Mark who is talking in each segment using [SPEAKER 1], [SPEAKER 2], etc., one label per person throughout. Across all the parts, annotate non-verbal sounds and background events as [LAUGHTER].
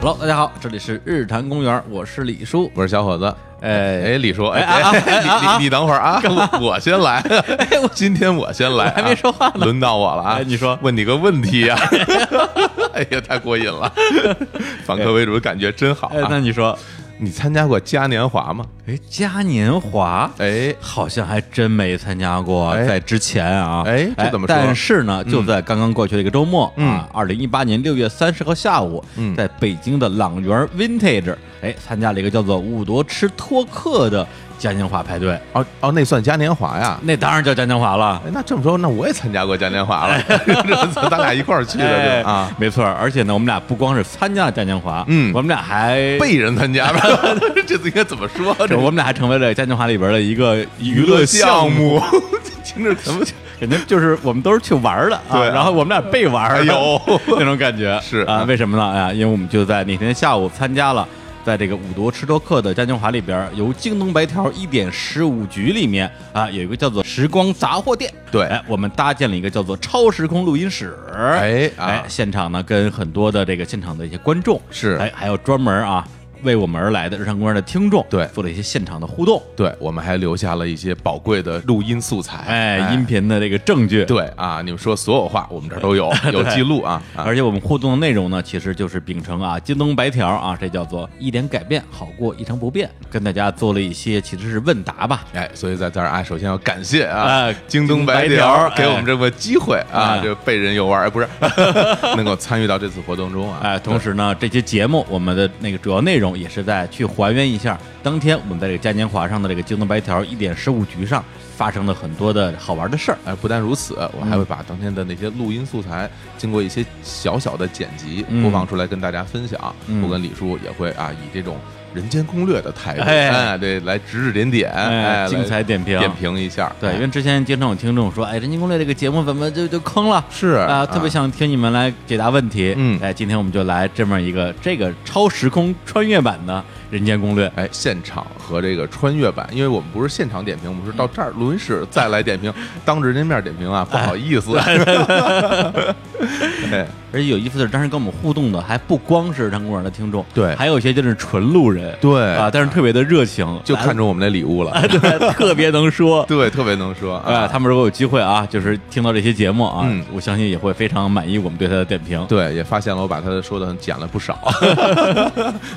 [SPEAKER 1] Hello，大家好，这里是日坛公园，我是李叔。
[SPEAKER 2] 我是小伙子。
[SPEAKER 1] 哎，
[SPEAKER 2] 哎，李叔，哎，
[SPEAKER 1] 哎啊
[SPEAKER 2] 哎
[SPEAKER 1] 哎啊哎
[SPEAKER 2] 你你你等会儿啊，我我先来， [LAUGHS] 今天我先来啊，
[SPEAKER 1] 还没说话呢
[SPEAKER 2] 轮到我了啊
[SPEAKER 1] 哎，你说
[SPEAKER 2] 问你个问题呀， [LAUGHS] 哎呀，太过瘾了，反客为主的感觉真好
[SPEAKER 1] 哎，那
[SPEAKER 2] 啊。
[SPEAKER 1] 你说，
[SPEAKER 2] 你参加过嘉年华吗？
[SPEAKER 1] 哎，嘉年华。
[SPEAKER 2] 哎，
[SPEAKER 1] 好像还真没参加过，
[SPEAKER 2] 哎
[SPEAKER 1] 在之前啊，
[SPEAKER 2] 哎这怎么说
[SPEAKER 1] 但是呢，就在刚刚过去的一个周末
[SPEAKER 2] 嗯
[SPEAKER 1] 啊，二零一八年六月三十号下午，
[SPEAKER 2] 嗯
[SPEAKER 1] 在北京的朗园 Vintage，哎，参加了一个叫做“五夺吃托克”的嘉年华派对，
[SPEAKER 2] 哦哦，那算嘉年华呀。
[SPEAKER 1] 那当然叫嘉年华了。
[SPEAKER 2] 哎，那这么说，那我也参加过嘉年华了， [LAUGHS] 咱俩一块儿去的
[SPEAKER 1] 哎
[SPEAKER 2] 对吧啊，，
[SPEAKER 1] 没错儿，而且呢，我们俩不光是参加了嘉年华，
[SPEAKER 2] 嗯
[SPEAKER 1] 我们俩还
[SPEAKER 2] 被人参加吧， [LAUGHS] 这次应该怎么说？
[SPEAKER 1] 这 [LAUGHS]
[SPEAKER 2] 这
[SPEAKER 1] 我们俩还成为了嘉年华里边的一个娱
[SPEAKER 2] 娱
[SPEAKER 1] 乐
[SPEAKER 2] 乐
[SPEAKER 1] 项
[SPEAKER 2] 项
[SPEAKER 1] 目，
[SPEAKER 2] 目， [LAUGHS] 听着怎么
[SPEAKER 1] 感觉就是我们都是去玩儿的啊，
[SPEAKER 2] 对啊
[SPEAKER 1] 然后我们俩被玩儿
[SPEAKER 2] 哎
[SPEAKER 1] 的、
[SPEAKER 2] 呦
[SPEAKER 1] [LAUGHS] 那种感觉
[SPEAKER 2] 是
[SPEAKER 1] 啊，
[SPEAKER 2] 啊
[SPEAKER 1] 为什么呢？啊，因为我们就在那天下午参加了。在这个五夺吃多克的嘉年华里边儿，由京东白条一点十五局里面啊，有一个叫做时光杂货店。
[SPEAKER 2] 对
[SPEAKER 1] 哎，我们搭建了一个叫做超时空录音室。
[SPEAKER 2] 哎啊
[SPEAKER 1] 哎，现场呢跟很多的这个现场的一些观众
[SPEAKER 2] 是
[SPEAKER 1] 哎，还有专门啊为我们而来的日常公园的听众
[SPEAKER 2] 对
[SPEAKER 1] 做了一些现场的互动。
[SPEAKER 2] 对，我们还留下了一些宝贵的录音素材，
[SPEAKER 1] 哎，音频的这个证据，
[SPEAKER 2] 对啊，你们说所
[SPEAKER 1] [LAUGHS]
[SPEAKER 2] 有话，我们这儿都有有记录啊。啊
[SPEAKER 1] 而且我们互动的内容呢，其实就是秉承啊京东白条啊，这叫做一点改变好过一成不变，跟大家做了一些其实是问答吧。
[SPEAKER 2] 哎，所以在这儿啊，首先要感谢啊
[SPEAKER 1] 哎，
[SPEAKER 2] 京
[SPEAKER 1] 京东
[SPEAKER 2] 东
[SPEAKER 1] 白
[SPEAKER 2] 白
[SPEAKER 1] 条
[SPEAKER 2] 条给
[SPEAKER 1] 哎
[SPEAKER 2] 我们这个机会啊
[SPEAKER 1] 哎，
[SPEAKER 2] 这被人游玩，哎，不是 [LAUGHS] 能够参与到这次活动中啊。
[SPEAKER 1] 哎，同时呢，这期节目我们的那个主要内容也是在去还原一下当天我们在这个嘉年华上的这个京东白条一点十五局上发生的很多的好玩的事儿。
[SPEAKER 2] 哎，不但如此，我还会把当天的那些录音素材，经过一些小小的剪辑
[SPEAKER 1] 嗯
[SPEAKER 2] 播放出来，跟大家分享。
[SPEAKER 1] 嗯
[SPEAKER 2] 我跟李叔也会啊，以这种人间攻略的态度，
[SPEAKER 1] 哎
[SPEAKER 2] 哎，对，来指指点点，
[SPEAKER 1] 哎
[SPEAKER 2] 哎，
[SPEAKER 1] 精
[SPEAKER 2] 来
[SPEAKER 1] 彩点评
[SPEAKER 2] 点评一下。
[SPEAKER 1] 对，
[SPEAKER 2] 哎
[SPEAKER 1] 因为之前经常有听众说，哎，《人间攻略》这个节目怎么就就坑了？
[SPEAKER 2] 是
[SPEAKER 1] 啊，特别想听你们来解答问题。
[SPEAKER 2] 嗯
[SPEAKER 1] 哎，今天我们就来这么一个这个超时空穿越版的《人间攻略》。
[SPEAKER 2] 哎，现场和这个穿越版，因为我们不是现场点评，我们是到这儿录音室再
[SPEAKER 1] [LAUGHS]
[SPEAKER 2] 来点评，当着人面点评啊，不好意思。 [LAUGHS] 哎，
[SPEAKER 1] 而且有意思的是，当时跟我们互动的还不光是张公园的听众，
[SPEAKER 2] 对
[SPEAKER 1] 还有一些就是纯路人，
[SPEAKER 2] 对
[SPEAKER 1] 啊，但是特别的热情，
[SPEAKER 2] 就看中我们的礼物了，
[SPEAKER 1] [LAUGHS] 对，特别能说。
[SPEAKER 2] 对，特别能说
[SPEAKER 1] 啊，
[SPEAKER 2] 啊，
[SPEAKER 1] 他们如果有机会啊，就是听到这些节目啊，
[SPEAKER 2] 嗯
[SPEAKER 1] 我相信也会非常满意我们对他的点评。
[SPEAKER 2] 对，也发现了我把他说的很减了
[SPEAKER 1] [LAUGHS]
[SPEAKER 2] 不少，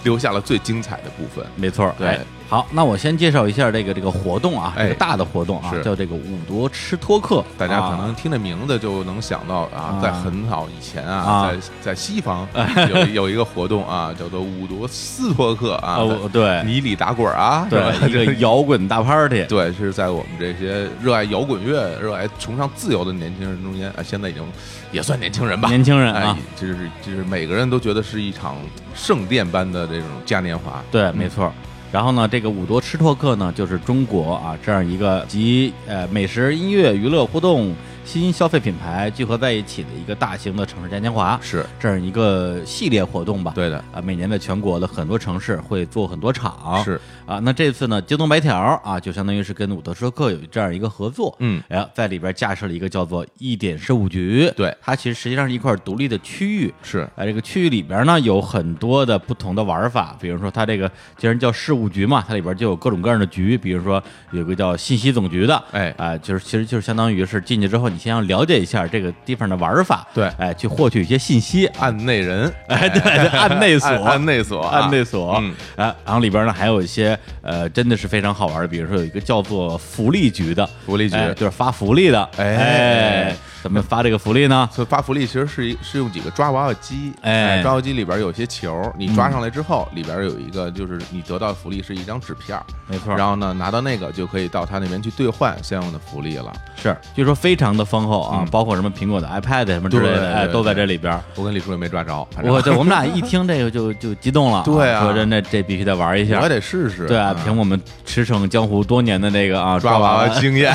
[SPEAKER 2] 留下了最精彩的部分。
[SPEAKER 1] 没错儿，
[SPEAKER 2] 对
[SPEAKER 1] 哎好，那我先介绍一下这个这个活动啊，
[SPEAKER 2] 哎
[SPEAKER 1] 这个大的活动啊，
[SPEAKER 2] 是
[SPEAKER 1] 叫这个五夺吃托克，
[SPEAKER 2] 大家可
[SPEAKER 1] 啊
[SPEAKER 2] 能听这名字就能想到啊
[SPEAKER 1] 啊，
[SPEAKER 2] 在很早以前
[SPEAKER 1] 啊哎
[SPEAKER 2] 啊，在在西方有有一个活动啊，叫做五夺斯托克啊
[SPEAKER 1] 哦，对
[SPEAKER 2] 你里打滚儿啊，是吧
[SPEAKER 1] [LAUGHS] 对一个摇滚大 party，
[SPEAKER 2] 对，是在我们这些热爱摇滚乐、热爱崇尚自由的年轻人中间，啊，现在已经也算年轻人吧，
[SPEAKER 1] 年轻人啊
[SPEAKER 2] 哎，这是这是每个人都觉得是一场盛殿般的这种嘉年华，
[SPEAKER 1] 对，没错儿。然后呢，这个五夺吃拓克呢，就是中国啊这样一个集呃美食、音乐、娱乐、互动、新消费品牌聚合在一起的一个大型的城市嘉年华，
[SPEAKER 2] 是
[SPEAKER 1] 这样一个系列活动吧。
[SPEAKER 2] 对的，
[SPEAKER 1] 啊，每年在全国的很多城市会做很多场。
[SPEAKER 2] 是
[SPEAKER 1] 啊，那这次呢，京东白条啊，就相当于是跟伍德说客有这样一个合作。
[SPEAKER 2] 嗯，
[SPEAKER 1] 哎呀，在里边架设了一个叫做“一点事务局”，
[SPEAKER 2] 对
[SPEAKER 1] 它其实实际上是一块独立的区域。
[SPEAKER 2] 是
[SPEAKER 1] 哎，这个区域里边呢有很多的不同的玩法，比如说它这个既然叫事务局嘛，它里边就有各种各样的局，比如说有个叫信息总局的，
[SPEAKER 2] 哎
[SPEAKER 1] 啊、就是其实就是相当于是进去之后，你先要了解一下这个地方的玩法，
[SPEAKER 2] 对
[SPEAKER 1] 哎，去获取一些信息，
[SPEAKER 2] 案内人，
[SPEAKER 1] 哎， [LAUGHS] 对，对
[SPEAKER 2] [LAUGHS]
[SPEAKER 1] 按内锁，
[SPEAKER 2] 按按内所啊，
[SPEAKER 1] 按内锁，
[SPEAKER 2] 嗯
[SPEAKER 1] 啊，然后里边呢还有一些呃，真的是非常好玩的，比如说有一个叫做福利局的，
[SPEAKER 2] 福利局
[SPEAKER 1] 哎就是发福利的，
[SPEAKER 2] 哎
[SPEAKER 1] 哎，怎么发这个福利呢？
[SPEAKER 2] 所以发福利其实是一是用几个抓娃娃机，
[SPEAKER 1] 哎嗯
[SPEAKER 2] 抓娃娃机里边有些球，你抓上来之后，里边有一个就是你得到的福利是一张纸片儿，
[SPEAKER 1] 没错
[SPEAKER 2] 然后呢拿到那个就可以到他那边去兑换相应的福利了。
[SPEAKER 1] 是，据说非常的丰厚啊，包括什么苹果的 iPad 什么之类
[SPEAKER 2] 嗯对
[SPEAKER 1] 的，
[SPEAKER 2] 对
[SPEAKER 1] 哎，
[SPEAKER 2] 对
[SPEAKER 1] 都在这里边儿。
[SPEAKER 2] 我跟李叔也没抓着，反正
[SPEAKER 1] 我对我们俩一听这个就就激动了，
[SPEAKER 2] 对啊
[SPEAKER 1] 说真的，这必须得玩一
[SPEAKER 2] 我
[SPEAKER 1] 下
[SPEAKER 2] 也。得试试。
[SPEAKER 1] 对啊，
[SPEAKER 2] 嗯
[SPEAKER 1] 凭我们驰骋江湖多年的这个啊
[SPEAKER 2] 抓娃
[SPEAKER 1] 娃
[SPEAKER 2] 娃经验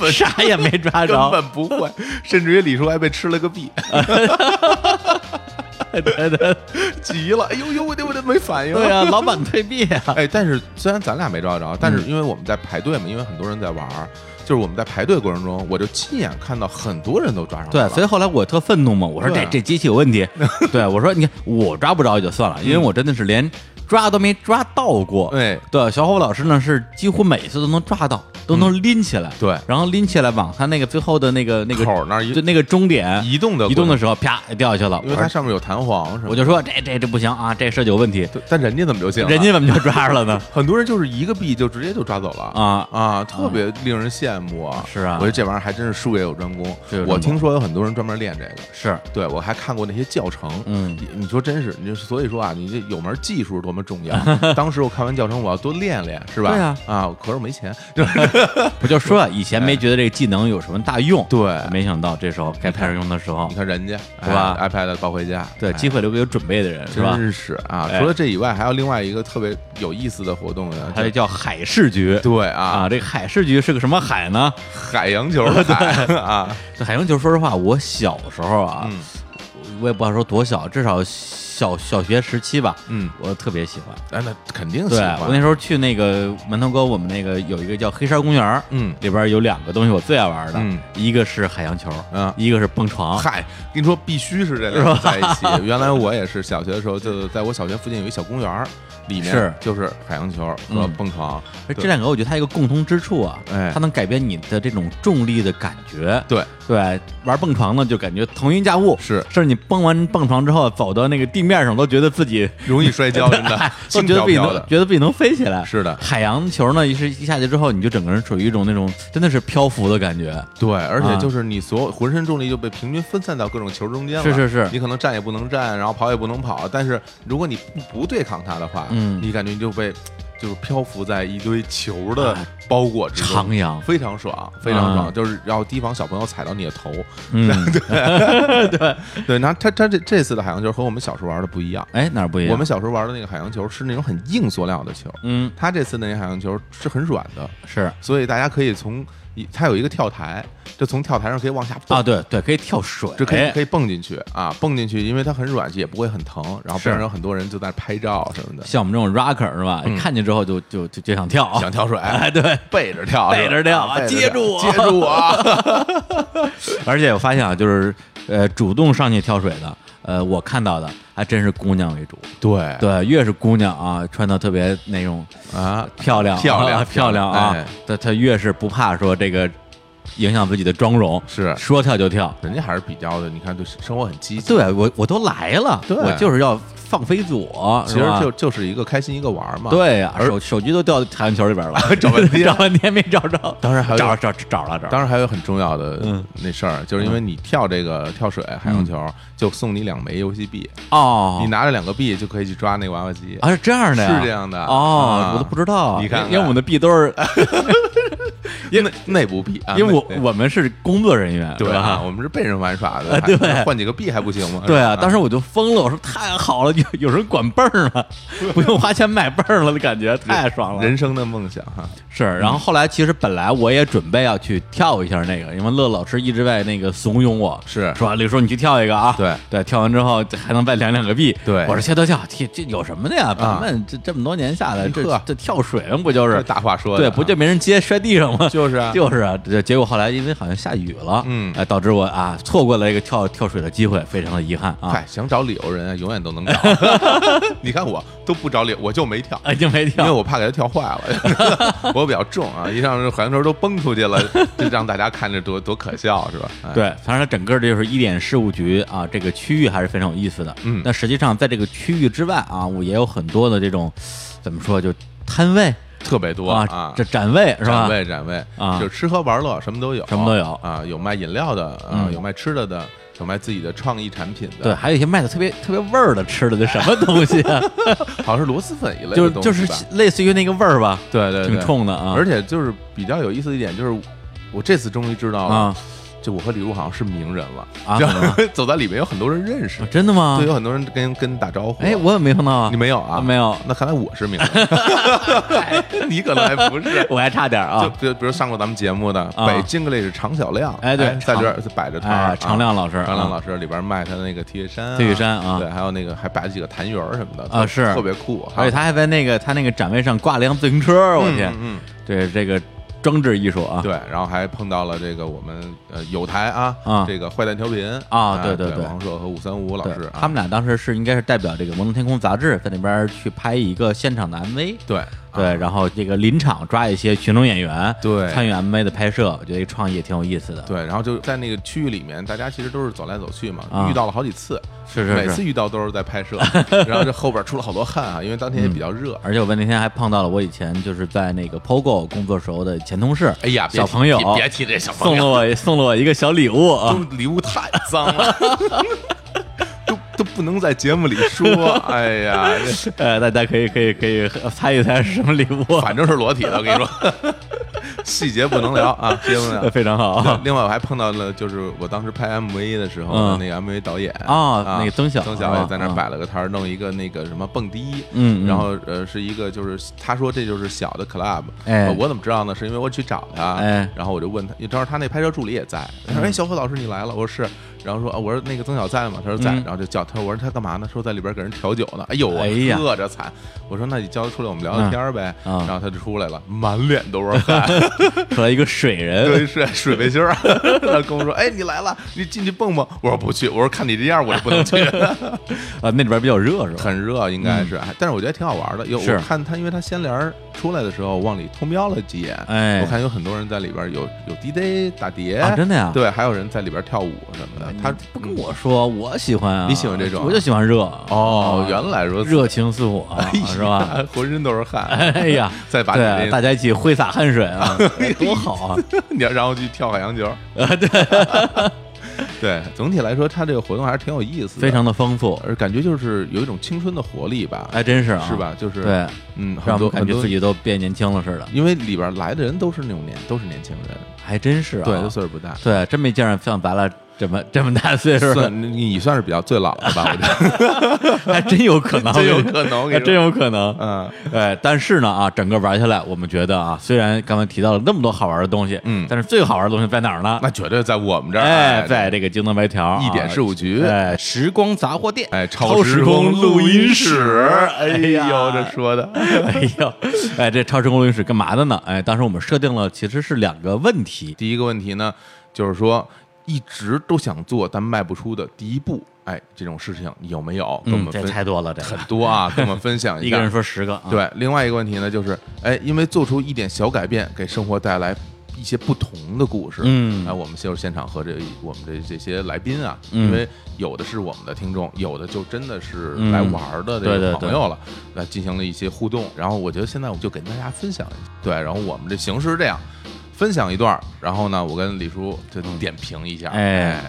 [SPEAKER 1] 娃， [LAUGHS] 啥也没抓
[SPEAKER 2] 根
[SPEAKER 1] 着。
[SPEAKER 2] 本不会，甚至于李叔还被吃了个币，
[SPEAKER 1] [LAUGHS] 对对
[SPEAKER 2] 急了，哎呦呦，我得我得没反应。
[SPEAKER 1] 对啊，老板退币啊。嗯
[SPEAKER 2] 啊哎，但是虽然咱俩没抓着，但是因为我们在排队嘛，因为很多人在玩儿，就是我们在排队过程中，我就亲眼看到很多人都抓上
[SPEAKER 1] [LAUGHS]
[SPEAKER 2] 来
[SPEAKER 1] 对，
[SPEAKER 2] 了。
[SPEAKER 1] 所以后来我特愤怒嘛，我说这
[SPEAKER 2] 对啊
[SPEAKER 1] 这机器有问
[SPEAKER 2] [LAUGHS]
[SPEAKER 1] 题，对我说你看我抓不着也就算了，
[SPEAKER 2] 嗯
[SPEAKER 1] 因为我真的是连抓都没抓到过。
[SPEAKER 2] 对
[SPEAKER 1] 对，小伙老师呢是几乎每一次都能抓到，都能拎起来，
[SPEAKER 2] 嗯对
[SPEAKER 1] 然后拎起来往他那个最后的那个那个
[SPEAKER 2] 口儿那儿一
[SPEAKER 1] 就那个终点
[SPEAKER 2] 移动的
[SPEAKER 1] 移动
[SPEAKER 2] 过
[SPEAKER 1] 的时候，啪掉下去了。
[SPEAKER 2] 程，因为
[SPEAKER 1] 我
[SPEAKER 2] 它
[SPEAKER 1] 说
[SPEAKER 2] 上面有弹簧什么的。
[SPEAKER 1] 我就说这这这不行啊，这设计有问题，
[SPEAKER 2] 对但人家怎么就行了？
[SPEAKER 1] 人家怎么就抓着了
[SPEAKER 2] [LAUGHS]
[SPEAKER 1] 呢？
[SPEAKER 2] 很多人就是一个币就直接就抓走了
[SPEAKER 1] 啊
[SPEAKER 2] 啊，特别令人羡慕啊！
[SPEAKER 1] 是啊
[SPEAKER 2] 我觉得这玩意儿还真是术业有专攻
[SPEAKER 1] 是有专。攻
[SPEAKER 2] 我听说有很多人专门练这个，
[SPEAKER 1] 是，
[SPEAKER 2] 对我还看过那些教程。
[SPEAKER 1] 嗯
[SPEAKER 2] 你你说真是，你就所以说啊，你这有门技术多么重
[SPEAKER 1] [LAUGHS]
[SPEAKER 2] 要。当时我看完教程，我要多练练，是吧？
[SPEAKER 1] 对啊，
[SPEAKER 2] 可是我没钱，就是
[SPEAKER 1] [LAUGHS] 不就说啊以前没觉得这个技能有什么大用，
[SPEAKER 2] 哎对
[SPEAKER 1] 没想到这时候该派上用的时候
[SPEAKER 2] 你，看人家
[SPEAKER 1] 是吧
[SPEAKER 2] 哎？iPad 抱回家，
[SPEAKER 1] 对，
[SPEAKER 2] 哎
[SPEAKER 1] 机会留给有准备的人，是吧？
[SPEAKER 2] 真是啊！
[SPEAKER 1] 哎
[SPEAKER 2] 除了这以外，还有另外一个特别有意思的活动呢，
[SPEAKER 1] 它
[SPEAKER 2] 就
[SPEAKER 1] 这叫海事局
[SPEAKER 2] 对啊
[SPEAKER 1] 啊，，这个海事局是个什么海呢？
[SPEAKER 2] 海洋球的
[SPEAKER 1] [LAUGHS]
[SPEAKER 2] 海啊，
[SPEAKER 1] 这海洋球，说实话，我小时候啊，
[SPEAKER 2] 嗯
[SPEAKER 1] 我也不好说多小，至少小小学时期吧，
[SPEAKER 2] 嗯，
[SPEAKER 1] 我特别喜欢。
[SPEAKER 2] 哎，那肯定喜
[SPEAKER 1] 对
[SPEAKER 2] 欢。
[SPEAKER 1] 我那时候去那个门头沟，我们那个有一个叫黑山公园儿，
[SPEAKER 2] 嗯
[SPEAKER 1] 里边有两个东西我最爱玩的，
[SPEAKER 2] 嗯
[SPEAKER 1] 一个是海洋球，
[SPEAKER 2] 嗯
[SPEAKER 1] 一个是蹦床。
[SPEAKER 2] 嗨，跟你说必须是这两个在一起。 [LAUGHS] 原来我也是小学的时候，就在我小学附近有一小公园儿，里
[SPEAKER 1] 是
[SPEAKER 2] 面就是海洋球和
[SPEAKER 1] 嗯
[SPEAKER 2] 蹦床。
[SPEAKER 1] 而这两个我觉得它有一个共同之处啊，
[SPEAKER 2] 哎
[SPEAKER 1] 它能改变你的这种重力的感觉。
[SPEAKER 2] 对，
[SPEAKER 1] 对，玩蹦床呢就感觉腾云驾雾，
[SPEAKER 2] 是
[SPEAKER 1] 甚至你蹦完蹦床之后走到那个地面上都觉得自己
[SPEAKER 2] 容易摔跤，真的
[SPEAKER 1] 哎， [LAUGHS] 都
[SPEAKER 2] 轻
[SPEAKER 1] 觉得
[SPEAKER 2] 飘
[SPEAKER 1] 自己
[SPEAKER 2] 飘
[SPEAKER 1] 能
[SPEAKER 2] 的。
[SPEAKER 1] 觉得自己能飞起来。
[SPEAKER 2] 是的，
[SPEAKER 1] [LAUGHS] 海洋球呢，一是一下去之后，你就整个人处于一种那种真的是漂浮的感觉。
[SPEAKER 2] 对，而
[SPEAKER 1] 啊
[SPEAKER 2] 且就是你所有浑身重力就被平均分散到各种球中间了。
[SPEAKER 1] 是是是
[SPEAKER 2] 你可能站也不能站，然后跑也不能跑。但是如果你不不对抗它的话，
[SPEAKER 1] 嗯
[SPEAKER 2] 你感觉你就被就是漂浮在一堆球的包裹之中，
[SPEAKER 1] 徜
[SPEAKER 2] [LAUGHS]
[SPEAKER 1] 徉
[SPEAKER 2] 非常爽，非常
[SPEAKER 1] 啊
[SPEAKER 2] 爽。就是然后提防小朋友踩到你的头。
[SPEAKER 1] 嗯，
[SPEAKER 2] 对，然后它它这这次的海洋球和我们小时候玩的不一样。
[SPEAKER 1] 哎，哪儿不一样？
[SPEAKER 2] 我们小时候玩的那个海洋球是那种很硬塑料的球，
[SPEAKER 1] 嗯
[SPEAKER 2] 它这次的那个海洋球是很软的，
[SPEAKER 1] 是
[SPEAKER 2] 所以大家可以从一它有一个跳台，就从跳台上可以往下蹦
[SPEAKER 1] 啊，，对对，可以跳水，
[SPEAKER 2] 这可以可
[SPEAKER 1] 以
[SPEAKER 2] 以蹦进去啊，蹦进去，因为它很软，也不会很疼。然后
[SPEAKER 1] 是
[SPEAKER 2] 边上有很多人就在拍照什么的，
[SPEAKER 1] 哎像我们这种 rocker 是吧？
[SPEAKER 2] 嗯
[SPEAKER 1] 看见之后就就就就想跳啊，
[SPEAKER 2] 想跳
[SPEAKER 1] [LAUGHS]
[SPEAKER 2] 水，
[SPEAKER 1] 哎，对。
[SPEAKER 2] 背着跳，是吧
[SPEAKER 1] [LAUGHS] 背着跳
[SPEAKER 2] 啊背
[SPEAKER 1] 接住我
[SPEAKER 2] 接住
[SPEAKER 1] [LAUGHS]
[SPEAKER 2] 我，
[SPEAKER 1] 而且我发现啊，就是呃，主动上去跳水的，呃，我看到的还真是姑娘为主。
[SPEAKER 2] 对
[SPEAKER 1] 对，越是姑娘啊，穿的特别那种
[SPEAKER 2] 啊，
[SPEAKER 1] 漂亮、
[SPEAKER 2] 漂亮
[SPEAKER 1] 啊漂亮啊
[SPEAKER 2] 哎，
[SPEAKER 1] 她她越是不怕说这个影响自己的妆容，
[SPEAKER 2] 是
[SPEAKER 1] 说跳就跳。
[SPEAKER 2] 人家还是比较的，你看对生活很积极。
[SPEAKER 1] 对我我都来了，
[SPEAKER 2] 对
[SPEAKER 1] 我就是要放飞自我，
[SPEAKER 2] 其实
[SPEAKER 1] 是吧
[SPEAKER 2] 就就是一个开心一个玩儿嘛。，
[SPEAKER 1] 对呀、
[SPEAKER 2] 而
[SPEAKER 1] 手手机都掉海洋球里边了，
[SPEAKER 2] [LAUGHS] 找半天
[SPEAKER 1] 找半天没找着，
[SPEAKER 2] [LAUGHS] 当然还有
[SPEAKER 1] 找找找了找了，
[SPEAKER 2] 当然还有很重要的
[SPEAKER 1] 嗯
[SPEAKER 2] 那事儿，就是因为你跳这个跳水海洋球，就送你两枚游戏币，
[SPEAKER 1] 哦，
[SPEAKER 2] 你拿着两个币就可以去抓那个娃娃机。
[SPEAKER 1] 啊是这样的呀，
[SPEAKER 2] 是这样的
[SPEAKER 1] 哦
[SPEAKER 2] 啊，
[SPEAKER 1] 我都不知道，
[SPEAKER 2] 你看看啊
[SPEAKER 1] 因为我们的币都是，
[SPEAKER 2] 因为内部币，啊
[SPEAKER 1] 因为我
[SPEAKER 2] 内
[SPEAKER 1] 我们是工作人员，
[SPEAKER 2] 对啊，
[SPEAKER 1] 吧？
[SPEAKER 2] 我们是被人玩耍
[SPEAKER 1] 啊
[SPEAKER 2] 的，
[SPEAKER 1] 对
[SPEAKER 2] 还换几个币还不行吗？
[SPEAKER 1] 对啊，当时
[SPEAKER 2] 时
[SPEAKER 1] 我就疯了，我说太好了，有有人管泵儿了， [LAUGHS] 不用花钱买泵儿了的感觉，太爽了。
[SPEAKER 2] 人生的梦想哈，
[SPEAKER 1] 是，然
[SPEAKER 2] 嗯
[SPEAKER 1] 后后来其实本来我也准备要去跳一下那个，因为乐老师一直在那个怂恿我，
[SPEAKER 2] 是
[SPEAKER 1] 说李叔你去跳一个啊，
[SPEAKER 2] 对
[SPEAKER 1] 对，跳完之后还能再量两个币，
[SPEAKER 2] 对啊
[SPEAKER 1] 我说跳跳跳，这这有什么的呀？咱们这这么多年下来，这
[SPEAKER 2] 哎呵
[SPEAKER 1] 这跳水上不就是
[SPEAKER 2] 这大话说的
[SPEAKER 1] 对，
[SPEAKER 2] 啊，
[SPEAKER 1] 不就没人接摔地上吗？
[SPEAKER 2] 就是啊
[SPEAKER 1] 就是啊，这结果后来因为好像下雨了，
[SPEAKER 2] 嗯
[SPEAKER 1] 哎，导致我啊错过了一个跳跳水的机会，非常的遗憾啊，
[SPEAKER 2] 嗨，想找理由人啊，永远都能找。
[SPEAKER 1] [LAUGHS]
[SPEAKER 2] 你看我都不找理由，我就没跳。
[SPEAKER 1] 啊已经没
[SPEAKER 2] 因为
[SPEAKER 1] 跳，
[SPEAKER 2] 我怕给他跳坏
[SPEAKER 1] [LAUGHS]
[SPEAKER 2] 了，我比较重啊，一上这环球都崩出去了，这让大家看着多多可笑是吧？哎，
[SPEAKER 1] 对，反正它整个这就是一点事务局啊，这个区域还是非常有意思的。
[SPEAKER 2] 嗯
[SPEAKER 1] 那实际上在这个区域之外啊，我也有很多的这种怎么说就摊位
[SPEAKER 2] 特别多
[SPEAKER 1] 啊，这展位是吧
[SPEAKER 2] 展？位展位
[SPEAKER 1] 啊
[SPEAKER 2] 就是吃喝玩乐什么都有，
[SPEAKER 1] 什么都有
[SPEAKER 2] 啊，有卖饮料的，啊
[SPEAKER 1] 嗯，
[SPEAKER 2] 有卖吃的的，有卖自己的创意产品
[SPEAKER 1] 对，
[SPEAKER 2] 的，
[SPEAKER 1] 还有一些卖的特别特别味儿的吃的，这什么东西啊？
[SPEAKER 2] [LAUGHS] 对，好像是螺蛳粉一类
[SPEAKER 1] [LAUGHS]
[SPEAKER 2] 的
[SPEAKER 1] 就
[SPEAKER 2] 东西
[SPEAKER 1] 就是
[SPEAKER 2] 吧
[SPEAKER 1] 类似于那个味儿吧，
[SPEAKER 2] 对对
[SPEAKER 1] 挺
[SPEAKER 2] 对，
[SPEAKER 1] 冲的啊。
[SPEAKER 2] 而且就是比较有意思的一点就是，我这次终于知道了，
[SPEAKER 1] 啊
[SPEAKER 2] 就我和李璐好像是名人了
[SPEAKER 1] 啊
[SPEAKER 2] 就
[SPEAKER 1] 怎么
[SPEAKER 2] [LAUGHS] 走在里面有很多人认识
[SPEAKER 1] 啊，真的吗
[SPEAKER 2] 对，？有很多人跟跟打招呼，
[SPEAKER 1] 哎，我也没碰到啊
[SPEAKER 2] 你。没有啊？
[SPEAKER 1] 没有。
[SPEAKER 2] 那看来我是名人， [LAUGHS] 你可能还不是
[SPEAKER 1] 我还差点
[SPEAKER 2] 就
[SPEAKER 1] 啊。
[SPEAKER 2] 比如比如上过咱们节目的
[SPEAKER 1] 啊
[SPEAKER 2] 北京 English 常小亮，
[SPEAKER 1] 哎对
[SPEAKER 2] 在这儿摆着摊儿
[SPEAKER 1] 哎
[SPEAKER 2] 啊，
[SPEAKER 1] 常亮老师
[SPEAKER 2] 常亮老
[SPEAKER 1] 师
[SPEAKER 2] 师里边卖他的那个 T 恤衫啊，
[SPEAKER 1] T 恤衫啊
[SPEAKER 2] 对，还有那个还摆了几个痰盂儿什么的
[SPEAKER 1] 啊是
[SPEAKER 2] 特别酷，
[SPEAKER 1] 而且他还在那个他那个展位上挂了一辆自行车，我
[SPEAKER 2] 嗯
[SPEAKER 1] 天，
[SPEAKER 2] 嗯，嗯
[SPEAKER 1] 这这个装置艺术啊，
[SPEAKER 2] 对，然后还碰到了这个我们呃有台啊，
[SPEAKER 1] 啊
[SPEAKER 2] 这个坏蛋调频哎
[SPEAKER 1] 啊对对
[SPEAKER 2] 对
[SPEAKER 1] 对
[SPEAKER 2] 王硕和五三五老
[SPEAKER 1] 对
[SPEAKER 2] 师啊，
[SPEAKER 1] 他们俩当时是应该是代表这个《摩登天空》杂志在那边去拍一个现场的 MV，
[SPEAKER 2] 对啊
[SPEAKER 1] 对，然后这个临场抓一些群众演员，
[SPEAKER 2] 对
[SPEAKER 1] 参与 MV 的拍摄，我觉得这个创意也挺有意思的。，
[SPEAKER 2] 对，然后就在那个区域里面，大家其实都是走来走去嘛，
[SPEAKER 1] 啊
[SPEAKER 2] 遇到了好几次，
[SPEAKER 1] 是是是
[SPEAKER 2] 每次遇到都是在
[SPEAKER 1] [LAUGHS]
[SPEAKER 2] 拍摄，然后这后边出了好多汗啊，因为当天
[SPEAKER 1] 嗯
[SPEAKER 2] 也比较热。
[SPEAKER 1] 而且我们那天还碰到了我以前就是在那个 POGO 工作时候的前同事，
[SPEAKER 2] 哎呀，别
[SPEAKER 1] 小
[SPEAKER 2] 提
[SPEAKER 1] 朋友
[SPEAKER 2] 别别提这小朋
[SPEAKER 1] 送了
[SPEAKER 2] 友，
[SPEAKER 1] 我送了我一个小礼物啊，
[SPEAKER 2] 都礼物太脏了，都都不能在节目里说。哎呀，这
[SPEAKER 1] 呃，大家可以可以可以猜一猜是什么礼物，
[SPEAKER 2] 反正是裸体的，我跟你说， [LAUGHS] 细节不能聊啊，细节不能
[SPEAKER 1] 呃
[SPEAKER 2] 聊。
[SPEAKER 1] 非常好啊
[SPEAKER 2] 另外，我还碰到了，就是我当时拍 MV 的时候，
[SPEAKER 1] 嗯
[SPEAKER 2] 那个 MV 导演
[SPEAKER 1] 啊那个曾晓
[SPEAKER 2] 曾晓
[SPEAKER 1] 啊
[SPEAKER 2] 也在那
[SPEAKER 1] 啊
[SPEAKER 2] 儿摆了个摊儿，弄一个那个什么蹦迪，
[SPEAKER 1] 嗯嗯
[SPEAKER 2] 然后呃是一个就是他说这就是小的 club，
[SPEAKER 1] 哎
[SPEAKER 2] 呃我怎么知道呢？是因为我去找他，
[SPEAKER 1] 哎嗯
[SPEAKER 2] 然后我就问他，因为正好他那拍摄助理也在，他说哎小伙老师你来了，我说是，然后说啊我说那个曾晓在吗？他说在，
[SPEAKER 1] 嗯
[SPEAKER 2] 然后就叫他，我说他干嘛呢？说在里边给人调酒呢，哎呦
[SPEAKER 1] 哎呀
[SPEAKER 2] 我特着惨，我说那你叫他出来我们聊聊天儿呗，
[SPEAKER 1] 嗯啊
[SPEAKER 2] 然后他就出来了，满脸都是汗。
[SPEAKER 1] 出来一个水人，
[SPEAKER 2] 对，是水背心儿。 [LAUGHS] 他跟我说：“哎，你来了，你进去蹦蹦。”我说：“不去。”我说：“看你这样，我就不能去。
[SPEAKER 1] 啊，那里边比较热是吧？
[SPEAKER 2] 很热，应该是，哎但是我觉得挺好玩的。有
[SPEAKER 1] 嗯是
[SPEAKER 2] 我看他，因为他掀帘儿出来的时候往里偷瞄了几眼，
[SPEAKER 1] 哎
[SPEAKER 2] 我看有很多人在里边有有 DJ 打碟，
[SPEAKER 1] 啊真的呀哎
[SPEAKER 2] 对，还有人在里边跳舞什么的
[SPEAKER 1] 你。
[SPEAKER 2] 他
[SPEAKER 1] 不跟我说，我喜欢啊，
[SPEAKER 2] 你喜欢这种啊
[SPEAKER 1] 我就喜欢热
[SPEAKER 2] 哦
[SPEAKER 1] 啊，
[SPEAKER 2] 原来如此，
[SPEAKER 1] 热情似火啊
[SPEAKER 2] 哎呀
[SPEAKER 1] 是吧？？ [LAUGHS]
[SPEAKER 2] 浑身都是汗。
[SPEAKER 1] 哎呀，
[SPEAKER 2] 再把
[SPEAKER 1] 对啊，
[SPEAKER 2] 你
[SPEAKER 1] 大家一起挥洒汗水啊，多好
[SPEAKER 2] [LAUGHS]
[SPEAKER 1] 啊！
[SPEAKER 2] [LAUGHS] 你要然后去跳海洋球，对对，总体来说，他这个活动还是挺有意思的，
[SPEAKER 1] 非常的丰富，
[SPEAKER 2] 而感觉就是有一种青春的活力吧，
[SPEAKER 1] 哎，真是啊，
[SPEAKER 2] 是？吧？就是
[SPEAKER 1] 对，
[SPEAKER 2] 嗯，很
[SPEAKER 1] 让我
[SPEAKER 2] 多
[SPEAKER 1] 们感
[SPEAKER 2] 很
[SPEAKER 1] 觉
[SPEAKER 2] 多
[SPEAKER 1] 自，己都变年轻了似的，
[SPEAKER 2] 因为里边来的人都是那种年，都是年轻人，
[SPEAKER 1] 还真是啊，
[SPEAKER 2] 对，都岁数不大，
[SPEAKER 1] 对，真没见着像咱俩这么这么大岁数，
[SPEAKER 2] [LAUGHS] 算你算是比较最老的吧，我
[SPEAKER 1] [LAUGHS]
[SPEAKER 2] 觉得
[SPEAKER 1] 还真有可能，
[SPEAKER 2] [LAUGHS] 真有可能，我
[SPEAKER 1] 还
[SPEAKER 2] 跟你
[SPEAKER 1] 真
[SPEAKER 2] 说，
[SPEAKER 1] 有可能，
[SPEAKER 2] 嗯，
[SPEAKER 1] 对，但是呢啊，整个玩下来，我们觉得啊，虽然刚才提到了那么多好玩的东西，
[SPEAKER 2] 嗯
[SPEAKER 1] 但是最好玩的东西在哪儿呢？
[SPEAKER 2] 那绝对在我们 [LAUGHS] 这儿，啊
[SPEAKER 1] 哎，在这个京东白条啊
[SPEAKER 2] 一点事务局。
[SPEAKER 1] 哎，时光杂货店，
[SPEAKER 2] 哎，
[SPEAKER 1] 超
[SPEAKER 2] 时
[SPEAKER 1] 空
[SPEAKER 2] 录
[SPEAKER 1] 音
[SPEAKER 2] 室，哎
[SPEAKER 1] 呀
[SPEAKER 2] 呦，这说的，
[SPEAKER 1] [LAUGHS] 哎呦，哎，这超时空录音室干嘛的呢？哎，当时我们设定了其实是两个问题，
[SPEAKER 2] 第一个问题呢，就是说一直都想做但迈不出的第一步，哎，这种事情有没有？跟我
[SPEAKER 1] 嗯，
[SPEAKER 2] 们
[SPEAKER 1] 这
[SPEAKER 2] 分、
[SPEAKER 1] 太多了，这
[SPEAKER 2] 很多啊，跟我们分享
[SPEAKER 1] [LAUGHS] 一
[SPEAKER 2] 下
[SPEAKER 1] 个人说十个啊，
[SPEAKER 2] 对，另外一个问题呢，就是哎，因为做出一点小改变，给生活带来一些不同的故事。
[SPEAKER 1] 嗯
[SPEAKER 2] 哎，我们就是现场和这我们这这些来宾啊，
[SPEAKER 1] 嗯
[SPEAKER 2] 因为有的是我们的听众，有的就真的是
[SPEAKER 1] 嗯
[SPEAKER 2] 来玩儿的
[SPEAKER 1] 对
[SPEAKER 2] 这
[SPEAKER 1] 对
[SPEAKER 2] 个
[SPEAKER 1] 对
[SPEAKER 2] 朋友了，来进行了一些互动。然后我觉得现在我们就给大家分享一下，对，然后我们这形式是这样。分享一段儿，然后呢，我跟李叔就点评一下，
[SPEAKER 1] 哎
[SPEAKER 2] 哎，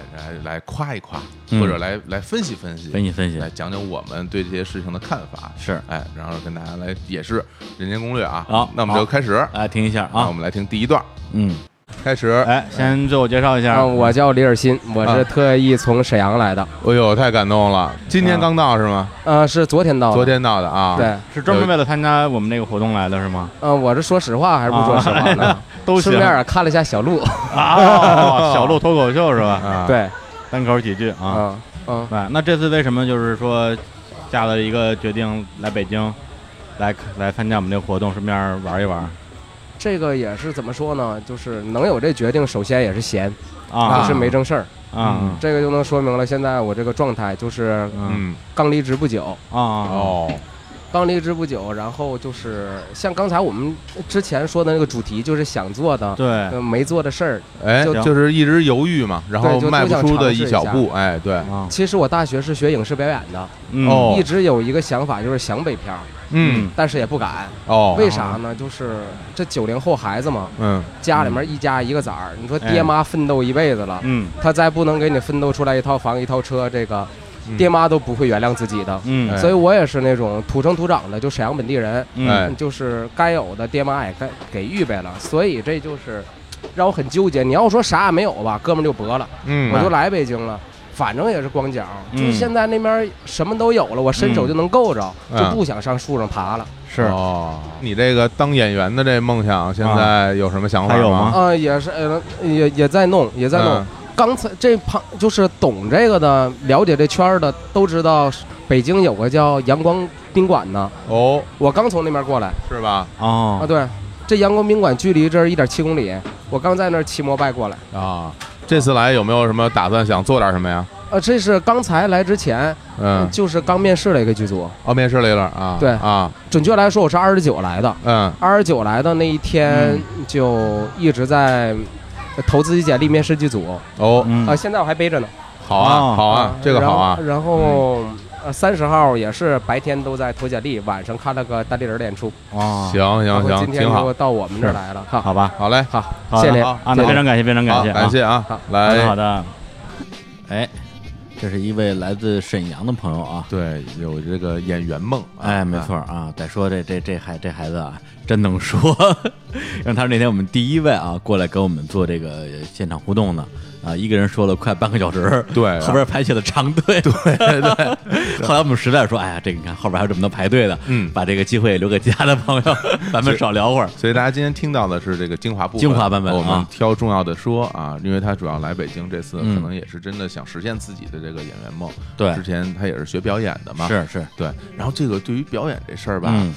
[SPEAKER 2] 来来夸一夸，
[SPEAKER 1] 嗯
[SPEAKER 2] 或者来来分析分析，
[SPEAKER 1] 分析分析
[SPEAKER 2] 来讲讲我们对这些事情的看法。
[SPEAKER 1] 是
[SPEAKER 2] 哎，然后跟大家来也是人间攻略啊。
[SPEAKER 1] 好
[SPEAKER 2] 那我们就
[SPEAKER 1] 好
[SPEAKER 2] 开始
[SPEAKER 1] 来听一下
[SPEAKER 2] 那我
[SPEAKER 1] 啊，
[SPEAKER 2] 们来听第一段，
[SPEAKER 1] 嗯，
[SPEAKER 2] 开始。哎
[SPEAKER 1] 哎，先自我介绍一下
[SPEAKER 3] 啊，，我叫李尔新，我
[SPEAKER 2] 啊
[SPEAKER 3] 是特意从沈阳来的，
[SPEAKER 2] 哎呦，太感动了！今天刚到是吗？
[SPEAKER 3] 呃，是昨天到嗯的。
[SPEAKER 2] 昨天到的啊。
[SPEAKER 3] 对，，
[SPEAKER 4] 是专门为了参加我们那个活动来的是吗？
[SPEAKER 3] 嗯，我是说实话还是不说实话 [LAUGHS] 呢？
[SPEAKER 4] 都行
[SPEAKER 3] 顺便看了一下小鹿，
[SPEAKER 4] 啊，哦小鹿脱口秀是吧？
[SPEAKER 2] 啊，
[SPEAKER 3] [LAUGHS] 对，
[SPEAKER 4] 单口喜剧啊。
[SPEAKER 3] 嗯嗯，
[SPEAKER 4] 对，那这次为什么就是说下了一个决定来北京，来来参加我们这个活动，顺便玩一玩
[SPEAKER 3] 这个也是怎么说呢？就是能有这决定，首先也是闲，
[SPEAKER 4] 啊？
[SPEAKER 3] 不是没正事儿，
[SPEAKER 4] 啊
[SPEAKER 3] 这个就能说明了现在我这个状态就是
[SPEAKER 4] 嗯
[SPEAKER 2] 嗯，
[SPEAKER 3] 刚离职不久，
[SPEAKER 4] 啊啊
[SPEAKER 2] 哦，
[SPEAKER 3] 刚离职不久，然后就是像刚才我们之前说的那个主题，就是想做的。
[SPEAKER 4] 对
[SPEAKER 3] 呃没做的事儿，
[SPEAKER 2] 哎，
[SPEAKER 4] 行
[SPEAKER 2] 就是一直犹豫嘛，然后
[SPEAKER 3] 对就
[SPEAKER 2] 迈不出的
[SPEAKER 3] 就想尝试一嗯
[SPEAKER 2] 小步，哎，对，
[SPEAKER 4] 啊
[SPEAKER 3] 其实我大学是学影视表演的，
[SPEAKER 4] 嗯
[SPEAKER 2] 哦
[SPEAKER 3] 一直有一个想法，就是想北漂，
[SPEAKER 2] 嗯，
[SPEAKER 3] 但是也不敢。
[SPEAKER 2] 哦，
[SPEAKER 3] 为啥呢？就是这九零后孩子嘛，
[SPEAKER 2] 嗯，
[SPEAKER 3] 家里面一家一个崽儿，你说
[SPEAKER 4] 哎
[SPEAKER 3] 爹妈奋斗一辈子了，
[SPEAKER 4] 嗯
[SPEAKER 3] 他再不能给你奋斗出来一套房一套车，这个爹妈都不会原谅自己的。
[SPEAKER 4] 嗯
[SPEAKER 2] 嗯哎
[SPEAKER 3] 所以我也是那种土生土长的，就沈阳本地人，
[SPEAKER 2] 哎
[SPEAKER 4] 嗯
[SPEAKER 3] 就是该有的爹妈也该给预备了，所以这就是让我很纠结。你要说啥也没有吧，哥们儿就驳了，
[SPEAKER 2] 嗯，
[SPEAKER 3] 我就来北京了。反正也是光脚，就
[SPEAKER 4] 嗯
[SPEAKER 3] 现在那边什么都有了，我伸手就能够着，
[SPEAKER 2] 嗯
[SPEAKER 3] 就不想上树上爬了。
[SPEAKER 4] 是
[SPEAKER 2] 哦，你这个当演员的这梦想，现在有什么想法
[SPEAKER 4] 还有
[SPEAKER 2] 吗？
[SPEAKER 4] 吗
[SPEAKER 3] 啊、也是，呃，也也在弄，也在弄。
[SPEAKER 2] 嗯
[SPEAKER 3] 刚才这旁就是懂这个的、了解这圈儿的都知道，北京有个叫阳光宾馆呢。
[SPEAKER 2] 哦，
[SPEAKER 3] 我刚从那边过来
[SPEAKER 2] 是吧？
[SPEAKER 3] 啊，
[SPEAKER 4] 哦
[SPEAKER 3] 对，
[SPEAKER 5] 这阳光宾馆距离这儿一点七公里，我刚在那儿骑摩拜过来。
[SPEAKER 2] 啊。这次来有没有什么打算？想做点什么呀？
[SPEAKER 5] 呃，这是刚才来之前，
[SPEAKER 2] 嗯，
[SPEAKER 5] 就是刚面试了一个剧组。
[SPEAKER 2] 哦，面试了一轮啊，
[SPEAKER 5] 对
[SPEAKER 2] 啊，
[SPEAKER 5] 准确来说，我是二十九来的，
[SPEAKER 2] 嗯，
[SPEAKER 5] 二十九来的那一天就一直在呃投自己简历面试剧组啊、
[SPEAKER 2] 哦，
[SPEAKER 4] 嗯
[SPEAKER 5] 现在我还背着呢。
[SPEAKER 2] 好啊，
[SPEAKER 4] 哦
[SPEAKER 2] 好啊，这个好啊，
[SPEAKER 5] 嗯然后然后呃，三十号也是白天都在投简历，晚上看了个单立人演出，
[SPEAKER 4] 哦，
[SPEAKER 2] 行
[SPEAKER 5] 然
[SPEAKER 2] 行
[SPEAKER 5] 后
[SPEAKER 2] 行，
[SPEAKER 5] 今天
[SPEAKER 2] 挺好
[SPEAKER 5] 就，到我们这儿来了。好，
[SPEAKER 4] 好吧，
[SPEAKER 2] 好嘞，
[SPEAKER 5] 好，
[SPEAKER 4] 好
[SPEAKER 5] 谢
[SPEAKER 4] 的
[SPEAKER 5] 谢您。
[SPEAKER 2] 好
[SPEAKER 4] 啊，那非常感谢，非常感
[SPEAKER 2] 好，
[SPEAKER 4] 谢，
[SPEAKER 2] 感谢啊
[SPEAKER 5] 好，
[SPEAKER 4] 啊，好
[SPEAKER 2] 来，
[SPEAKER 4] 的，
[SPEAKER 1] 哎，这是一位来自沈阳的朋友啊，
[SPEAKER 2] 对，有这个演员梦，啊
[SPEAKER 1] 哎，没错啊，得说这这这孩这孩子啊，真能说， [LAUGHS] 因为他是那天我们第一位啊过来跟我们做这个现场互动的啊，一个人说了快半个小时，
[SPEAKER 2] 对
[SPEAKER 1] 后边排起了长队，对 [LAUGHS] 对后来我们实在说，哎呀，这个你看后边还有这么多排队的，
[SPEAKER 2] 嗯
[SPEAKER 1] 把这个机会留给其他的朋友，咱们少聊会儿。
[SPEAKER 2] 所以大家今天听到的是这个精华部分，
[SPEAKER 1] 精华版本啊
[SPEAKER 2] 我们挑重要的说啊，因为他主要来北京这次，
[SPEAKER 1] 嗯
[SPEAKER 2] 可能也是真的想实现自己的这个演员梦。
[SPEAKER 1] 对
[SPEAKER 2] 之前他也是学表演的嘛，
[SPEAKER 1] 是是，
[SPEAKER 2] 对。然后这个对于表演这事儿吧，
[SPEAKER 1] 嗯，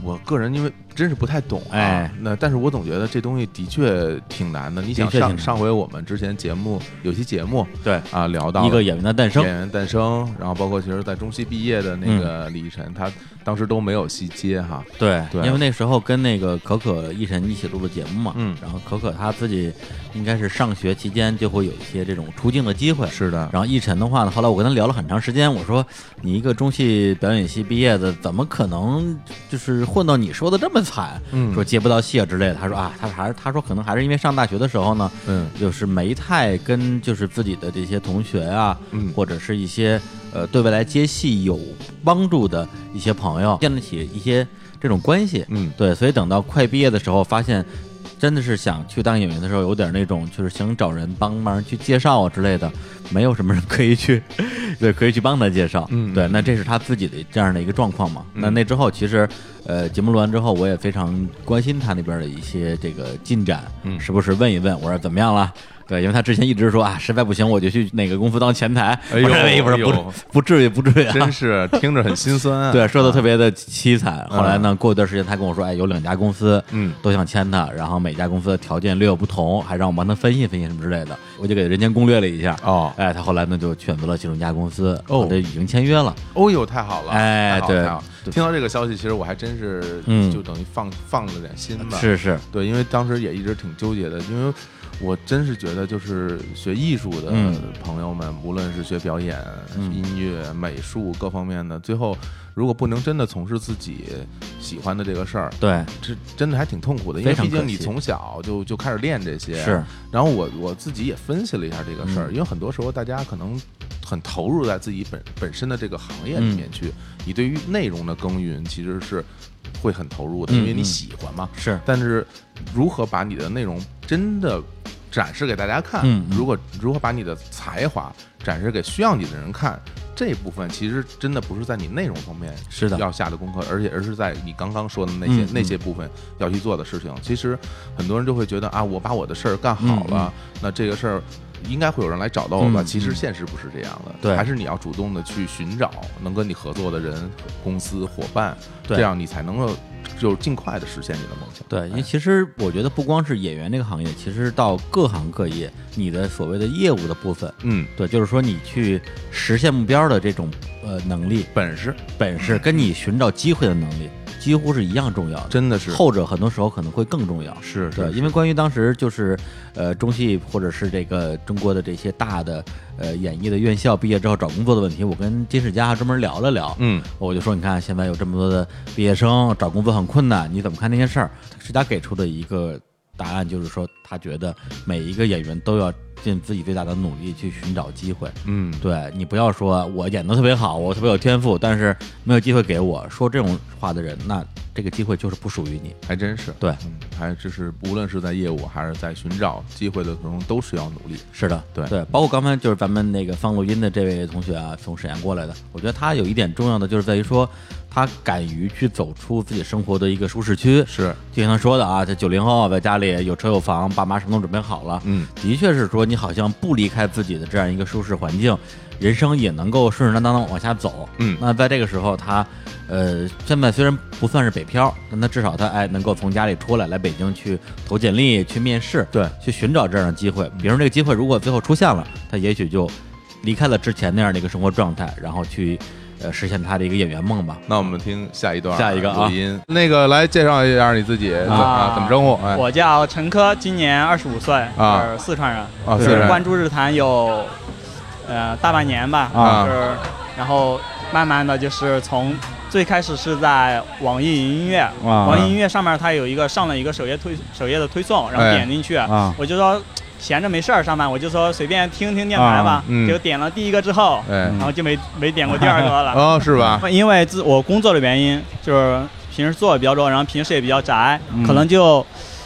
[SPEAKER 2] 我个人因为真是不太懂、啊，
[SPEAKER 1] 哎，
[SPEAKER 2] 那但是我总觉得这东西的确挺难的。你想
[SPEAKER 1] 的确挺
[SPEAKER 2] 上
[SPEAKER 1] 难
[SPEAKER 2] 上回我们之前节目有期节目
[SPEAKER 1] 对，
[SPEAKER 2] 啊聊到
[SPEAKER 1] 一个
[SPEAKER 2] 了
[SPEAKER 1] 演员的诞
[SPEAKER 2] 演
[SPEAKER 1] 生，
[SPEAKER 2] 员诞生，然后包括其实在中戏毕业的那
[SPEAKER 1] 嗯
[SPEAKER 2] 个李易晨，他当时都没有戏接哈，
[SPEAKER 1] 对，
[SPEAKER 2] 对
[SPEAKER 1] 因为那时候跟那个可可一晨一起录的节目嘛，
[SPEAKER 2] 嗯
[SPEAKER 1] 然后可可她自己应该是上学期间就会有一些这种出镜的机会，
[SPEAKER 2] 是的，
[SPEAKER 1] 然后一晨的话呢，后来我跟他聊了很长时间，我说你一个中戏表演系毕业的，怎么可能就是混到你说的这么惨？
[SPEAKER 2] 嗯
[SPEAKER 1] 说接不到戏啊之类的。他说啊，他还是他说可能还是因为上大学的时候呢，
[SPEAKER 2] 嗯
[SPEAKER 1] 就是没太跟就是自己的这些同学啊，
[SPEAKER 2] 嗯
[SPEAKER 1] 或者是一些呃对未来接戏有帮助的一些朋友建立起一些这种关系。
[SPEAKER 2] 嗯，
[SPEAKER 1] 对，所以等到快毕业的时候，发现真的是想去当演员的时候，有点那种就是想找人帮忙去介绍啊之类的，没有什么人可以去， [LAUGHS] 对，可以去帮他介绍。
[SPEAKER 2] 嗯
[SPEAKER 1] 对，那这是他自己的这样的一个状况嘛。那
[SPEAKER 2] 嗯
[SPEAKER 1] 那之后，其实呃，节目录完之后，我也非常关心他那边的一些这个进展，
[SPEAKER 2] 嗯
[SPEAKER 1] 时不时问一问，我说怎么样了。对，因为他之前一直说啊，实在不行我就去哪个公司当前台，
[SPEAKER 2] 哎呦
[SPEAKER 1] 我说不是
[SPEAKER 2] 哎
[SPEAKER 1] 不
[SPEAKER 2] 呦
[SPEAKER 1] 不至于不至于啊，
[SPEAKER 2] 真是听着很心酸、
[SPEAKER 1] [LAUGHS]
[SPEAKER 2] 啊。
[SPEAKER 1] 对，说的特别的凄惨。后来呢，过一段时间，他跟我说，哎，有两家公司，
[SPEAKER 2] 嗯
[SPEAKER 1] 都想签他，然后每家公司的条件略有不同，还让我帮他分析分析什么之类的，我就给人间攻略了一下。
[SPEAKER 2] 哦
[SPEAKER 1] 哎，他后来呢就选择了其中一家公司，
[SPEAKER 2] 哦
[SPEAKER 1] 这已经签约了。
[SPEAKER 2] 哦呦，太好了，
[SPEAKER 1] 哎
[SPEAKER 2] 太好了
[SPEAKER 1] 对
[SPEAKER 2] 太好了
[SPEAKER 1] 对
[SPEAKER 2] 听到这个消息，其实我还真是
[SPEAKER 1] 嗯
[SPEAKER 2] 就等于放放了点心吧。
[SPEAKER 1] 是是，
[SPEAKER 2] 对，因为当时也一直挺纠结的，因为我真是觉得，就是学艺术的
[SPEAKER 1] 嗯
[SPEAKER 2] 朋友们，无论是学表演、
[SPEAKER 1] 嗯
[SPEAKER 2] 音乐、美术各方面的，最后如果不能真的从事自己喜欢的这个事儿，
[SPEAKER 1] 对，
[SPEAKER 2] 这真的还挺痛苦的，因为
[SPEAKER 1] 非常
[SPEAKER 2] 毕
[SPEAKER 1] 可
[SPEAKER 2] 竟你
[SPEAKER 1] 惜
[SPEAKER 2] 从小就就开始练这些，
[SPEAKER 1] 是
[SPEAKER 2] 然后我我自己也分析了一下这个事儿，
[SPEAKER 1] 嗯
[SPEAKER 2] 因为很多时候大家可能很投入在自己本本身的这个行业里
[SPEAKER 1] 嗯
[SPEAKER 2] 面去，你对于内容的耕耘其实是会很投入的，
[SPEAKER 1] 嗯
[SPEAKER 2] 因为你
[SPEAKER 1] 嗯
[SPEAKER 2] 喜欢嘛。
[SPEAKER 1] 是，
[SPEAKER 2] 但是如何把你的内容真的展示给大家看，
[SPEAKER 1] 嗯嗯
[SPEAKER 2] 如果如何把你的才华展示给需要你的人看，这部分其实真的不是在你内容方面
[SPEAKER 1] 是的
[SPEAKER 2] 要下的功课，而且而是在你刚刚说的那些、
[SPEAKER 1] 嗯嗯
[SPEAKER 2] 那些部分要去做的事情。其实很多人就会觉得啊，我把我的事儿干好了，那这个事儿。应该会有人来找到我吧？
[SPEAKER 1] 嗯
[SPEAKER 2] 其实
[SPEAKER 1] 嗯
[SPEAKER 2] 现实不是这样的，
[SPEAKER 1] 对
[SPEAKER 2] 还是你要主动的去寻找能跟你合作的人、公司、伙伴，
[SPEAKER 1] 对
[SPEAKER 2] 这样你才能够就是尽快的实现你的梦想。
[SPEAKER 1] 对，因
[SPEAKER 2] 哎
[SPEAKER 1] 为其实我觉得不光是演员这个行业，其实到各行各业，你的所谓的业务的部分，
[SPEAKER 2] 嗯，
[SPEAKER 1] 对，就是说你去实现目标的这种呃能力、
[SPEAKER 2] 本事
[SPEAKER 1] 本事，跟你寻找机会的能力几乎是一样重要的。
[SPEAKER 2] 真的是
[SPEAKER 1] 后者很多时候可能会更重要。
[SPEAKER 2] 是
[SPEAKER 1] 对，因为关于当时就是，呃，中戏或者是这个中国的这些大的呃演艺的院校毕业之后找工作的问题，我跟金世佳还专门聊了聊。
[SPEAKER 2] 嗯，
[SPEAKER 1] 我就说，你看现在有这么多的毕业生找工作很困难，你怎么看这件事儿？世佳给出的一个答案就是说，他觉得每一个演员都要尽自己最大的努力去寻找机会。
[SPEAKER 2] 嗯，
[SPEAKER 1] 对你不要说我演的特别好，我特别有天赋，但是没有机会给我说这种话的人，那这个机会就是不属于你。
[SPEAKER 2] 还真是
[SPEAKER 1] 对
[SPEAKER 2] 嗯，还就是无论是在业务还是在寻找机会的时候，都需要努力。
[SPEAKER 1] 是的，
[SPEAKER 2] 对
[SPEAKER 1] 对，包括刚才就是咱们那个放录音的这位同学啊，从沈阳过来的，我觉得他有一点重要的就是在于说，他敢于去走出自己生活的一个舒适区。
[SPEAKER 2] 是，
[SPEAKER 1] 就像他说的啊，这九零后在家里有车有房，爸妈什么都准备好了，
[SPEAKER 2] 嗯，
[SPEAKER 1] 的确是说你好像不离开自己的这样一个舒适环境，人生也能够顺顺当当的往下走。
[SPEAKER 2] 嗯
[SPEAKER 1] 那在这个时候，他呃，现在虽然不算是北漂，但他至少他哎能够从家里出来来北京去投简历、去面试，
[SPEAKER 2] 对，
[SPEAKER 1] 去寻找这样的机会。比如说这个机会如果最后出现了，他也许就离开了之前那样的一个生活状态，然后去呃实现他的一个演员梦吧。
[SPEAKER 2] 那我们听下一段
[SPEAKER 1] 下一个啊
[SPEAKER 2] 录音，那个来介绍一下你自己啊，怎么称呼？哎
[SPEAKER 6] 我叫陈
[SPEAKER 4] 啊
[SPEAKER 6] 科，今年二十五岁，
[SPEAKER 2] 啊
[SPEAKER 6] 是四川人，
[SPEAKER 2] 啊，四
[SPEAKER 4] 对
[SPEAKER 6] 就是
[SPEAKER 2] 人
[SPEAKER 6] 关注日坛有呃大半年吧，
[SPEAKER 2] 啊
[SPEAKER 6] 就是然后慢慢的就是从最开始是在网易云音乐，
[SPEAKER 4] 啊
[SPEAKER 6] 网易音乐上面它有一个上了一个首页推首页的推送，然后
[SPEAKER 2] 哎
[SPEAKER 6] 点进去，
[SPEAKER 4] 啊
[SPEAKER 6] 我就说闲着没事儿上班，我就说随便听听电台吧
[SPEAKER 2] 啊，嗯
[SPEAKER 6] 结果点了第一个之后，
[SPEAKER 2] 哎
[SPEAKER 6] 然后就没没点过第二个了。
[SPEAKER 2] 哦是吧？
[SPEAKER 6] 因为自我工作的原因，就是平时做的比较多，然后平时也比较宅，
[SPEAKER 4] 嗯
[SPEAKER 6] 可能就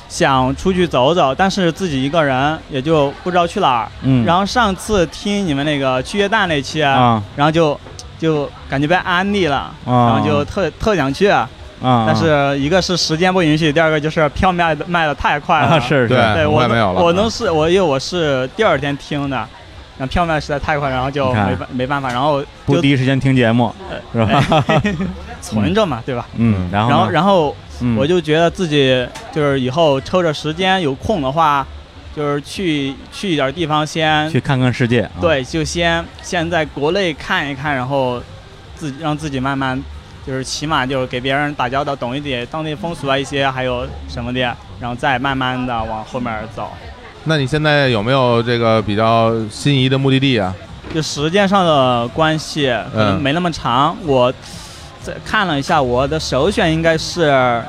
[SPEAKER 6] 想出去走走，但是自己一个人也就不知道去哪儿。
[SPEAKER 4] 嗯
[SPEAKER 6] 然后上次听你们那个去约旦那期，
[SPEAKER 4] 啊
[SPEAKER 6] 然后就就感觉被安利了，
[SPEAKER 4] 啊
[SPEAKER 6] 然后就特特想去，
[SPEAKER 4] 啊，
[SPEAKER 6] 但是一个是时间不允许，第二个就是票卖的卖的太快了。
[SPEAKER 4] 啊是
[SPEAKER 2] 对
[SPEAKER 4] 是 [LAUGHS]
[SPEAKER 6] 对
[SPEAKER 2] 很快
[SPEAKER 6] 我
[SPEAKER 2] 没有了
[SPEAKER 4] 啊
[SPEAKER 6] 我能是我因为我是第二天听的，然后票卖得实在太快，然后就
[SPEAKER 4] 你看
[SPEAKER 6] 没办没办法，然后
[SPEAKER 4] 不
[SPEAKER 6] 就
[SPEAKER 4] 第一时间听节目是吧？
[SPEAKER 6] 存着嘛，对吧？
[SPEAKER 4] [LAUGHS] 嗯，然后嗯
[SPEAKER 6] 然后，
[SPEAKER 4] 后
[SPEAKER 6] 然后我
[SPEAKER 4] 就
[SPEAKER 6] 就觉得自己就是以后抽着时间有空的话，就是去去一点地方先
[SPEAKER 4] 去看看世界，啊，
[SPEAKER 6] 对，就先先在国内看一看，然后自己让自己慢慢就是起码就是给别人打交道，懂一点当地风俗啊一些，还有什么的，然后再慢慢的往后面走。
[SPEAKER 2] 那你现在有没有这个比较心仪的目的地啊？
[SPEAKER 6] 就时间上的关系可能没那么长，我在看了一下，我的首选应该是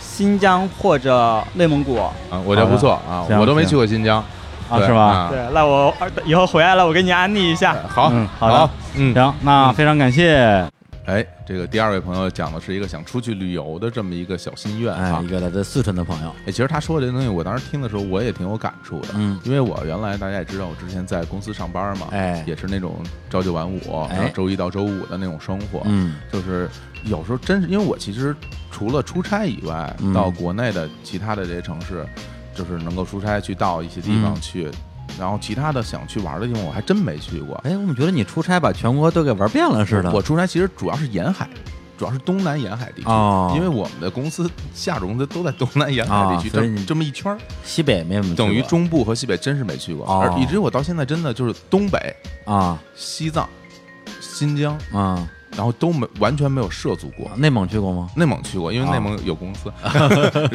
[SPEAKER 6] 新疆或者内蒙古。
[SPEAKER 2] 啊，我觉得不错啊，
[SPEAKER 4] 行
[SPEAKER 2] 我都没
[SPEAKER 4] 行
[SPEAKER 2] 去过新疆
[SPEAKER 4] 啊
[SPEAKER 2] 对
[SPEAKER 4] 是吧？
[SPEAKER 2] 啊
[SPEAKER 6] 对，那我以后回来了，我给你安利一下。
[SPEAKER 2] 好
[SPEAKER 4] 嗯，好的
[SPEAKER 2] 好，嗯，
[SPEAKER 4] 行，那非常感谢，
[SPEAKER 2] 哎，这个第二位朋友讲的是一个想出去旅游的这么一个小心愿
[SPEAKER 1] 哎
[SPEAKER 2] 啊，
[SPEAKER 1] 一。个来自四川的朋友，
[SPEAKER 2] 哎，其实他说的这东西，我当时听的时候我也挺有感触的，
[SPEAKER 1] 嗯
[SPEAKER 2] 因为我原来大家也知道，我之前在公司上班嘛，
[SPEAKER 1] 哎
[SPEAKER 2] 也是那种朝九晚五，
[SPEAKER 1] 哎
[SPEAKER 2] 然后周一到周五的那种生活，
[SPEAKER 1] 嗯
[SPEAKER 2] 就是有时候真是因为我其实除了出差以外，
[SPEAKER 1] 嗯
[SPEAKER 2] 到国内的其他的这些城市，就是能够出差去到一些地方
[SPEAKER 1] 嗯
[SPEAKER 2] 去，然后其他的想去玩的地方我还真没去过。
[SPEAKER 1] 哎，我们觉得你出差把全国都给玩遍了似的。
[SPEAKER 2] 我出差其实主要是沿海，主要是东南沿海地区，
[SPEAKER 1] 哦
[SPEAKER 2] 因为我们的公司下属公司都在东南沿海地区，
[SPEAKER 1] 哦所以
[SPEAKER 2] 这
[SPEAKER 1] 你
[SPEAKER 2] 么这么一圈儿，
[SPEAKER 1] 西北没怎么去过
[SPEAKER 2] 等于中部和西北真是没去过，
[SPEAKER 1] 哦
[SPEAKER 2] 而以至于我到现在真的就是东北、
[SPEAKER 1] 啊
[SPEAKER 2] 西藏、新疆，
[SPEAKER 1] 啊，
[SPEAKER 2] 然后都没完全没有涉足过。
[SPEAKER 1] 内蒙去过吗？
[SPEAKER 2] 内蒙去过，因为
[SPEAKER 1] 啊
[SPEAKER 2] 内蒙有
[SPEAKER 1] [LAUGHS]
[SPEAKER 2] 公司，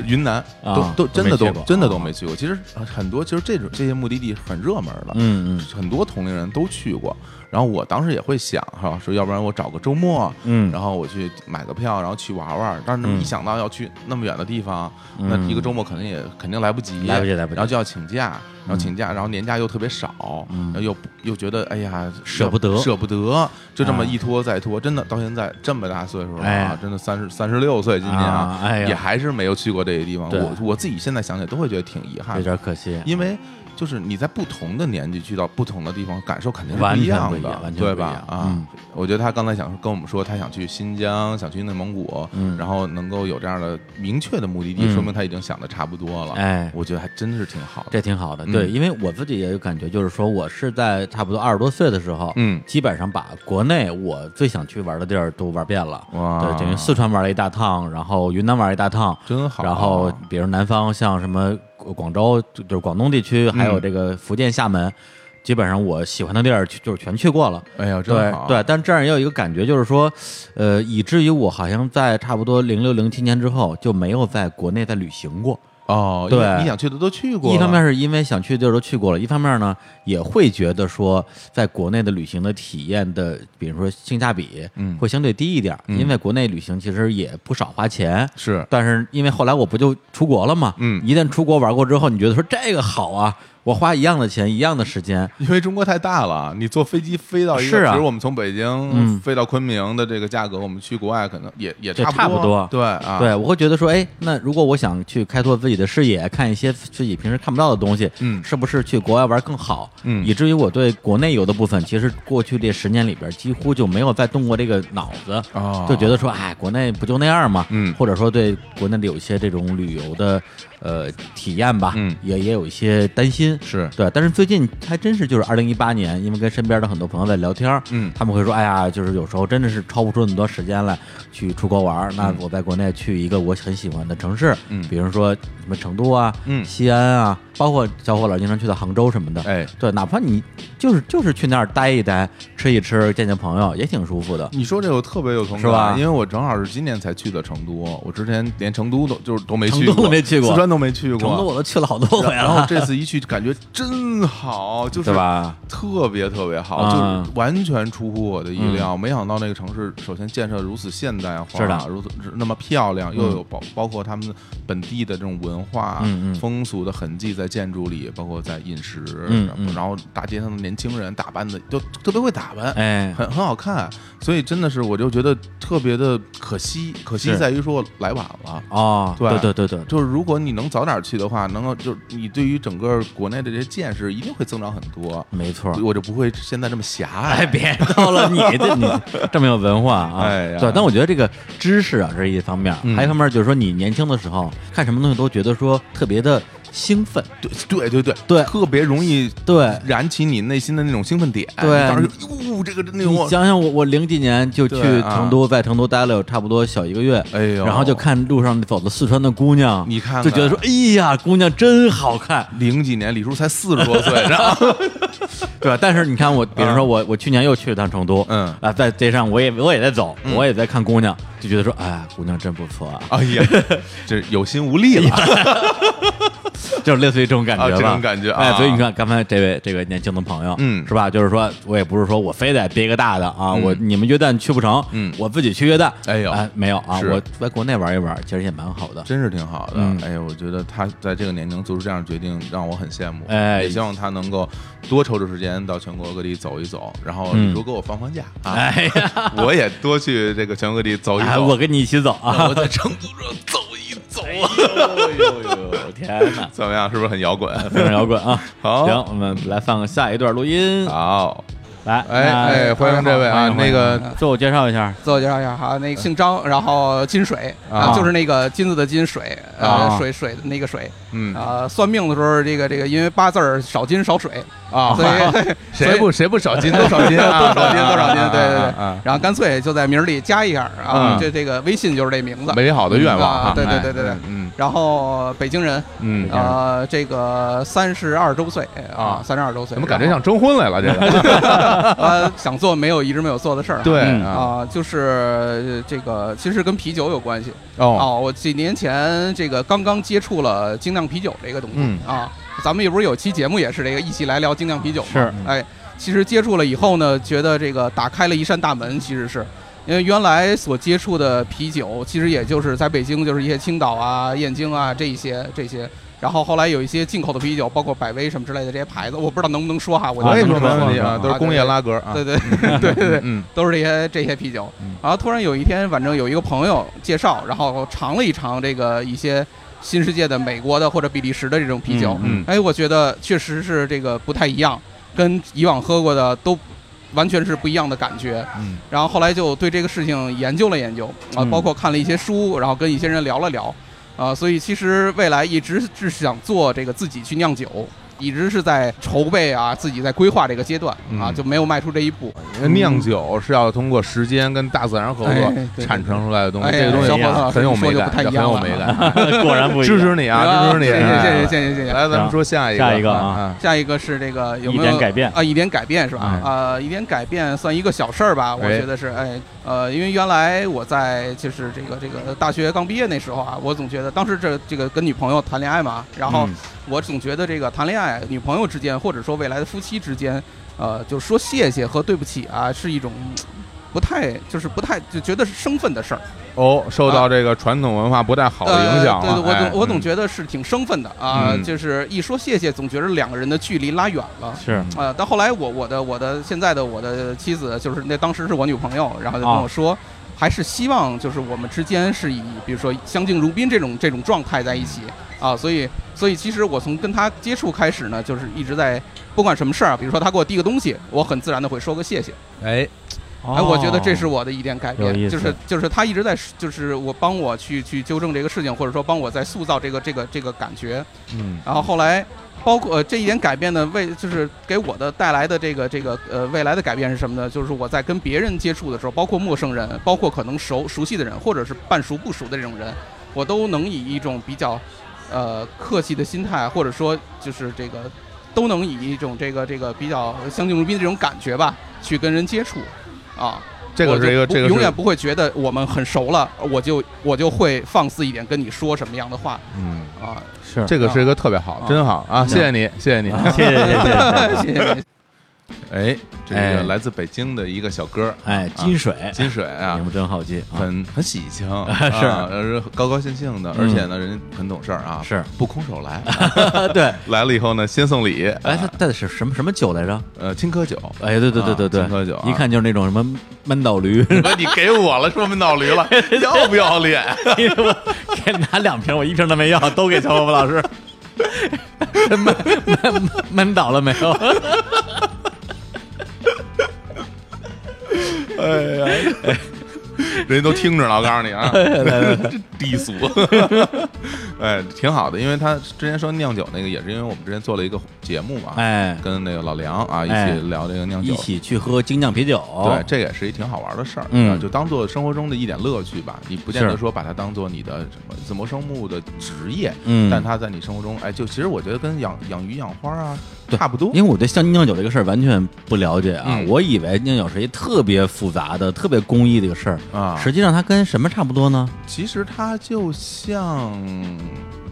[SPEAKER 2] 云南
[SPEAKER 1] 啊
[SPEAKER 2] 都
[SPEAKER 1] 都
[SPEAKER 2] 都真
[SPEAKER 1] 没
[SPEAKER 2] 的
[SPEAKER 1] 去
[SPEAKER 2] 都
[SPEAKER 1] 过
[SPEAKER 2] 真的都
[SPEAKER 1] 啊
[SPEAKER 2] 没去过。其实很多，其实这种这些目的地很热门的，
[SPEAKER 1] 嗯嗯
[SPEAKER 2] 很多同龄人都去过。然后我当时也会想哈，说要不然我找个周末，
[SPEAKER 1] 嗯，
[SPEAKER 2] 然后我去买个票，然后去玩玩。但是
[SPEAKER 1] 嗯
[SPEAKER 2] 一想到要去那么远的地方，
[SPEAKER 1] 嗯
[SPEAKER 2] 那一个周末肯定也肯定来不及，
[SPEAKER 1] 来不及来不及
[SPEAKER 2] 然后就要请假，然后请假，然后年假又特别少，
[SPEAKER 1] 嗯
[SPEAKER 2] 然后又不又觉得哎呀
[SPEAKER 1] 舍不得
[SPEAKER 2] 舍不得，就这么
[SPEAKER 1] 啊
[SPEAKER 2] 一拖再拖，真的到现在这么大岁数了
[SPEAKER 1] 哎
[SPEAKER 2] 啊，真的三十三十六岁今年
[SPEAKER 1] 啊哎呀
[SPEAKER 2] 也还是没有去过这些地方。
[SPEAKER 1] 对
[SPEAKER 2] 我我自己现在想起来都会觉得挺遗憾
[SPEAKER 1] 有
[SPEAKER 2] 的，
[SPEAKER 1] 点可惜。
[SPEAKER 2] 因为就是你在不同的年纪去到不同的地方，感受肯定是
[SPEAKER 1] 完
[SPEAKER 2] 一
[SPEAKER 1] 全
[SPEAKER 2] 样
[SPEAKER 1] 不一样
[SPEAKER 2] 的
[SPEAKER 1] 完，全
[SPEAKER 2] 对
[SPEAKER 1] 不一
[SPEAKER 2] 吧？
[SPEAKER 1] 样
[SPEAKER 2] 啊，
[SPEAKER 1] 嗯
[SPEAKER 2] 我觉得他刚才想跟我们说，他想去新疆，想去内蒙古，
[SPEAKER 1] 嗯
[SPEAKER 2] 然后能够有这样的明确的目的地，
[SPEAKER 1] 嗯
[SPEAKER 2] 说明他已经想的差不多了。
[SPEAKER 1] 哎，
[SPEAKER 2] 我觉得还真是挺好的。
[SPEAKER 1] 这挺好的。
[SPEAKER 2] 嗯
[SPEAKER 1] 对，因为我自己也有感觉，就是说我是在差不多二十多岁的时候，
[SPEAKER 2] 嗯
[SPEAKER 1] 基本上把国内我最想去玩的地儿都玩遍了。
[SPEAKER 2] 哇
[SPEAKER 1] 对，等于四川玩了一大趟，然后云南玩了一大趟，
[SPEAKER 2] 真好。哦
[SPEAKER 1] 然后比如南方像什么广广州，就就是广东地
[SPEAKER 2] 嗯
[SPEAKER 1] 区，还有这个福建厦门，基本上我喜欢的地儿去就是全去过了。
[SPEAKER 2] 哎呀，
[SPEAKER 1] 对
[SPEAKER 2] 真好。
[SPEAKER 1] 对，但这样也有一个感觉，就是说，呃，以至于我好像在差不多零六零七年之后就没有在国内再旅行过。
[SPEAKER 2] 哦，因为
[SPEAKER 1] 对
[SPEAKER 2] 你想去的都去过了。
[SPEAKER 1] 一方面是因为想去的地儿都去过了，一方面呢也会觉得说，在国内的旅行的体验的，比如说性价比，
[SPEAKER 2] 嗯
[SPEAKER 1] 会相对低一点儿，
[SPEAKER 2] 嗯
[SPEAKER 1] 因为国内旅行其实也不少花钱。
[SPEAKER 2] 是
[SPEAKER 1] 但是因为后来我不就出国了嘛，
[SPEAKER 2] 嗯
[SPEAKER 1] 一旦出国玩过之后，你觉得说这个好啊，我花一样的钱，一样的时间，
[SPEAKER 2] 因为中国太大了，你坐飞机飞到一个，
[SPEAKER 1] 是啊
[SPEAKER 2] 其实我们从北京
[SPEAKER 1] 嗯
[SPEAKER 2] 飞到昆明的这个价格，我们去国外可能也也
[SPEAKER 1] 这
[SPEAKER 2] 差
[SPEAKER 1] 差不多
[SPEAKER 2] 对啊，
[SPEAKER 1] 对我会觉得说，哎，那如果我想去开拓自己的视野，看一些自己平时看不到的东西，
[SPEAKER 2] 嗯
[SPEAKER 1] 是不是去国外玩更好？
[SPEAKER 2] 嗯
[SPEAKER 1] 以至于我对国内游的部分，其实过去这十年里边几乎就没有再动过这个脑子，
[SPEAKER 2] 哦
[SPEAKER 1] 就觉得说，哎，国内不就那样嘛，
[SPEAKER 2] 嗯
[SPEAKER 1] 或者说对国内的有一些这种旅游的呃体验吧，
[SPEAKER 2] 嗯
[SPEAKER 1] 也也有一些担心。
[SPEAKER 2] 是，
[SPEAKER 1] 对，但是最近还真是就是二零一八年，因为跟身边的很多朋友在聊天，
[SPEAKER 2] 嗯
[SPEAKER 1] 他们会说，哎呀，就是有时候真的是抽不出那么多时间来去出国玩儿。那
[SPEAKER 2] 嗯
[SPEAKER 1] 我在国内去一个我很喜欢的城市，
[SPEAKER 2] 嗯
[SPEAKER 1] 比如说什么成都啊、
[SPEAKER 2] 嗯
[SPEAKER 1] 西安啊，包括小伙老经常去的杭州什么的，
[SPEAKER 2] 哎，
[SPEAKER 1] 对，哪怕你就是就是去那儿待一待、吃一吃、见见朋友，也挺舒服的。
[SPEAKER 2] 你说这我特别有同感，
[SPEAKER 1] 是吧
[SPEAKER 2] 因为我正好是今年才去的成都，我之前连成都都就是都没
[SPEAKER 1] 成
[SPEAKER 2] 去
[SPEAKER 1] 都
[SPEAKER 2] 过，
[SPEAKER 1] 都没去过
[SPEAKER 2] 四川都没去过，
[SPEAKER 1] 成都我都去了好多回
[SPEAKER 2] 然后
[SPEAKER 1] 了，
[SPEAKER 2] 这次一去，感觉真好，
[SPEAKER 1] [LAUGHS]
[SPEAKER 2] 就是
[SPEAKER 1] 对吧？
[SPEAKER 2] 特别特别好，
[SPEAKER 1] 啊嗯
[SPEAKER 2] 就是完全出乎我的意料。没想到那个城市首先建设如此现代化，
[SPEAKER 1] 是的嗯
[SPEAKER 2] 如此那么漂亮，又有包包括他们本地的这种文化、
[SPEAKER 1] 嗯嗯
[SPEAKER 2] 风俗的痕迹在建筑里，包括在饮食，
[SPEAKER 1] 嗯嗯
[SPEAKER 2] 然后大街上的年轻人打扮的就特别会打扮，
[SPEAKER 1] 哎，
[SPEAKER 2] 很很好看，所以真的是我就觉得特别的可惜，可惜
[SPEAKER 1] 是
[SPEAKER 2] 在于说我来晚了。
[SPEAKER 1] 哦，
[SPEAKER 2] 对
[SPEAKER 1] 对对对对，
[SPEAKER 2] 就是如果你能早点去的话，能够就是你对于整个国内的这些见识一定会增长很多，
[SPEAKER 1] 没错。
[SPEAKER 2] 我就不会现在这么狭隘。
[SPEAKER 1] 哎，别逗了你，这你这么有文化啊！
[SPEAKER 2] 哎呀
[SPEAKER 1] 对，但我觉得这个知识啊，这是一方面，
[SPEAKER 2] 嗯
[SPEAKER 1] 还有一方面就是说，你年轻的时候看什么东西都觉得说特别的兴奋，
[SPEAKER 2] 对对对
[SPEAKER 1] 对
[SPEAKER 2] 特别容易
[SPEAKER 1] 对。
[SPEAKER 2] 燃起你内心的那种兴奋点。
[SPEAKER 1] 对
[SPEAKER 2] 你当时哟，这个
[SPEAKER 1] 你
[SPEAKER 2] 那种，
[SPEAKER 1] 想想我，我零几年就去
[SPEAKER 2] 对啊
[SPEAKER 1] 成都，在成都待了有差不多小一个月，
[SPEAKER 2] 哎呦，
[SPEAKER 1] 然后就看路上走的四川的姑娘，
[SPEAKER 2] 你看看
[SPEAKER 1] 就觉得说，哎呀，姑娘真好看，
[SPEAKER 2] 零几年李叔才四十多岁，然
[SPEAKER 1] [LAUGHS]
[SPEAKER 2] 后
[SPEAKER 1] 对吧？但是你看我，比如说我，我去年又去了趟成都，
[SPEAKER 2] 嗯
[SPEAKER 1] 啊，在街上我也我也在走，
[SPEAKER 2] 嗯
[SPEAKER 1] 我也在看姑娘，就觉得说，哎，姑娘真不错啊，
[SPEAKER 2] 哎呀，这有心无力了。
[SPEAKER 1] [LAUGHS] 就是类似于这种感觉吧，
[SPEAKER 2] 啊这种感觉啊
[SPEAKER 1] 哎，所以你看刚才这位这个年轻的朋友，
[SPEAKER 2] 嗯
[SPEAKER 1] 是吧？就是说我也不是说我非得憋个大的啊，
[SPEAKER 2] 嗯
[SPEAKER 1] 我你们约旦去不成，
[SPEAKER 2] 嗯
[SPEAKER 1] 我自己去约旦，
[SPEAKER 2] 哎呦
[SPEAKER 1] 没有啊，
[SPEAKER 2] 是
[SPEAKER 1] 我在国内玩一玩，其实也蛮好的，
[SPEAKER 2] 真是挺好的。
[SPEAKER 1] 嗯
[SPEAKER 2] 哎呦，我觉得他在这个年龄做出这样的决定，让我很羡慕。
[SPEAKER 1] 哎
[SPEAKER 2] 也希望他能够多抽出时间到全国各地走一走，然后
[SPEAKER 1] 嗯
[SPEAKER 2] 你说给我放放假啊，
[SPEAKER 1] 哎
[SPEAKER 2] [LAUGHS]
[SPEAKER 1] 呀，
[SPEAKER 2] 我也多去这个全国各地走一 [LAUGHS]
[SPEAKER 1] 哎
[SPEAKER 2] 走。
[SPEAKER 1] 我跟你一起走
[SPEAKER 2] [LAUGHS]
[SPEAKER 1] 啊，
[SPEAKER 2] 我在成都这走一走 [LAUGHS] 啊，
[SPEAKER 1] 天哪，
[SPEAKER 2] 怎么样？是不是很摇滚？
[SPEAKER 1] 非常摇滚啊！
[SPEAKER 2] [LAUGHS] 好啊
[SPEAKER 1] 行，我们来放下一段录音，
[SPEAKER 2] 好，
[SPEAKER 4] 来，
[SPEAKER 2] 哎
[SPEAKER 4] 那
[SPEAKER 2] 哎，欢迎这位啊，那个
[SPEAKER 4] 自我介绍一下， [LAUGHS]
[SPEAKER 3] 自我介绍一下哈，那个姓张，然后金水
[SPEAKER 2] 啊
[SPEAKER 3] 啊，就是那个金子的金水，
[SPEAKER 2] 啊
[SPEAKER 3] 呃，水水的那个水
[SPEAKER 2] 嗯，
[SPEAKER 3] 啊。算命的时候，这个这个因为八字儿少金少水啊，所以 [LAUGHS]
[SPEAKER 2] 谁不谁不少 [LAUGHS] 金都少金啊，
[SPEAKER 3] 多少斤多少斤对对对
[SPEAKER 2] 啊，
[SPEAKER 3] 然后干脆就在名儿里加一下啊
[SPEAKER 2] 嗯，
[SPEAKER 3] 这这个微信就是这名字。
[SPEAKER 2] 美好的愿望啊
[SPEAKER 3] 啊，对对
[SPEAKER 2] 哎
[SPEAKER 3] 对对对
[SPEAKER 2] 嗯
[SPEAKER 3] 然后北京人，
[SPEAKER 2] 嗯，
[SPEAKER 3] 呃，这个三十二周岁啊
[SPEAKER 2] 啊，
[SPEAKER 3] 三十二周岁，
[SPEAKER 2] 怎么感觉像征婚来了？这个
[SPEAKER 3] 然后呃想做没有一直没有做的事儿？
[SPEAKER 2] [LAUGHS] 对
[SPEAKER 4] 嗯
[SPEAKER 2] 啊，
[SPEAKER 3] 啊，就是呃这个其实跟啤酒有关系。
[SPEAKER 2] 哦，
[SPEAKER 3] 哦，我几年前这个刚刚接触了精酿啤酒这个东西、
[SPEAKER 2] 嗯
[SPEAKER 3] 啊，咱们也不是有期节目也是这个一起来聊精酿啤酒吗？
[SPEAKER 4] 是，
[SPEAKER 3] 哎，其实接触了以后呢，觉得这个打开了一扇大门，其实是。因为原来所接触的啤酒，其实也就是在北京，就是一些青岛啊、燕京啊这一些这些，然后后来有一些进口的啤酒，包括百威什么之类的这些牌子，我不知道能不能说哈，我就
[SPEAKER 2] 可以
[SPEAKER 4] 啊
[SPEAKER 2] 说
[SPEAKER 4] 能
[SPEAKER 2] 没
[SPEAKER 4] 说
[SPEAKER 2] 问题啊，
[SPEAKER 4] 啊
[SPEAKER 2] 都是工业拉格啊，
[SPEAKER 3] 对对对对对，
[SPEAKER 2] 嗯
[SPEAKER 3] 都是这些这些啤酒
[SPEAKER 2] 嗯。
[SPEAKER 3] 然后突然有一天，反正有一个朋友介绍，然后尝了一尝这个一些新世界的美国的或者比利时的这种啤酒，
[SPEAKER 2] 嗯嗯
[SPEAKER 3] 哎，我觉得确实是这个不太一样，跟以往喝过的都。完全是不一样的感觉，
[SPEAKER 2] 嗯
[SPEAKER 3] 然后后来就对这个事情研究了研究啊，
[SPEAKER 2] 嗯
[SPEAKER 3] 包括看了一些书，然后跟一些人聊了聊，啊，所以其实未来一直是想做这个自己去酿酒，一直是在筹备啊，自己在规划这个阶段啊，
[SPEAKER 2] 嗯
[SPEAKER 3] 就没有迈出这一步。
[SPEAKER 2] 因为酿酒是要通过时间跟大自然合
[SPEAKER 3] 嗯哎
[SPEAKER 2] 作
[SPEAKER 3] 对
[SPEAKER 2] 产生出来的东西，
[SPEAKER 3] 哎
[SPEAKER 2] 这个东
[SPEAKER 4] 小
[SPEAKER 2] 西
[SPEAKER 4] 伙子
[SPEAKER 3] 老师
[SPEAKER 2] 很有
[SPEAKER 3] 你说
[SPEAKER 2] 美
[SPEAKER 3] 就
[SPEAKER 2] 感，
[SPEAKER 3] 不太一
[SPEAKER 2] 很
[SPEAKER 3] 样
[SPEAKER 2] 有
[SPEAKER 3] 了
[SPEAKER 2] 美感。
[SPEAKER 4] 果然不一样，
[SPEAKER 2] 支持你啊，
[SPEAKER 3] 啊，
[SPEAKER 2] 支持你！
[SPEAKER 3] 谢谢
[SPEAKER 2] 啊
[SPEAKER 3] 谢谢谢谢谢谢。
[SPEAKER 2] 来，咱们说下一个，
[SPEAKER 4] 下一个啊
[SPEAKER 2] 啊，
[SPEAKER 3] 下一个是这个有
[SPEAKER 4] 一
[SPEAKER 3] 没有
[SPEAKER 4] 点改变
[SPEAKER 3] 啊？一点改变是吧
[SPEAKER 2] 哎？
[SPEAKER 3] 呃，一点改变算一个小事儿吧，我
[SPEAKER 2] 哎
[SPEAKER 3] 觉得是哎呃，因为原来我在就是这个这个大学刚毕业那时候啊，我总觉得当时这这个跟女朋友谈恋爱嘛，然后
[SPEAKER 1] 嗯
[SPEAKER 3] 我总觉得这个谈恋爱，女朋友之间或者说未来的夫妻之间，呃，就说谢谢和对不起啊，是一种。不太就是不太就觉得是生分的事儿，
[SPEAKER 2] 哦，受到这个传统文化不太好的影响
[SPEAKER 3] 呃、对
[SPEAKER 2] 了。
[SPEAKER 3] 对，我
[SPEAKER 2] 哎
[SPEAKER 3] 总我总觉得是挺生分的啊，
[SPEAKER 2] 嗯
[SPEAKER 3] 就是一说谢谢，总觉得两个人的距离拉远了。
[SPEAKER 4] 是
[SPEAKER 3] 呃，但后来我我的我的现在的我的妻子就是那当时是我女朋友，然后就跟
[SPEAKER 4] 啊
[SPEAKER 3] 我说，还是希望就是我们之间是以比如说相敬如宾这种这种状态在一起
[SPEAKER 2] 嗯
[SPEAKER 3] 啊，所以所以其实我从跟她接触开始呢，就是一直在不管什么事儿啊，比如说她给我递个东西，我很自然的会说个谢谢。
[SPEAKER 2] 哎，
[SPEAKER 3] 哎，我觉得
[SPEAKER 4] 哦
[SPEAKER 3] 这是我的一点改变
[SPEAKER 1] 哦有意，思
[SPEAKER 3] 就是就是他一直在，就是我帮我去去纠正这个事情，或者说帮我在塑造这个这个这个感觉。
[SPEAKER 1] 嗯，
[SPEAKER 3] 然后后来，包括、呃、这一点改变的为，就是给我的带来的这个这个呃未来的改变是什么呢？就是我在跟别人接触的时候，包括陌生人，包括可能熟熟悉的人，或者是半熟不熟的这种人，我都能以一种比较呃客气的心态，或者说就是这个都能以一种这个这个比较相敬如宾的这种感觉吧，去跟人接触啊。
[SPEAKER 2] 这个
[SPEAKER 3] 我就是
[SPEAKER 2] 一个
[SPEAKER 3] 不
[SPEAKER 2] 这个是
[SPEAKER 3] 永远不会觉得我们很熟了，我就我就会放肆一点跟你说什么样的话
[SPEAKER 2] 嗯，
[SPEAKER 3] 啊。 [LAUGHS]
[SPEAKER 1] 是
[SPEAKER 2] 这个是一个特别好，
[SPEAKER 3] 啊
[SPEAKER 2] 真好啊！谢谢你，谢谢你。
[SPEAKER 1] 谢谢谢谢，
[SPEAKER 3] [LAUGHS] 谢谢你。
[SPEAKER 2] 哎，这
[SPEAKER 1] 哎
[SPEAKER 2] 个来自北京的一个小哥，
[SPEAKER 1] 哎，金水，
[SPEAKER 2] 啊金水
[SPEAKER 1] 你
[SPEAKER 4] 哎
[SPEAKER 2] 啊，
[SPEAKER 1] 们真好记啊，
[SPEAKER 2] 很很喜庆，
[SPEAKER 1] [LAUGHS] 是嗯
[SPEAKER 2] 啊是高高兴兴的，而且呢，人家很懂事儿啊，
[SPEAKER 1] 是
[SPEAKER 2] 不空
[SPEAKER 1] [LAUGHS]
[SPEAKER 2] 手来，
[SPEAKER 1] 对。
[SPEAKER 2] 来了以后呢，先送礼，
[SPEAKER 1] 哎，
[SPEAKER 2] 啊
[SPEAKER 1] 他带的是什么什么酒来着？
[SPEAKER 2] 呃，青稞酒，
[SPEAKER 1] [LAUGHS] 哎，对对对
[SPEAKER 2] 啊
[SPEAKER 1] 对对
[SPEAKER 2] 青稞酒
[SPEAKER 1] 对，
[SPEAKER 2] 啊
[SPEAKER 1] 一看就是那种什么闷倒驴， [LAUGHS]
[SPEAKER 2] 说你给我了，说我们脑驴了，要不要脸？
[SPEAKER 1] 因为我 [LAUGHS] 给拿两瓶，我一瓶都没要，都给乔伯伯老师。闷闷闷倒了没有？
[SPEAKER 2] 人家都听着了，我告诉你啊，这 [LAUGHS]
[SPEAKER 1] [LAUGHS]
[SPEAKER 2] 低俗，哎，挺好的，因为他之前说酿酒那个，也是因为我们之前做了一个节目嘛，
[SPEAKER 1] 哎，
[SPEAKER 2] 跟那个老梁啊一
[SPEAKER 1] 哎
[SPEAKER 2] 起聊这个酿酒，
[SPEAKER 1] 一起去喝精酿啤酒。
[SPEAKER 2] 对，这也是一挺好玩的事儿，
[SPEAKER 1] 哦嗯
[SPEAKER 2] 啊就当做生活中的一点乐趣吧。你不见
[SPEAKER 1] 是
[SPEAKER 2] 得说把它当做你的什么怎么生物的职业，
[SPEAKER 1] 嗯
[SPEAKER 2] 但它在你生活中，哎，就其实我觉得跟养养鱼养花啊
[SPEAKER 1] 对
[SPEAKER 2] 差不多，
[SPEAKER 1] 因为我对像酿酒这个事儿完全不了解啊，
[SPEAKER 2] 嗯
[SPEAKER 1] 我以为酿酒是一特别复杂的、特别工艺的一个事儿，
[SPEAKER 2] 啊，
[SPEAKER 1] 实际上它跟什么差不多呢？
[SPEAKER 2] 其实它就像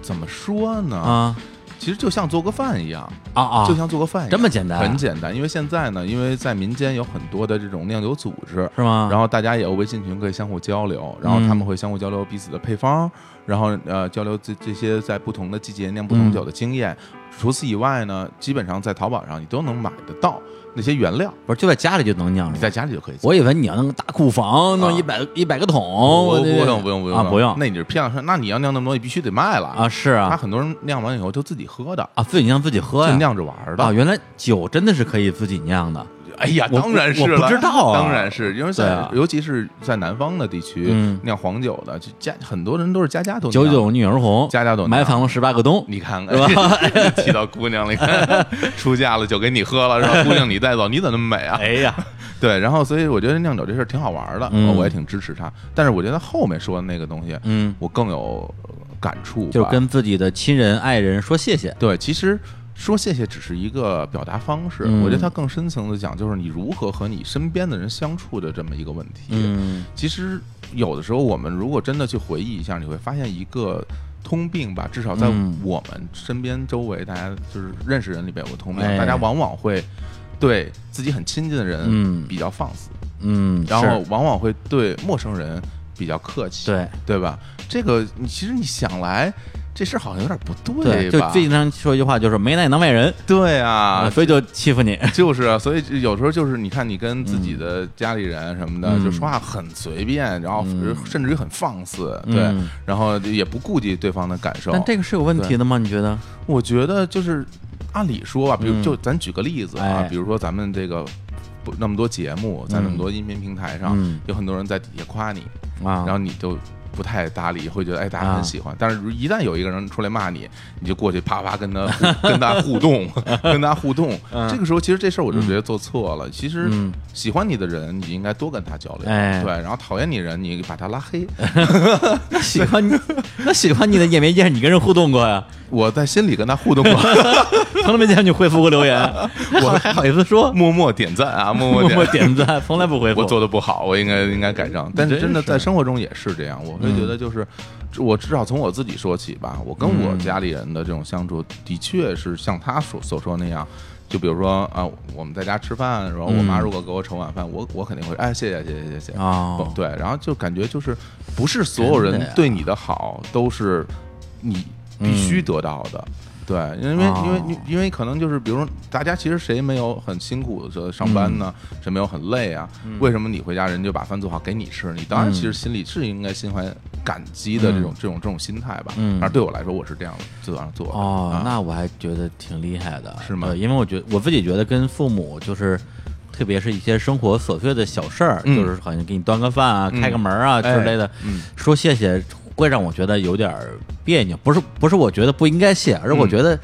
[SPEAKER 2] 怎么说呢？
[SPEAKER 1] 啊
[SPEAKER 2] 其实就像做个饭一样，
[SPEAKER 1] 啊啊
[SPEAKER 2] 就！像做个饭一样，
[SPEAKER 1] 这么简单啊
[SPEAKER 2] 很简单。因为现在呢，因为在民间有很多的这种酿酒组织，
[SPEAKER 1] 是吗？
[SPEAKER 2] 然后大家也有微信群可以相互交流，然后
[SPEAKER 1] 啊嗯
[SPEAKER 2] 他们会相互交流彼此的配方，然后呃交流这这些在不同的季节酿不同
[SPEAKER 1] 嗯
[SPEAKER 2] 酒的经验。除此以外呢，基本上在淘宝上你都能买得到那些原料，
[SPEAKER 1] 不是就在家里就能酿是
[SPEAKER 2] 你
[SPEAKER 1] 吧？
[SPEAKER 2] 在家里就可以做。
[SPEAKER 1] 我以为你要弄个大库房，弄一百一百个桶，我
[SPEAKER 2] 不不
[SPEAKER 1] 这
[SPEAKER 2] 用不用不用
[SPEAKER 1] 啊，不用
[SPEAKER 2] 那你是骗了说，那你要酿那么多，你必须得卖了
[SPEAKER 1] 啊，！是
[SPEAKER 2] 他
[SPEAKER 1] 啊
[SPEAKER 2] 很多人酿完以后就自己喝的，
[SPEAKER 1] 啊，自己酿自己喝
[SPEAKER 2] 就
[SPEAKER 1] 呀。
[SPEAKER 2] 酿着玩儿的
[SPEAKER 1] 啊，。原来酒真的是可以自己酿的，
[SPEAKER 2] 哎呀，
[SPEAKER 1] 我
[SPEAKER 2] 当然是
[SPEAKER 1] 我
[SPEAKER 2] 了，
[SPEAKER 1] 不知道啊
[SPEAKER 2] 当然是因为
[SPEAKER 1] 对
[SPEAKER 2] 在、
[SPEAKER 1] 啊
[SPEAKER 2] 尤其是在南方的地区、
[SPEAKER 1] 嗯
[SPEAKER 2] 酿黄酒的，就家很多人都是家家都
[SPEAKER 1] 九
[SPEAKER 2] 酿
[SPEAKER 1] 九女儿红，
[SPEAKER 2] 家家都
[SPEAKER 1] 买
[SPEAKER 2] 酿
[SPEAKER 1] 房十八个冬，
[SPEAKER 2] 你看看，提到姑娘了， [LAUGHS] 你看
[SPEAKER 1] [LAUGHS]
[SPEAKER 2] 出嫁了酒给你喝了，是吧？姑娘你带走，你怎么那么美啊？
[SPEAKER 1] 哎呀，
[SPEAKER 2] [LAUGHS] 对，然后所以我觉得酿酒这事儿挺好玩的，
[SPEAKER 1] 嗯
[SPEAKER 2] 我也挺支持他。但是我觉得后面说的那个东西，
[SPEAKER 1] 嗯，
[SPEAKER 2] 我更有感触吧，
[SPEAKER 1] 就跟自己的亲人爱人说谢谢，
[SPEAKER 2] 对，其实。说谢谢只是一个表达方式，
[SPEAKER 1] 嗯
[SPEAKER 2] 我觉得它更深层的讲，就是你如何和你身边的人相处的这么一个问题。
[SPEAKER 1] 嗯
[SPEAKER 2] 其实有的时候，我们如果真的去回忆一下，你会发现一个通病吧，至少在
[SPEAKER 1] 嗯
[SPEAKER 2] 我们身边周围，大家就是认识人里边有个通病，
[SPEAKER 1] 哎
[SPEAKER 2] 大家往往会对自己很亲近的人
[SPEAKER 1] 嗯
[SPEAKER 2] 比较放肆，
[SPEAKER 1] 嗯，
[SPEAKER 2] 然
[SPEAKER 1] 是
[SPEAKER 2] 后往往会对陌生人比较客气，
[SPEAKER 1] 对
[SPEAKER 2] 对吧？这个你其实你想来，这事儿好像有点不
[SPEAKER 1] 对，就
[SPEAKER 2] 吧？
[SPEAKER 1] 最经常说一句话就是没奶能外人
[SPEAKER 2] 对啊，
[SPEAKER 1] 所以就欺负你。
[SPEAKER 2] 就是啊，所以就有时候就是你看你跟自己的家里人什么的，
[SPEAKER 1] 嗯
[SPEAKER 2] 就说话很随便，然后
[SPEAKER 1] 嗯
[SPEAKER 2] 甚至于很放肆，
[SPEAKER 1] 嗯
[SPEAKER 2] 对，然后也不顾及对方的感受。
[SPEAKER 1] 但这个是有问题的吗？你觉得？
[SPEAKER 2] 我觉得就是按理说吧，比如
[SPEAKER 1] 嗯
[SPEAKER 2] 就咱举个例子啊，
[SPEAKER 1] 哎
[SPEAKER 2] 比如说咱们这个不那么多节目，在那么多音频平台上，
[SPEAKER 1] 嗯
[SPEAKER 2] 有很多人在底下夸你，
[SPEAKER 1] 啊，
[SPEAKER 2] 然后你就。不太搭理，会觉得哎，大家
[SPEAKER 1] 啊
[SPEAKER 2] 很喜欢。但是如一旦有一个人出来骂你，你就过去啪啪跟他互
[SPEAKER 1] [LAUGHS]
[SPEAKER 2] 跟他互动， [LAUGHS] 跟他互动。
[SPEAKER 1] 嗯
[SPEAKER 2] 这个时候，其实这事儿我就觉得做错了。其实
[SPEAKER 1] 嗯
[SPEAKER 2] 喜欢你的人，你应该多跟他交流，
[SPEAKER 1] 哎
[SPEAKER 2] 对。然后讨厌你人，你把他拉黑。
[SPEAKER 1] 喜欢
[SPEAKER 2] [LAUGHS]
[SPEAKER 1] 你，那喜欢你的也没见你跟人互动过呀，
[SPEAKER 2] 我在心里跟他互
[SPEAKER 1] [LAUGHS]
[SPEAKER 2] 动过，
[SPEAKER 1] 从来没见你回复过留言，
[SPEAKER 2] [LAUGHS]
[SPEAKER 1] 我还好意思说，
[SPEAKER 2] 默默点
[SPEAKER 1] [LAUGHS]
[SPEAKER 2] 赞啊，默默
[SPEAKER 1] 默
[SPEAKER 2] 点
[SPEAKER 1] 默点赞，从来不回复。
[SPEAKER 2] 我做的不好，我应该应该改正。但是真的在生活中也是这样，我
[SPEAKER 1] 嗯
[SPEAKER 2] 会觉得就是，我至少从我自己说起吧，我跟我家里人的这种相处，的确是像他所所说那样。就比如说啊，我们在家吃饭，然后我妈
[SPEAKER 1] 嗯
[SPEAKER 2] 如果给我盛碗饭，我我肯定会哎谢谢谢谢谢谢
[SPEAKER 1] 哦，
[SPEAKER 2] 对，然后就感觉就是不是所有
[SPEAKER 1] 真
[SPEAKER 2] 人
[SPEAKER 1] 的呀
[SPEAKER 2] 对你的好都是你必须得到的。对，因为因为
[SPEAKER 1] 嗯哦
[SPEAKER 2] 你因为可能就是，比如说大家其实谁没有很辛苦的上班呢？
[SPEAKER 1] 嗯
[SPEAKER 2] 谁没有很累啊？为什么你回家人就把饭做好给你吃？你当然
[SPEAKER 1] 嗯
[SPEAKER 2] 其实心里是应该心怀感激的这种、这种这种心态吧。
[SPEAKER 1] 嗯
[SPEAKER 2] 而对我来说，我是这样这样做的。
[SPEAKER 1] 哦
[SPEAKER 2] 啊，
[SPEAKER 1] 那我还觉得挺厉害的，
[SPEAKER 2] 是吗
[SPEAKER 1] 对因为我觉得我自己觉得跟父母就是特别是一些生活琐碎的小事儿，
[SPEAKER 2] 嗯
[SPEAKER 1] 就是好像给你端个饭啊、
[SPEAKER 2] 嗯
[SPEAKER 1] 开个门啊之
[SPEAKER 2] 哎
[SPEAKER 1] 类的，
[SPEAKER 2] 嗯
[SPEAKER 1] 说谢谢会让我觉得有点儿别扭。不是不是，我觉得不应该谢，而是我
[SPEAKER 2] 嗯
[SPEAKER 1] 觉得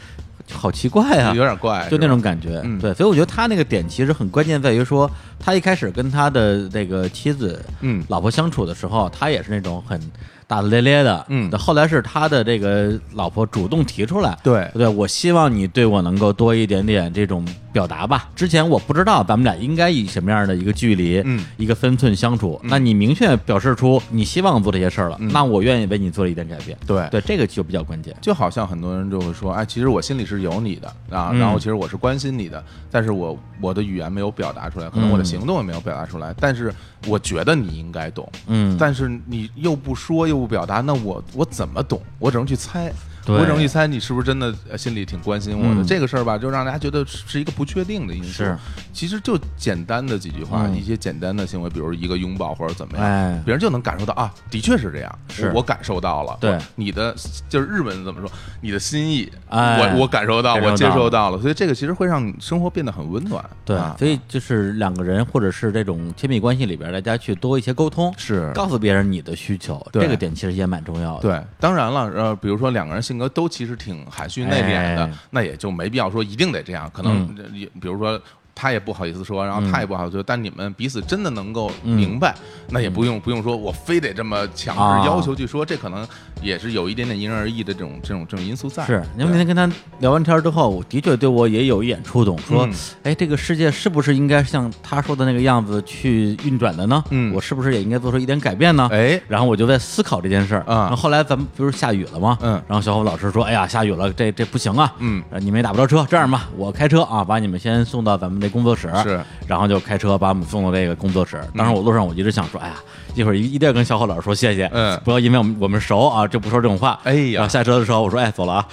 [SPEAKER 1] 好奇怪啊，
[SPEAKER 2] 有点怪，
[SPEAKER 1] 就那
[SPEAKER 2] 是吧
[SPEAKER 1] 种感觉。
[SPEAKER 2] 嗯
[SPEAKER 1] 对，所以我觉得他那个点其实很关键，在于说他一开始跟他的那个妻子、
[SPEAKER 2] 嗯
[SPEAKER 1] 老婆相处的时候，他也是那种很大大咧咧的。
[SPEAKER 2] 嗯
[SPEAKER 1] 但后来是他的这个老婆主动提出来。
[SPEAKER 2] 对
[SPEAKER 1] 对，我希望你对我能够多一点点这种表达吧。之前我不知道咱们俩应该以什么样的一个距离、
[SPEAKER 2] 嗯
[SPEAKER 1] 一个分寸相处。那你明确表示出你希望我做这些事儿了，
[SPEAKER 2] 嗯哎
[SPEAKER 1] 那我愿意为你做一点改变。
[SPEAKER 2] 对
[SPEAKER 1] 对，这个就比较关键。
[SPEAKER 2] 就好像很多人就会说，哎，其实我心里是有你的啊，
[SPEAKER 1] 嗯
[SPEAKER 2] 然后其实我是关心你的，但是我我的语言没有表达出来，可能我的
[SPEAKER 1] 嗯
[SPEAKER 2] 行动也没有表达出来，但是我觉得你应该懂，
[SPEAKER 1] 嗯，
[SPEAKER 2] 但是你又不说又不表达，那我我怎么懂？我只能去猜，
[SPEAKER 1] 对
[SPEAKER 2] 我只能去猜你是不是真的呃心里挺关心我的、
[SPEAKER 1] 嗯
[SPEAKER 2] 这个事儿吧，就让大家觉得是是一个不确定的因素。
[SPEAKER 1] 是，
[SPEAKER 2] 其实就简单的几句话，
[SPEAKER 1] 嗯
[SPEAKER 2] 一些简单的行为，比如一个拥抱或者怎么样，
[SPEAKER 1] 哎，
[SPEAKER 2] 别人就能感受到啊，的确是这样，
[SPEAKER 1] 是
[SPEAKER 2] 我我感受到了，
[SPEAKER 1] 对
[SPEAKER 2] 你的就是日本怎么说，你的心意，
[SPEAKER 1] 哎
[SPEAKER 2] 我我感受到，
[SPEAKER 1] 感受到
[SPEAKER 2] 我接受到了，所以这个其实会让生活变得很温暖，
[SPEAKER 1] 对，
[SPEAKER 2] 啊、
[SPEAKER 1] 所以就是两个人或者是这种亲密关系里边，大家去多一些沟通，
[SPEAKER 2] 是
[SPEAKER 1] 告诉别人你的需求，
[SPEAKER 2] 对
[SPEAKER 1] 这个点其实也蛮重要的。
[SPEAKER 2] 对，当然了，呃，比如说两个人性格都其实挺含蓄内敛的，
[SPEAKER 1] 哎嗯
[SPEAKER 2] 那也就没必要说一定得这样。可能也、比如说他也不好意思说，然后他也不好说，但你们彼此真的能够
[SPEAKER 1] 嗯
[SPEAKER 2] 明白，那也不用不用说我非得这么强
[SPEAKER 1] 啊
[SPEAKER 2] 制要求去说，这可能也是有一点点因人而异的这种这种这种因素 [LAUGHS] 在。
[SPEAKER 1] 是，因为那
[SPEAKER 2] 对
[SPEAKER 1] 天跟他聊完天之后，我的确对我也有一点触动，说
[SPEAKER 2] 嗯，
[SPEAKER 1] 哎，这个世界是不是应该像他说的那个样子去运转的呢？
[SPEAKER 2] 嗯
[SPEAKER 1] 我是不是也应该做出一点改变呢？
[SPEAKER 2] 哎，
[SPEAKER 1] 然后我就在思考这件事儿
[SPEAKER 2] 啊
[SPEAKER 1] 然后后来咱们不是下雨了吗？
[SPEAKER 2] 嗯
[SPEAKER 1] 然后小虎老师说：“哎呀，下雨了，这这不行啊，
[SPEAKER 2] 嗯
[SPEAKER 1] 呃，你们也打不着车，这样吧，我开车啊，把你们先送到咱们这工作室，
[SPEAKER 2] 是，
[SPEAKER 1] 然后就开车把我们送到这个工作室。当时我路上我一直想说，哎呀，一会儿一一定要跟小虎老师说谢谢，
[SPEAKER 2] 嗯
[SPEAKER 1] 不要因为我们我们熟啊，就不说这种话。
[SPEAKER 2] 哎呀
[SPEAKER 1] 然
[SPEAKER 4] 啊
[SPEAKER 1] 后下车的时候我说，哎，走
[SPEAKER 4] [LAUGHS]
[SPEAKER 1] 了啊，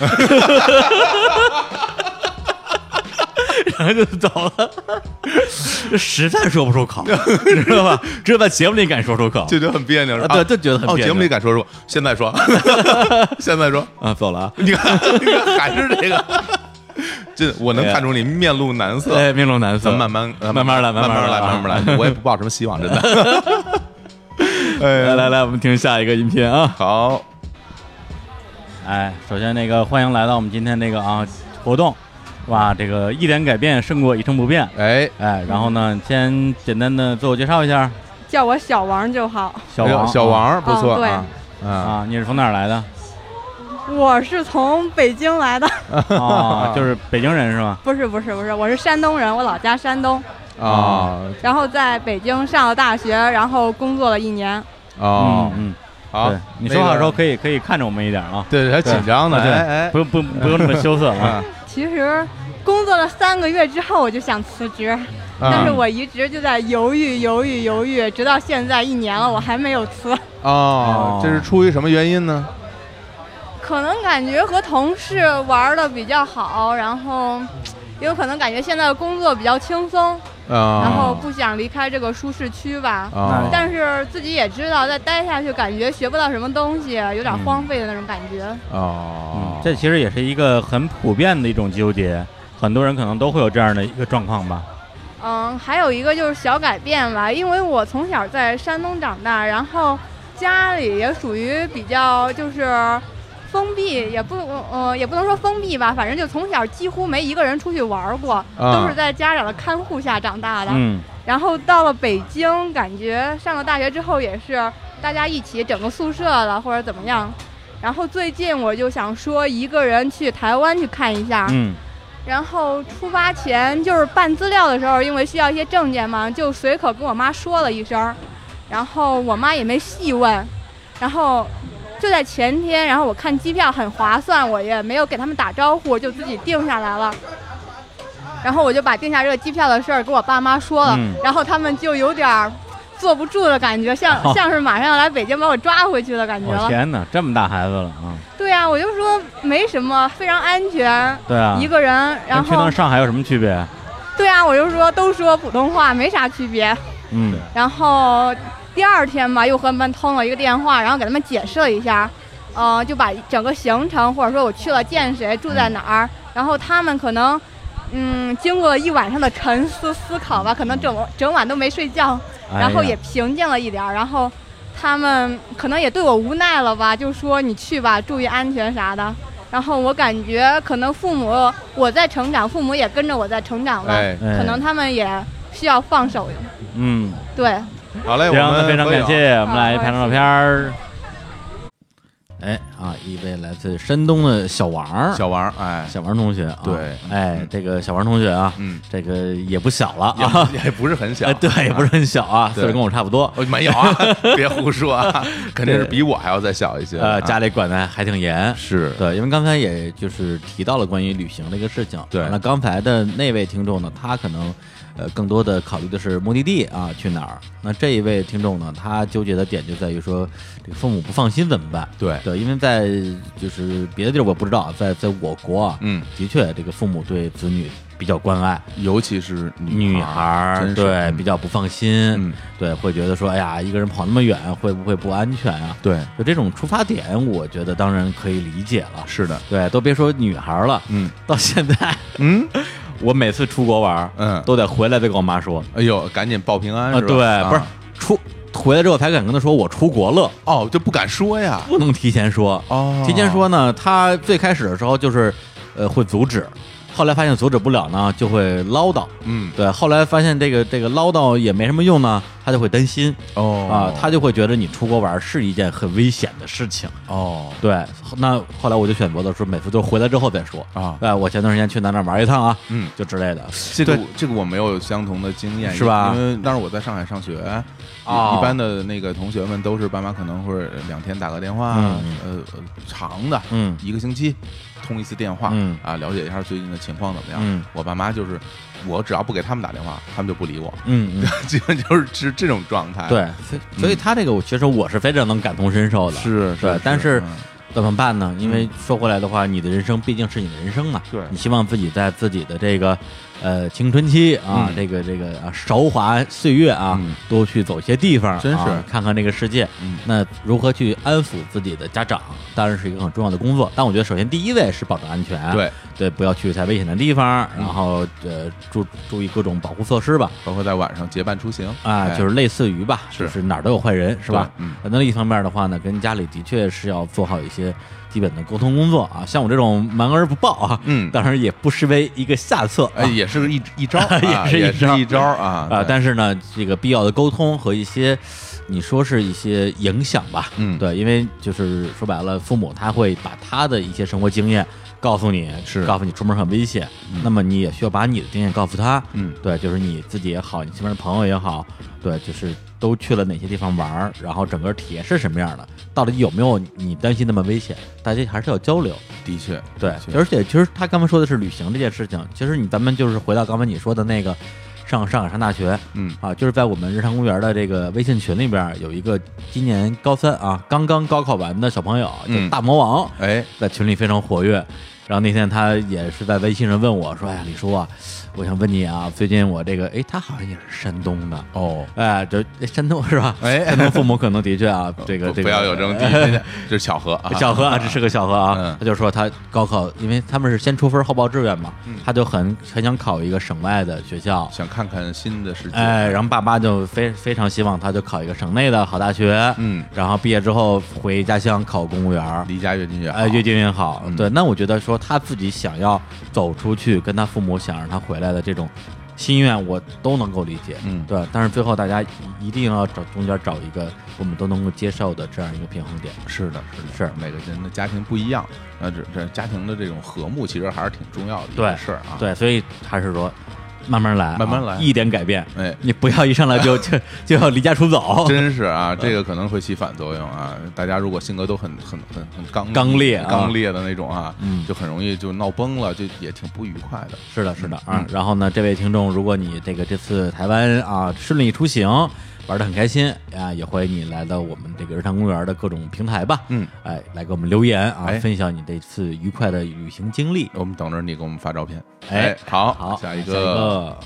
[SPEAKER 1] 然后就走了，实在说不出口，你知道吧？只有在节目里敢说出口，
[SPEAKER 2] 就觉得很别扭，是吧
[SPEAKER 1] 啊对就觉得很
[SPEAKER 2] 哦，
[SPEAKER 1] 别扭
[SPEAKER 2] 节目里敢说说，现在说，现在说，
[SPEAKER 1] 啊，走了啊。
[SPEAKER 2] 你看，你看还是这个， [LAUGHS] 这我能
[SPEAKER 1] 哎呀
[SPEAKER 2] 看出你面露难色。
[SPEAKER 1] 哎，面露难色，
[SPEAKER 2] 咱慢慢
[SPEAKER 1] 慢慢来，
[SPEAKER 2] 慢
[SPEAKER 1] 慢
[SPEAKER 2] 来，
[SPEAKER 1] 来
[SPEAKER 2] 慢慢来。我也不抱什么希望，真的。
[SPEAKER 1] 来
[SPEAKER 2] 哎呀，
[SPEAKER 1] 来来，我们听下一个音频啊。
[SPEAKER 2] 好，
[SPEAKER 4] 哎，首先那个欢迎来到我们今天那个啊活动，哇，这个一点改变胜过一成不变。
[SPEAKER 2] 哎，
[SPEAKER 4] 哎，然后呢，先简单的自我介绍一下，
[SPEAKER 7] 叫我小王就好。
[SPEAKER 4] 小
[SPEAKER 2] 哎呦
[SPEAKER 4] 王，
[SPEAKER 2] 小王不错
[SPEAKER 7] 哦对
[SPEAKER 2] 啊，啊，
[SPEAKER 4] 啊，你是从哪儿来
[SPEAKER 2] [LAUGHS]
[SPEAKER 4] 的？
[SPEAKER 7] 我是从北京来的， [LAUGHS]
[SPEAKER 4] 啊，就是北京人是吗？
[SPEAKER 7] 不是不是不是，我是山东人，我老家山东，
[SPEAKER 2] 啊
[SPEAKER 7] 然后在北京上了大学，然后工作了一年。
[SPEAKER 2] 啊，
[SPEAKER 4] 嗯
[SPEAKER 2] 好
[SPEAKER 4] 嗯，对，，你说话的时候
[SPEAKER 2] 那个
[SPEAKER 4] 可以可以看着我们一点啊，
[SPEAKER 2] 对还紧张呢，
[SPEAKER 4] 对
[SPEAKER 2] 哎
[SPEAKER 4] 不用不用不用那么羞涩
[SPEAKER 2] 哎，
[SPEAKER 4] 啊。
[SPEAKER 2] [LAUGHS] 啊
[SPEAKER 7] 其实工作了三个月之后，我就想辞职，但是
[SPEAKER 2] 啊
[SPEAKER 7] 我一直就在犹豫犹豫犹豫，直到现在一年了，我还没有辞。
[SPEAKER 2] 哦，这是出于什么原因呢？
[SPEAKER 7] 可能感觉和同事玩的比较好，然后也有可能感觉现在的工作比较轻松，
[SPEAKER 2] 啊，
[SPEAKER 7] 然后不想离开这个舒适区吧。
[SPEAKER 2] 啊，
[SPEAKER 7] 但是自己也知道，再待下去感觉学不到什么东西，有点
[SPEAKER 4] 嗯
[SPEAKER 7] 荒废的那种感觉。
[SPEAKER 2] 哦
[SPEAKER 4] 嗯，，这其实也是一个很普遍的一种纠结，很多人可能都会有这样的一个状况吧。
[SPEAKER 7] 嗯，还有一个就是小改变吧，因为我从小在山东长大，然后家里也属于比较就是封闭，也不呃也不能说封闭吧，反正就从小几乎没一个人出去玩过，
[SPEAKER 2] 啊
[SPEAKER 7] 都是在家长的看护下长大的。
[SPEAKER 4] 嗯，
[SPEAKER 7] 然后到了北京，感觉上了大学之后也是大家一起整个宿舍了或者怎么样。然后最近我就想说一个人去台湾去看一下，
[SPEAKER 4] 嗯，
[SPEAKER 7] 然后出发前就是办资料的时候，因为需要一些证件嘛，就随口跟我妈说了一声，然后我妈也没细问，然后就在前天，然后我看机票很划算，我也没有给他们打招呼，就自己定下来了。然后我就把定下这个机票的事儿跟我爸妈说了，
[SPEAKER 4] 嗯
[SPEAKER 7] 然后他们就有点儿坐不住的感
[SPEAKER 4] [LAUGHS]
[SPEAKER 7] 觉，像、
[SPEAKER 4] 哦
[SPEAKER 7] 像是马上要来北京把我抓回去的感觉
[SPEAKER 4] 我
[SPEAKER 7] 了。
[SPEAKER 4] 哦天哪，这么大孩子了啊！
[SPEAKER 7] 对啊，我就说没什么，非常安全，
[SPEAKER 4] 对啊，
[SPEAKER 7] 一个人，然
[SPEAKER 4] 跟去
[SPEAKER 7] 后
[SPEAKER 4] 趟上海有什么区别？
[SPEAKER 7] 对啊，我就说都说普通话没啥区别。
[SPEAKER 4] 嗯，
[SPEAKER 7] 然后第二天吧，又和他们通了一个电话，然后给他们解释了一下，呃，就把整个行程或者说我去了见谁，住在哪儿，然后他们可能
[SPEAKER 8] 嗯，经过一晚上的沉思思考吧，可能整整晚都没睡觉，然后
[SPEAKER 1] 哎呀
[SPEAKER 8] 也平静了一点儿，然后他们可能也对我无奈了吧，就说你去吧，注意安全啥的。然后我感觉可能父母我在成长，父母也跟着我在成长吧，
[SPEAKER 2] 哎，
[SPEAKER 1] 哎
[SPEAKER 8] 可能他们也需要放手。
[SPEAKER 4] 嗯，
[SPEAKER 8] 对，
[SPEAKER 2] 好哎嘞，我
[SPEAKER 4] 非常
[SPEAKER 2] 们啊
[SPEAKER 4] 非常
[SPEAKER 2] 合影
[SPEAKER 4] 感谢，我们来拍张照片儿。
[SPEAKER 1] 哎啊，一位来自山东的小王儿，
[SPEAKER 2] 小王儿，哎，
[SPEAKER 1] 小王同学啊，
[SPEAKER 2] 对
[SPEAKER 1] 哎
[SPEAKER 2] 嗯，
[SPEAKER 1] 这个小王同学啊，
[SPEAKER 2] 嗯，
[SPEAKER 1] 这个也不小了啊，
[SPEAKER 2] 也也不是很小
[SPEAKER 1] 哎，，对，
[SPEAKER 2] [LAUGHS]
[SPEAKER 1] 也不是很小啊，
[SPEAKER 2] 对
[SPEAKER 1] 岁数跟我差不多，
[SPEAKER 2] 哦，没有啊， [LAUGHS] 别胡说
[SPEAKER 1] [LAUGHS]
[SPEAKER 2] 啊，肯定是比我还要再小一些。
[SPEAKER 1] 呃，家
[SPEAKER 2] 里
[SPEAKER 1] 里管的还挺严，
[SPEAKER 2] 是
[SPEAKER 1] 对，因为刚才也就是提到了关于旅行这个事情。
[SPEAKER 2] 对
[SPEAKER 1] 那刚才的那位听众呢，他可能呃更多的考虑的是目的地啊，去哪儿。那这一位听众呢，他纠结的点就在于说，这个父母不放心怎么办？
[SPEAKER 2] 对
[SPEAKER 1] 对，因为在就是别的地儿我不知道，在在我国啊，
[SPEAKER 2] 嗯，
[SPEAKER 1] 的确这个父母对子女比较关爱。
[SPEAKER 2] 尤其是
[SPEAKER 1] 女孩
[SPEAKER 2] 孩儿，
[SPEAKER 1] 儿
[SPEAKER 2] 真是
[SPEAKER 1] 对
[SPEAKER 2] 嗯
[SPEAKER 1] 比较不放心，
[SPEAKER 2] 嗯
[SPEAKER 1] 对会觉得说，哎呀，一个人跑那么远，会不会不安全啊？
[SPEAKER 2] 对，
[SPEAKER 1] 就这种出发点，我觉得当然可以理解了。
[SPEAKER 2] 是的，
[SPEAKER 1] 对，都别说女孩儿了， [LAUGHS]
[SPEAKER 2] 嗯
[SPEAKER 1] 到现在
[SPEAKER 2] 嗯
[SPEAKER 1] 我每次出国玩儿，
[SPEAKER 2] 嗯，
[SPEAKER 1] 都得回来再跟我妈说，
[SPEAKER 2] 哎呦，赶紧报平安是吧？
[SPEAKER 1] 呃对，
[SPEAKER 2] 啊
[SPEAKER 1] 不是出回来之后才敢跟她说我出国了，
[SPEAKER 2] 哦，就不敢说呀。
[SPEAKER 1] 不能提前说。
[SPEAKER 2] 哦，
[SPEAKER 1] 提前说呢，她最开始的时候就是，呃，会阻止，后来发现阻止不了呢，就会唠叨。
[SPEAKER 2] 嗯，
[SPEAKER 1] 对，后来发现这个这个唠叨也没什么用呢，她就会担心
[SPEAKER 2] 哦
[SPEAKER 1] 啊，她就会觉得你出国玩儿是一件很危险的事情。
[SPEAKER 2] 哦
[SPEAKER 1] 对，那后来我就选择的说，每次都是回来之后再说。
[SPEAKER 2] 啊，
[SPEAKER 1] 哎，我前段时间去哪哪玩一趟啊，
[SPEAKER 2] 嗯，
[SPEAKER 1] 就之类的。
[SPEAKER 2] 这个
[SPEAKER 1] 对
[SPEAKER 2] 这个我没有相同的经验，
[SPEAKER 1] 是吧
[SPEAKER 2] 因为当时我在上海上学，
[SPEAKER 1] 哦
[SPEAKER 2] 一一般的那个同学们都是爸妈可能会两天打个电话，
[SPEAKER 1] 嗯
[SPEAKER 2] 呃，呃长的，
[SPEAKER 1] 嗯
[SPEAKER 2] 一个星期通一次电话，
[SPEAKER 1] 嗯
[SPEAKER 2] 啊，了解一下最近的情况怎么样。
[SPEAKER 1] 嗯
[SPEAKER 2] 我爸妈就是，我只要不给他们打电话，他们就不理我， [LAUGHS]
[SPEAKER 1] 嗯，嗯
[SPEAKER 2] 基本就是是这种状态。，
[SPEAKER 1] 对，所以所以他这个我其实我是非常能感同身受的。
[SPEAKER 2] 嗯是
[SPEAKER 1] 对
[SPEAKER 2] 是，
[SPEAKER 1] 但是
[SPEAKER 2] 嗯
[SPEAKER 1] 怎么办呢？因为说回来的话，你的人生毕竟是你的人生嘛，
[SPEAKER 2] 对
[SPEAKER 1] 你希望自己在自己的这个呃青春期啊，
[SPEAKER 2] 嗯
[SPEAKER 1] 这个这个啊韶华岁月啊，
[SPEAKER 2] 嗯
[SPEAKER 1] 多去走些地方，
[SPEAKER 2] 真是
[SPEAKER 1] 啊看看这个世界。
[SPEAKER 2] 嗯
[SPEAKER 1] 那如何去安抚自己的家长，当然是一个很重要的工作。但我觉得首先第一位是保证安全，
[SPEAKER 2] 对，
[SPEAKER 1] 对，不要去太危险的地方，
[SPEAKER 2] 嗯
[SPEAKER 1] 然后呃注注意各种保护措施吧。
[SPEAKER 2] 包括在晚上结伴出行
[SPEAKER 1] 啊，就是类似于吧，
[SPEAKER 2] 哎是
[SPEAKER 1] 就是哪儿都有坏人，是吧？
[SPEAKER 2] 对嗯
[SPEAKER 1] 那另一方面的话呢，跟家里的确是要做好一些基本的沟通工作啊。像我这种瞒而不报啊，
[SPEAKER 2] 嗯
[SPEAKER 1] 当然也不失为一个下策啊。
[SPEAKER 2] 哎，也是一一招，啊
[SPEAKER 1] [LAUGHS] 也是一
[SPEAKER 2] 也是
[SPEAKER 1] 招
[SPEAKER 2] 一招
[SPEAKER 1] 啊，
[SPEAKER 2] 啊对
[SPEAKER 1] 但是呢，这个必要的沟通和一些，你说是一些影响吧，
[SPEAKER 2] 嗯
[SPEAKER 1] 对，因为就是说白了，父母他会把他的一些生活经验告诉你，
[SPEAKER 2] 是
[SPEAKER 1] 告诉你出门很危险，那么你也需要把你的经验告诉他，
[SPEAKER 2] 嗯
[SPEAKER 1] 对，就是你自己也好，你身边的朋友也好，对，就是都去了哪些地方玩儿，然后整个体验是什么样的，到底有没有你担心那么危险，大家还是要交流。
[SPEAKER 2] 的确，
[SPEAKER 1] 对
[SPEAKER 2] 的，确
[SPEAKER 1] 而且其实他刚才说的是旅行这件事情，其实你咱们就是回到刚才你说的那个上上海上大学，
[SPEAKER 2] 嗯
[SPEAKER 1] 啊，就是在我们日常公园的这个微信群里边儿有一个今年高三啊刚刚高考完的小朋友，
[SPEAKER 2] 嗯
[SPEAKER 1] 叫大魔王，
[SPEAKER 2] 哎，
[SPEAKER 1] 在群里非常活跃。然后那天他也是在微信上问我说：“哎呀，李叔啊，我想问你啊，最近我这个……哎，他好像也是山东的，
[SPEAKER 2] 哦，
[SPEAKER 1] 哎，这哎山东是吧？
[SPEAKER 2] 哎
[SPEAKER 1] 山东父母可能的确
[SPEAKER 2] [LAUGHS]
[SPEAKER 1] 啊，这个
[SPEAKER 2] 不
[SPEAKER 1] 这个
[SPEAKER 2] 不要
[SPEAKER 1] [LAUGHS]
[SPEAKER 2] 有这种第一，这是巧合啊，
[SPEAKER 1] 小何啊，这是个小何啊
[SPEAKER 2] 嗯，
[SPEAKER 1] 他就说他高考，因为他们是先出分后报志愿嘛，
[SPEAKER 2] 嗯
[SPEAKER 1] 他就很很想考一个省外的学校，
[SPEAKER 2] 想看看新的世界，
[SPEAKER 1] 哎，然后爸妈就非非常希望他就考一个省内的好大学，
[SPEAKER 2] 嗯
[SPEAKER 1] 然后毕业之后回家乡考公务员儿，
[SPEAKER 2] 离家越近越好，
[SPEAKER 1] 哎，越近越好。
[SPEAKER 2] 嗯
[SPEAKER 1] 对，那我觉得说他自己想要走出去，跟他父母想让他回来的这种心愿，我都能够理解。
[SPEAKER 2] 嗯
[SPEAKER 1] 对，但是最后大家一一定要找中间找一个我们都能够接受的这样一个平衡点。
[SPEAKER 2] 是的，是的，
[SPEAKER 1] 是
[SPEAKER 2] 每个人的家庭不一样，那这这家庭的这种和睦其实还是挺重要的一
[SPEAKER 1] 对
[SPEAKER 2] 个事儿啊。，
[SPEAKER 1] 对，所以还是说慢慢来啊，
[SPEAKER 2] 慢慢来
[SPEAKER 1] 一点改变。
[SPEAKER 2] 哎，
[SPEAKER 1] 你不要一上来
[SPEAKER 2] [LAUGHS]
[SPEAKER 1] 就就就要离家出走，
[SPEAKER 2] 真是啊，这个可能会起反作用啊。大家如果性格都很很很很刚
[SPEAKER 1] 刚烈啊
[SPEAKER 2] 刚烈的那种啊，
[SPEAKER 1] 嗯
[SPEAKER 2] 就很容易就闹崩了，就也挺不愉快的。
[SPEAKER 1] 是的，是的啊
[SPEAKER 2] 嗯。
[SPEAKER 1] 然后呢，这位听众，如果你这个这次台湾啊顺利出行，玩的很开心啊，也欢迎你来到我们这个日常公园的各种平台吧。
[SPEAKER 2] 嗯，
[SPEAKER 1] 哎，来给我们留言啊，
[SPEAKER 2] 哎
[SPEAKER 1] 分享你这次愉快的旅行经历。
[SPEAKER 2] 我们等着你给我们发照片。
[SPEAKER 1] 哎
[SPEAKER 2] 好，
[SPEAKER 1] 好，
[SPEAKER 2] 下
[SPEAKER 1] 下
[SPEAKER 2] 一
[SPEAKER 1] 一个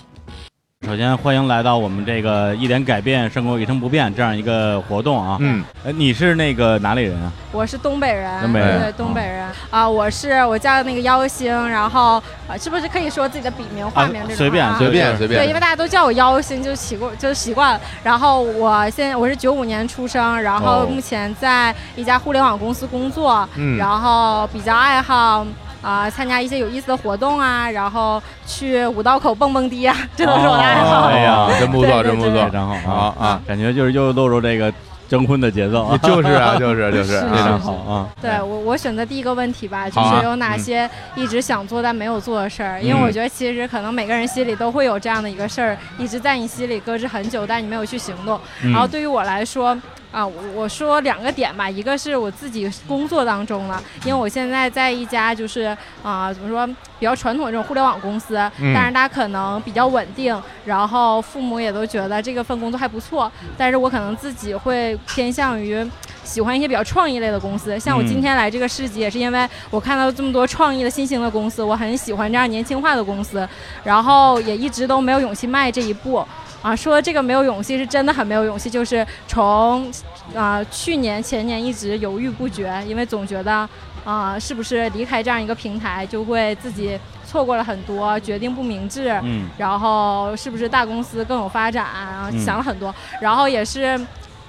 [SPEAKER 4] 首先欢迎来到我们这个一点改变胜过一成不变这样一个活动啊。
[SPEAKER 2] 嗯，
[SPEAKER 4] 呃，你是那个哪里人啊？
[SPEAKER 7] 我是东北人，
[SPEAKER 4] 东北人
[SPEAKER 7] 对
[SPEAKER 4] 嗯
[SPEAKER 7] 东北人啊，我是我叫那个妖星，然后啊，是不是可以说自己的笔名、化名这种啊？
[SPEAKER 4] 随便
[SPEAKER 7] 啊
[SPEAKER 2] 随便随
[SPEAKER 7] 对，因
[SPEAKER 2] 便
[SPEAKER 7] 为大家都叫我妖星，就习惯就习惯了。然后我现在我是九五年出生，然后
[SPEAKER 4] 哦
[SPEAKER 7] 目前在一家互联网公司工作，
[SPEAKER 2] 嗯
[SPEAKER 7] 然后比较爱好。啊、参加一些有意思的活动啊，然后去五道口蹦蹦迪啊，这都是我的爱好。
[SPEAKER 4] 哦哎呀，
[SPEAKER 2] 真不错，
[SPEAKER 7] 对对
[SPEAKER 2] 真不
[SPEAKER 7] 对
[SPEAKER 2] 错
[SPEAKER 4] 非，常好
[SPEAKER 2] 好
[SPEAKER 4] 啊，
[SPEAKER 2] 啊，
[SPEAKER 4] 感觉就是又落入这个征婚的节奏啊，
[SPEAKER 2] 就是啊，就是就是
[SPEAKER 7] 是
[SPEAKER 4] 非
[SPEAKER 2] 啊
[SPEAKER 4] 常好啊。
[SPEAKER 7] 对我，我选择第一个问题吧，就
[SPEAKER 2] 好啊嗯
[SPEAKER 7] 是有哪些一直想做但没有做的事儿？因为我觉得其实可能每个人心里都会有这样的一个事儿，一直在你心里搁置很久，但你没有去行动。
[SPEAKER 2] 嗯
[SPEAKER 7] 然后对于我来说。啊，我我说两个点吧，一个是我自己工作当中了，因为我现在在一家就是啊、怎么说比较传统的这种互联网公司，
[SPEAKER 2] 嗯
[SPEAKER 7] 但是它可能比较稳定，然后父母也都觉得这个份工作还不错，但是我可能自己会偏向于喜欢一些比较创意类的公司，像我今天来这个市集也是因为我看到这么多创意的新型的公司，我很喜欢这样年轻化的公司，然后也一直都没有勇气迈这一步。啊，说这个没有勇气是真的很没有勇气，就是从啊、去年前年一直犹豫不决，因为总觉得啊、是不是离开这样一个平台就会自己错过了很多，决定不明智，
[SPEAKER 4] 嗯
[SPEAKER 7] 然后是不是大公司更有发展啊？
[SPEAKER 4] 嗯
[SPEAKER 7] 想了很多，然后也是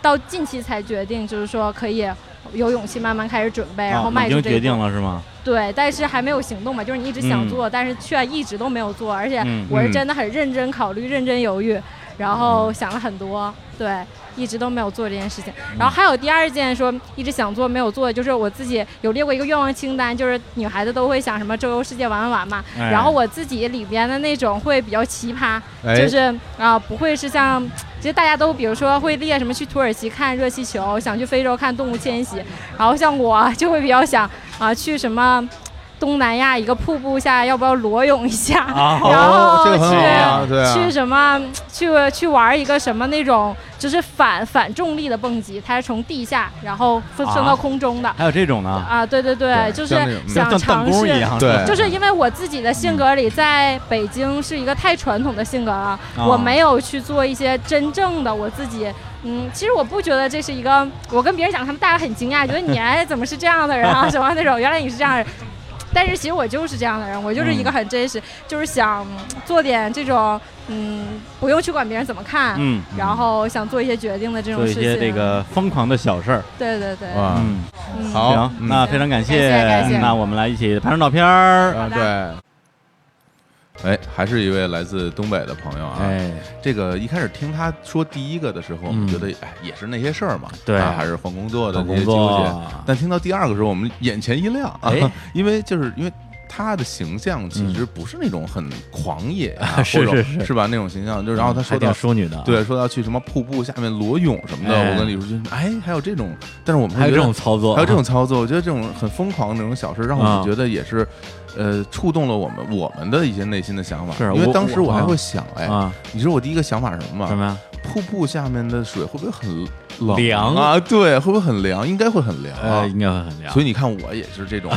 [SPEAKER 7] 到近期才决定，就是说可以有勇气慢慢开始准备，然后
[SPEAKER 4] 啊
[SPEAKER 7] 迈
[SPEAKER 4] 已
[SPEAKER 7] 出
[SPEAKER 4] 经
[SPEAKER 7] 这一
[SPEAKER 4] 决
[SPEAKER 7] 步。
[SPEAKER 4] 定了是吗？
[SPEAKER 7] 对，但是还没有行动嘛，就是你一直想
[SPEAKER 4] 嗯
[SPEAKER 7] 做，但是却一直都没有做，而且
[SPEAKER 4] 嗯
[SPEAKER 7] 我是真的很认真考虑、认真犹豫，然后想了很多，对，一直都没有做这件事情。
[SPEAKER 4] 嗯
[SPEAKER 7] 然后还有第二件说一直想做没有做的，就是我自己有列过一个愿望清单，就是女孩子都会想什么周游世界玩玩玩嘛，
[SPEAKER 4] 哎
[SPEAKER 7] 然后我自己里边的那种会比较奇葩，
[SPEAKER 2] 嗯哎
[SPEAKER 4] 哎
[SPEAKER 7] 就是啊、不会是像，其实大家都比如说会列什么去土耳其看热气球，想去非洲看动物迁徙，然后像我就会比较想啊、去什么东南亚一个瀑布下要不要裸泳一下，
[SPEAKER 4] 啊
[SPEAKER 7] 然
[SPEAKER 2] 哦
[SPEAKER 7] 后
[SPEAKER 2] 这
[SPEAKER 7] 去、
[SPEAKER 2] 个很好啊，对啊，
[SPEAKER 7] 去什么去去玩一个什么那种就是反反重力的蹦极，它是从地下然后升升
[SPEAKER 4] 啊
[SPEAKER 7] 到空中的。
[SPEAKER 4] 还有这种呢，
[SPEAKER 7] 啊，对对对，
[SPEAKER 2] 对
[SPEAKER 7] 就是
[SPEAKER 2] 像那种
[SPEAKER 7] 想
[SPEAKER 4] 像弹
[SPEAKER 7] 尝
[SPEAKER 4] 弓
[SPEAKER 7] 试，
[SPEAKER 4] 一样，
[SPEAKER 2] 对
[SPEAKER 7] 就是因为我自己的性格里，在北京是一个太传统的性格了，
[SPEAKER 4] 啊
[SPEAKER 7] 我没有去做一些真正的我自己。嗯，其实我不觉得这是一个，我跟别人讲，他们大家很惊
[SPEAKER 4] [LAUGHS]
[SPEAKER 7] 讶，觉得你哎怎么是这样的人啊，什么那种，原来你是这样的人。但是其实我就是这样的人，我就是一个很
[SPEAKER 4] 嗯
[SPEAKER 7] 真实，就是想做点这种，嗯，不用去管别人怎么看，
[SPEAKER 4] 嗯，
[SPEAKER 7] 然后想做一些决定的这种
[SPEAKER 4] 做一
[SPEAKER 7] 事情。
[SPEAKER 4] 些这个疯狂的小事儿。啊
[SPEAKER 7] 对对对，
[SPEAKER 2] 哇，
[SPEAKER 4] 嗯，
[SPEAKER 7] 嗯，
[SPEAKER 2] 好
[SPEAKER 4] 行，
[SPEAKER 2] 嗯
[SPEAKER 4] 那非常感谢，嗯
[SPEAKER 7] 感谢感谢
[SPEAKER 4] 那我们来一起拍张照片儿。
[SPEAKER 2] 啊，对。哎，还是一位来自东北的朋友啊。
[SPEAKER 1] 哎，
[SPEAKER 2] 这个一开始听他说第一个的时候，我们
[SPEAKER 1] 嗯
[SPEAKER 2] 觉得哎也是那些事儿嘛，
[SPEAKER 1] 对
[SPEAKER 2] 啊还是换工作
[SPEAKER 1] 找
[SPEAKER 2] 的那
[SPEAKER 1] 工
[SPEAKER 2] 些纠结。
[SPEAKER 1] 作，啊
[SPEAKER 2] 但听到第二个时候，我们眼前一亮啊
[SPEAKER 1] 哎，
[SPEAKER 2] [LAUGHS]
[SPEAKER 1] 嗯
[SPEAKER 2] 因为就是因为他的形象其实不是那种很狂野啊，
[SPEAKER 1] [LAUGHS] 是
[SPEAKER 2] 或者
[SPEAKER 1] 是是
[SPEAKER 2] 是吧？那种形象，就然后他说
[SPEAKER 1] 还
[SPEAKER 2] 到
[SPEAKER 1] 挺淑女的，，
[SPEAKER 2] 对，说到去什么瀑布下面裸泳什么的，
[SPEAKER 1] 啊哎
[SPEAKER 2] 我跟李淑君，哎，还有这种，但是我们会
[SPEAKER 1] 还有
[SPEAKER 2] 觉
[SPEAKER 1] 这种
[SPEAKER 2] 得
[SPEAKER 1] 操作，
[SPEAKER 2] 还有这种操作，我觉得这种很疯狂的那种小事，让我们
[SPEAKER 1] 啊
[SPEAKER 2] 觉得也是，呃，触动了我们我们的一些内心的想法。
[SPEAKER 1] 是
[SPEAKER 2] 因为
[SPEAKER 1] 我
[SPEAKER 2] 当时
[SPEAKER 1] 我
[SPEAKER 2] 我还
[SPEAKER 1] 啊
[SPEAKER 2] 会想，哎，
[SPEAKER 1] 啊，
[SPEAKER 2] 你知道我第一个想法是什么
[SPEAKER 1] 什么
[SPEAKER 2] 吗？
[SPEAKER 1] 呀？
[SPEAKER 2] 瀑布下面的水会不会很冷
[SPEAKER 1] 凉
[SPEAKER 2] 啊？对，会不会很凉？应该会很凉啊
[SPEAKER 1] 呃，。应该会很凉，
[SPEAKER 2] 所以你看，我也是
[SPEAKER 1] [LAUGHS]
[SPEAKER 2] 这种，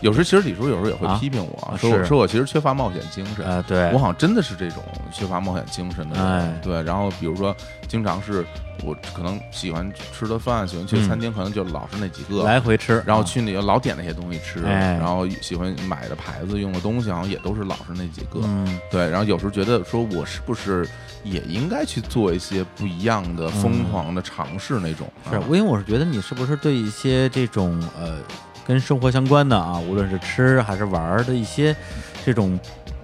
[SPEAKER 2] 有时其实李叔有时候也会
[SPEAKER 1] 啊
[SPEAKER 2] 批评我，
[SPEAKER 1] 啊
[SPEAKER 2] 说我
[SPEAKER 1] 是
[SPEAKER 2] 说我其实缺乏冒险精神。
[SPEAKER 1] 呃，对
[SPEAKER 2] 我，好像真的是这种缺乏冒险精神的人，
[SPEAKER 1] 哎
[SPEAKER 2] 对。然后比如说，经常是我可能喜欢吃的饭，喜欢去餐厅，可能就老是那几个，
[SPEAKER 1] 来回吃，啊
[SPEAKER 2] 然后去那个老点那些东西吃，
[SPEAKER 1] 哎
[SPEAKER 2] 然后喜欢买的牌子、用的东西，好像也都是老是那几个。
[SPEAKER 1] 嗯，
[SPEAKER 2] 对，然后有时候觉得说，我是不是也应该去做一些不一样的、疯狂的尝试那种？
[SPEAKER 1] 嗯是
[SPEAKER 2] 啊
[SPEAKER 1] 我，因为我是觉得你是不是对一些这种呃跟生活相关的啊，无论是吃还是玩儿的一些这种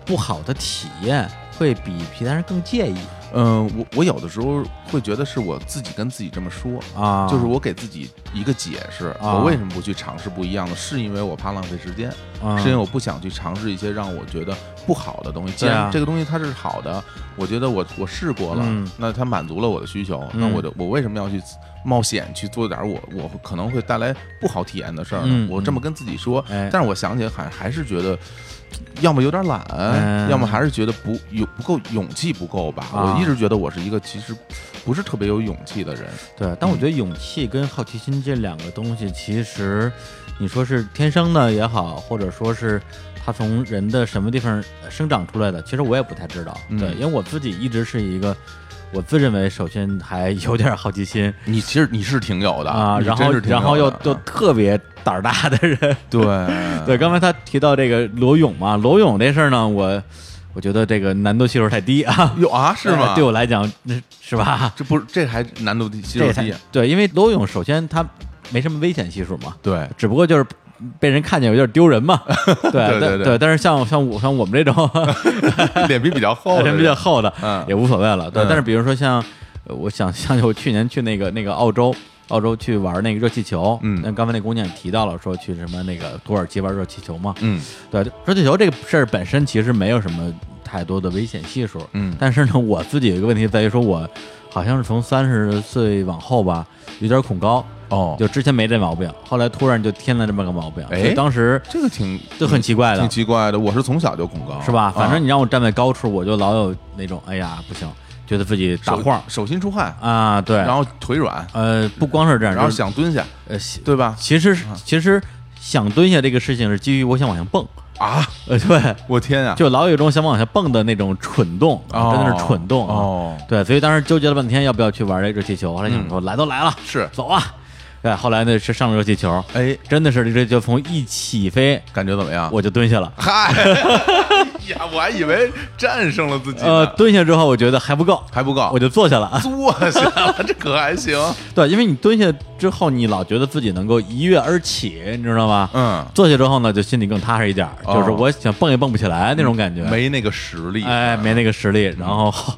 [SPEAKER 1] 不好的体验，会比其他人更介意
[SPEAKER 2] 嗯、我我有的时候会觉得是我自己跟自己这么说，
[SPEAKER 1] 啊？
[SPEAKER 2] 就是我给自己一个解释，
[SPEAKER 1] 啊
[SPEAKER 2] 我为什么不去尝试不一样的？是因为我怕浪费时间，
[SPEAKER 1] 啊
[SPEAKER 2] 是因为我不想去尝试一些让我觉得不好的东西。既
[SPEAKER 1] 对啊
[SPEAKER 2] 然这个东西它是好的，我觉得我我试过了，
[SPEAKER 1] 嗯
[SPEAKER 2] 那它满足了我的需求，
[SPEAKER 1] 嗯
[SPEAKER 2] 那我的我为什么要去冒险去做点儿我我可能会带来不好体验的事儿呢？
[SPEAKER 1] 嗯
[SPEAKER 2] 我这么跟自己说，
[SPEAKER 1] 哎
[SPEAKER 2] 但是我想起来还还是觉得。要么有点懒，
[SPEAKER 1] 嗯
[SPEAKER 2] 要么还是觉得不有不够勇气不够吧。
[SPEAKER 1] 啊
[SPEAKER 2] 我一直觉得我是一个其实不是特别有勇气的人。
[SPEAKER 1] 对，但我觉得勇气跟好奇心这两个东西，其实你说是天生的也好，或者说是他它从人的什么地方生长出来的，其实我也不太知道。
[SPEAKER 2] 嗯
[SPEAKER 1] 对，因为我自己一直是一个，我自认为首先还有点好奇心
[SPEAKER 2] 你其实你是挺有的
[SPEAKER 1] 啊，
[SPEAKER 2] 你
[SPEAKER 1] 然
[SPEAKER 2] 真
[SPEAKER 1] 后
[SPEAKER 2] 是挺
[SPEAKER 1] 然后
[SPEAKER 2] 有
[SPEAKER 1] 又
[SPEAKER 2] 的啊嗯
[SPEAKER 1] 又特别胆儿大的人。
[SPEAKER 2] 对
[SPEAKER 1] [LAUGHS] 对，刚才他提到这个裸泳嘛，裸泳这事儿呢，我我觉得这个难度系数太低啊，
[SPEAKER 2] 有啊是吗？
[SPEAKER 1] 对我来讲，那是吧？
[SPEAKER 2] 这不是这还难度低，洗手
[SPEAKER 1] 这才
[SPEAKER 2] 低，
[SPEAKER 1] 对，因为裸泳首先它没什么危险系数嘛，
[SPEAKER 2] 对
[SPEAKER 1] 只不过就是被人看见有点丢人
[SPEAKER 2] [LAUGHS]
[SPEAKER 1] 嘛。对
[SPEAKER 2] 对对
[SPEAKER 1] 但
[SPEAKER 2] 对
[SPEAKER 1] 对，但是像像我像我们这种
[SPEAKER 2] 脸皮比
[SPEAKER 1] [LAUGHS]
[SPEAKER 2] 较厚的人，
[SPEAKER 1] 人比较厚的，
[SPEAKER 2] 嗯
[SPEAKER 1] 也无所谓了。对，
[SPEAKER 2] 嗯
[SPEAKER 1] 但是比如说像，呃我想想起我去年去那个那个澳洲。澳洲去玩那个热气球，
[SPEAKER 2] 嗯
[SPEAKER 1] 那刚才那姑娘也提到了，说去什么那个土耳其玩热气球嘛，
[SPEAKER 2] 嗯
[SPEAKER 1] 对，热气球这个事儿本身其实没有什么太多的危险系数，
[SPEAKER 2] 嗯
[SPEAKER 1] 但是呢，我自己有一个问题在于说，我好像是从三十岁往后吧，有点恐高，
[SPEAKER 2] 哦，
[SPEAKER 1] 就之前没这毛病，后来突然就添了这么个毛病，所
[SPEAKER 2] 哎
[SPEAKER 1] 以当时
[SPEAKER 2] 这个挺
[SPEAKER 1] 就很奇怪的
[SPEAKER 2] 挺，奇怪的。我是从小就恐高，
[SPEAKER 1] 是吧？反正
[SPEAKER 2] 啊
[SPEAKER 1] 你让我站在高处，我就老有那种哎呀不行，觉得自己打
[SPEAKER 2] 手
[SPEAKER 1] 晃
[SPEAKER 2] 手心出汗，
[SPEAKER 1] 啊，对，
[SPEAKER 2] 然后腿软，
[SPEAKER 1] 呃不光是这样，
[SPEAKER 2] 然后
[SPEAKER 1] 就是
[SPEAKER 2] 想嗯蹲下，
[SPEAKER 1] 呃其
[SPEAKER 2] 对吧？
[SPEAKER 1] 其实是其实想蹲下这个事情是基于我想往下蹦， [LAUGHS]
[SPEAKER 2] 啊，
[SPEAKER 1] 呃对，
[SPEAKER 2] 我天啊！
[SPEAKER 1] 就老有一种想往下蹦的那种蠢动，
[SPEAKER 2] 哦
[SPEAKER 1] 真的是蠢动啊。
[SPEAKER 2] 哦，嗯
[SPEAKER 1] 对，所以当时纠结了半天要不要去玩这热气球，后来想说来都来了，
[SPEAKER 2] 是
[SPEAKER 1] 走啊！对，后来呢是上了热气球，
[SPEAKER 2] 哎，
[SPEAKER 1] 真的是这热气球从一起飞，
[SPEAKER 2] 感觉怎么样？
[SPEAKER 1] 我就蹲下了。
[SPEAKER 2] 嗨呀，我还以为战胜了自己呢，
[SPEAKER 1] 呃，蹲下之后我觉得还不够，
[SPEAKER 2] 还不够，
[SPEAKER 1] 我就坐下了。
[SPEAKER 2] 坐下了， [LAUGHS] 这可还行。
[SPEAKER 1] 对，因为你蹲下之后，你老觉得自己能够一跃而起，你知道吗？
[SPEAKER 2] 嗯，
[SPEAKER 1] 坐下之后呢，就心里更踏实一点儿，
[SPEAKER 2] 哦
[SPEAKER 1] 就是我想蹦也蹦不起来那种感觉。
[SPEAKER 2] 没那个实力，
[SPEAKER 1] 哎，没那个实力。然后后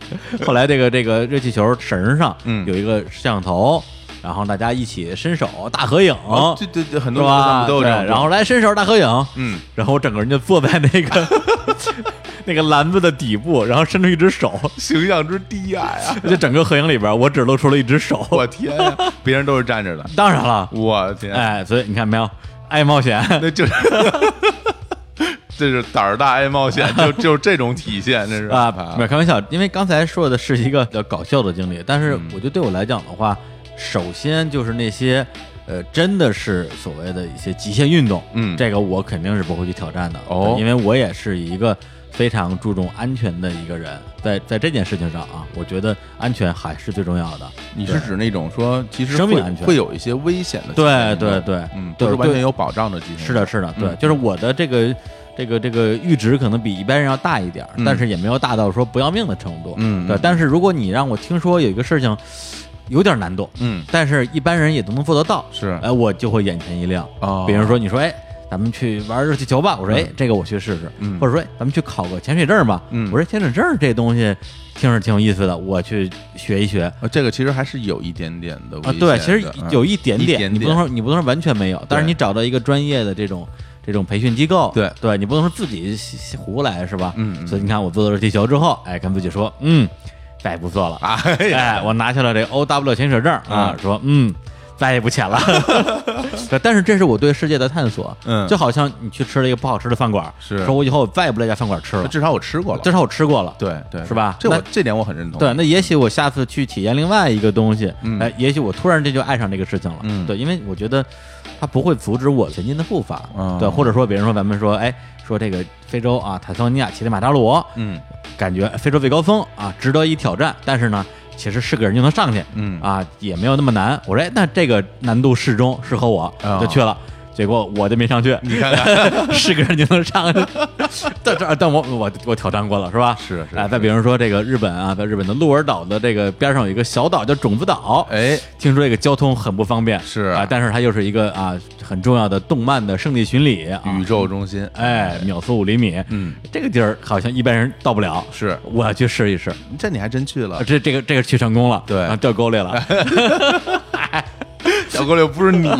[SPEAKER 1] 后来这个这个热气球绳上
[SPEAKER 2] 嗯
[SPEAKER 1] 有一个摄像头，然后大家一起伸手大合影，
[SPEAKER 2] 哦，对对对，很
[SPEAKER 1] 是
[SPEAKER 2] 多人他
[SPEAKER 1] 吧？
[SPEAKER 2] 们都有
[SPEAKER 1] 对，
[SPEAKER 2] 这种，
[SPEAKER 1] 然后来伸手大合影，
[SPEAKER 2] 嗯，
[SPEAKER 1] 然后我整个人就坐在那个
[SPEAKER 2] [LAUGHS]
[SPEAKER 1] 那个篮子的底部，然后伸出一只手，
[SPEAKER 2] [LAUGHS] 形象之低矮 [LAUGHS] 啊！
[SPEAKER 1] 就整个合影里边我只露出了一只手。
[SPEAKER 2] 我天呀，别人都是站着的，
[SPEAKER 1] 当然了，
[SPEAKER 2] 我天，
[SPEAKER 1] 哎，所以你看没有，爱冒险。
[SPEAKER 2] 那就是这是胆儿大爱冒险，就就这种体现，这是
[SPEAKER 1] 啊，没有开玩笑，因为刚才说的是一个比较搞笑的经历，但是
[SPEAKER 2] 嗯
[SPEAKER 1] 我觉得对我来讲的话，首先就是那些呃，真的是所谓的一些极限运动，
[SPEAKER 2] 嗯
[SPEAKER 1] 这个我肯定是不会去挑战的，
[SPEAKER 2] 哦
[SPEAKER 1] 对因为我也是一个非常注重安全的一个人，在在这件事情上啊，我觉得安全还是最重要的，
[SPEAKER 2] 你是
[SPEAKER 1] 对
[SPEAKER 2] 指那种说其实
[SPEAKER 1] 生
[SPEAKER 2] 会
[SPEAKER 1] 命安全
[SPEAKER 2] 会有一些危险的极
[SPEAKER 1] 对
[SPEAKER 2] 限运动，
[SPEAKER 1] 对对，
[SPEAKER 2] 嗯，
[SPEAKER 1] 对
[SPEAKER 2] 都是完全
[SPEAKER 1] 对
[SPEAKER 2] 有保障的极限，
[SPEAKER 1] 是的，，是的，对，
[SPEAKER 2] 嗯
[SPEAKER 1] 就是我的这个这个这个阈值可能比一般人要大一点儿，
[SPEAKER 2] 嗯
[SPEAKER 1] 但是也没有大到说不要命的程度。
[SPEAKER 2] 嗯
[SPEAKER 1] 对
[SPEAKER 2] 嗯。
[SPEAKER 1] 但是如果你让我听说有一个事情有点难度，
[SPEAKER 2] 嗯，
[SPEAKER 1] 但是一般人也都能做得到，
[SPEAKER 2] 是
[SPEAKER 1] 哎，我就会眼前一亮。
[SPEAKER 2] 哦，
[SPEAKER 1] 比如说，你说，哎，咱们去玩热气球吧，我说，哎
[SPEAKER 2] 嗯，
[SPEAKER 1] 这个我去试试。
[SPEAKER 2] 嗯
[SPEAKER 1] 或者说，哎咱们去考个潜水证吧。
[SPEAKER 2] 嗯
[SPEAKER 1] 我说哎潜水证这东西听着挺有意思的，我去学一学。
[SPEAKER 2] 呃这个其实还是有一点点的危
[SPEAKER 1] 啊，
[SPEAKER 2] 险的
[SPEAKER 1] 对，其实
[SPEAKER 2] 嗯
[SPEAKER 1] 有一点
[SPEAKER 2] 一
[SPEAKER 1] 点，
[SPEAKER 2] 点
[SPEAKER 1] 你不
[SPEAKER 2] 点
[SPEAKER 1] 能说你不能说完全没有，但是
[SPEAKER 2] 对
[SPEAKER 1] 你找到一个专业的这种这种培训机构，
[SPEAKER 2] 对
[SPEAKER 1] 对，你不能说自己瞎瞎胡来是吧？
[SPEAKER 2] 嗯嗯
[SPEAKER 1] 所以你看我做了热气球之后，哎，跟自己说，嗯，再也不做了，
[SPEAKER 2] 哎呀，
[SPEAKER 1] 哎，我拿下了这 O W 潜水证啊
[SPEAKER 2] 嗯，
[SPEAKER 1] 说嗯。再也不
[SPEAKER 2] [LAUGHS]
[SPEAKER 1] 潜了，对但是这是我对世界的探索，
[SPEAKER 2] 嗯
[SPEAKER 1] 就好像你去吃了一个不好吃的饭馆，
[SPEAKER 2] 是
[SPEAKER 1] 说我以后再也不来这家饭馆吃了，
[SPEAKER 2] 嗯至少我吃过了，
[SPEAKER 1] 至少我吃过了，
[SPEAKER 2] 对对
[SPEAKER 1] 是吧
[SPEAKER 2] 这我
[SPEAKER 1] 那
[SPEAKER 2] 这点我很认同，
[SPEAKER 1] 对，那也许我下次去体验另外一个东西，
[SPEAKER 2] 嗯
[SPEAKER 1] 哎，也许我突然这就爱上这个事情了，
[SPEAKER 2] 嗯
[SPEAKER 1] 对，因为我觉得它不会阻止我前进的步伐，
[SPEAKER 2] 哦
[SPEAKER 1] 对，或者说，比如说咱们说，哎，说这个非洲啊，坦桑尼亚乞力马扎罗，
[SPEAKER 2] 嗯
[SPEAKER 1] 感觉非洲最高峰啊，值得一挑战，但是呢，其实是个人就能上去，
[SPEAKER 2] 嗯
[SPEAKER 1] 啊，也没有那么难，我说，哎，那这个难度适中，适合我，
[SPEAKER 2] 哦
[SPEAKER 1] 就去了。结果我就没上
[SPEAKER 2] [LAUGHS]
[SPEAKER 1] 去，
[SPEAKER 2] 你看
[SPEAKER 1] [LAUGHS]
[SPEAKER 2] 看
[SPEAKER 1] 是个人就能上去， [LAUGHS] 但但但我我我挑战过了是吧？
[SPEAKER 2] 是是
[SPEAKER 1] 哎，再比如说这个日本啊，在日本的鹿儿岛的这个边上有一个小岛叫种子岛，
[SPEAKER 2] 哎
[SPEAKER 1] 听说这个交通很不方便，
[SPEAKER 2] 是
[SPEAKER 1] 啊，但是它又是一个啊很重要的动漫的圣地巡礼啊，
[SPEAKER 2] 宇宙中心，
[SPEAKER 1] 哎，秒速五厘米，
[SPEAKER 2] 嗯，
[SPEAKER 1] 这个地儿好像一般人到不了，
[SPEAKER 2] 是
[SPEAKER 1] 我要去试一试，
[SPEAKER 2] 这你还真去
[SPEAKER 1] 啊
[SPEAKER 2] 了，
[SPEAKER 1] 这这个这个去成功了，
[SPEAKER 2] 对
[SPEAKER 1] 啊，掉沟里了，
[SPEAKER 2] [LAUGHS] 小哥六不是你，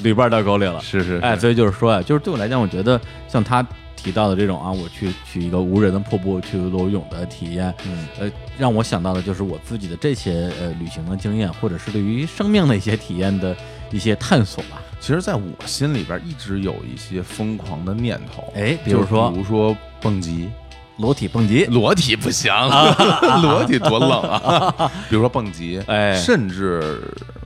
[SPEAKER 1] 旅伴掉沟里了，
[SPEAKER 2] [LAUGHS] 是是
[SPEAKER 1] 哎，
[SPEAKER 2] 是
[SPEAKER 1] 所以就是说啊，就是对我来讲，我觉得像他提到的这种啊，我去去一个无人的瀑布去裸泳的体验，
[SPEAKER 2] 嗯，
[SPEAKER 1] 呃，让我想到的就是我自己的这些呃旅行的经验，或者是对于生命的一些体验的一些探索吧。
[SPEAKER 2] 其实在我心里边一直有一些疯狂的念头，
[SPEAKER 1] 哎，比如说
[SPEAKER 2] 就比如说蹦极，
[SPEAKER 1] 裸体蹦极，
[SPEAKER 2] [LAUGHS] 裸体不行， [LAUGHS] 裸体多冷 [LAUGHS] 啊！比如说蹦极，
[SPEAKER 1] 哎
[SPEAKER 2] 甚至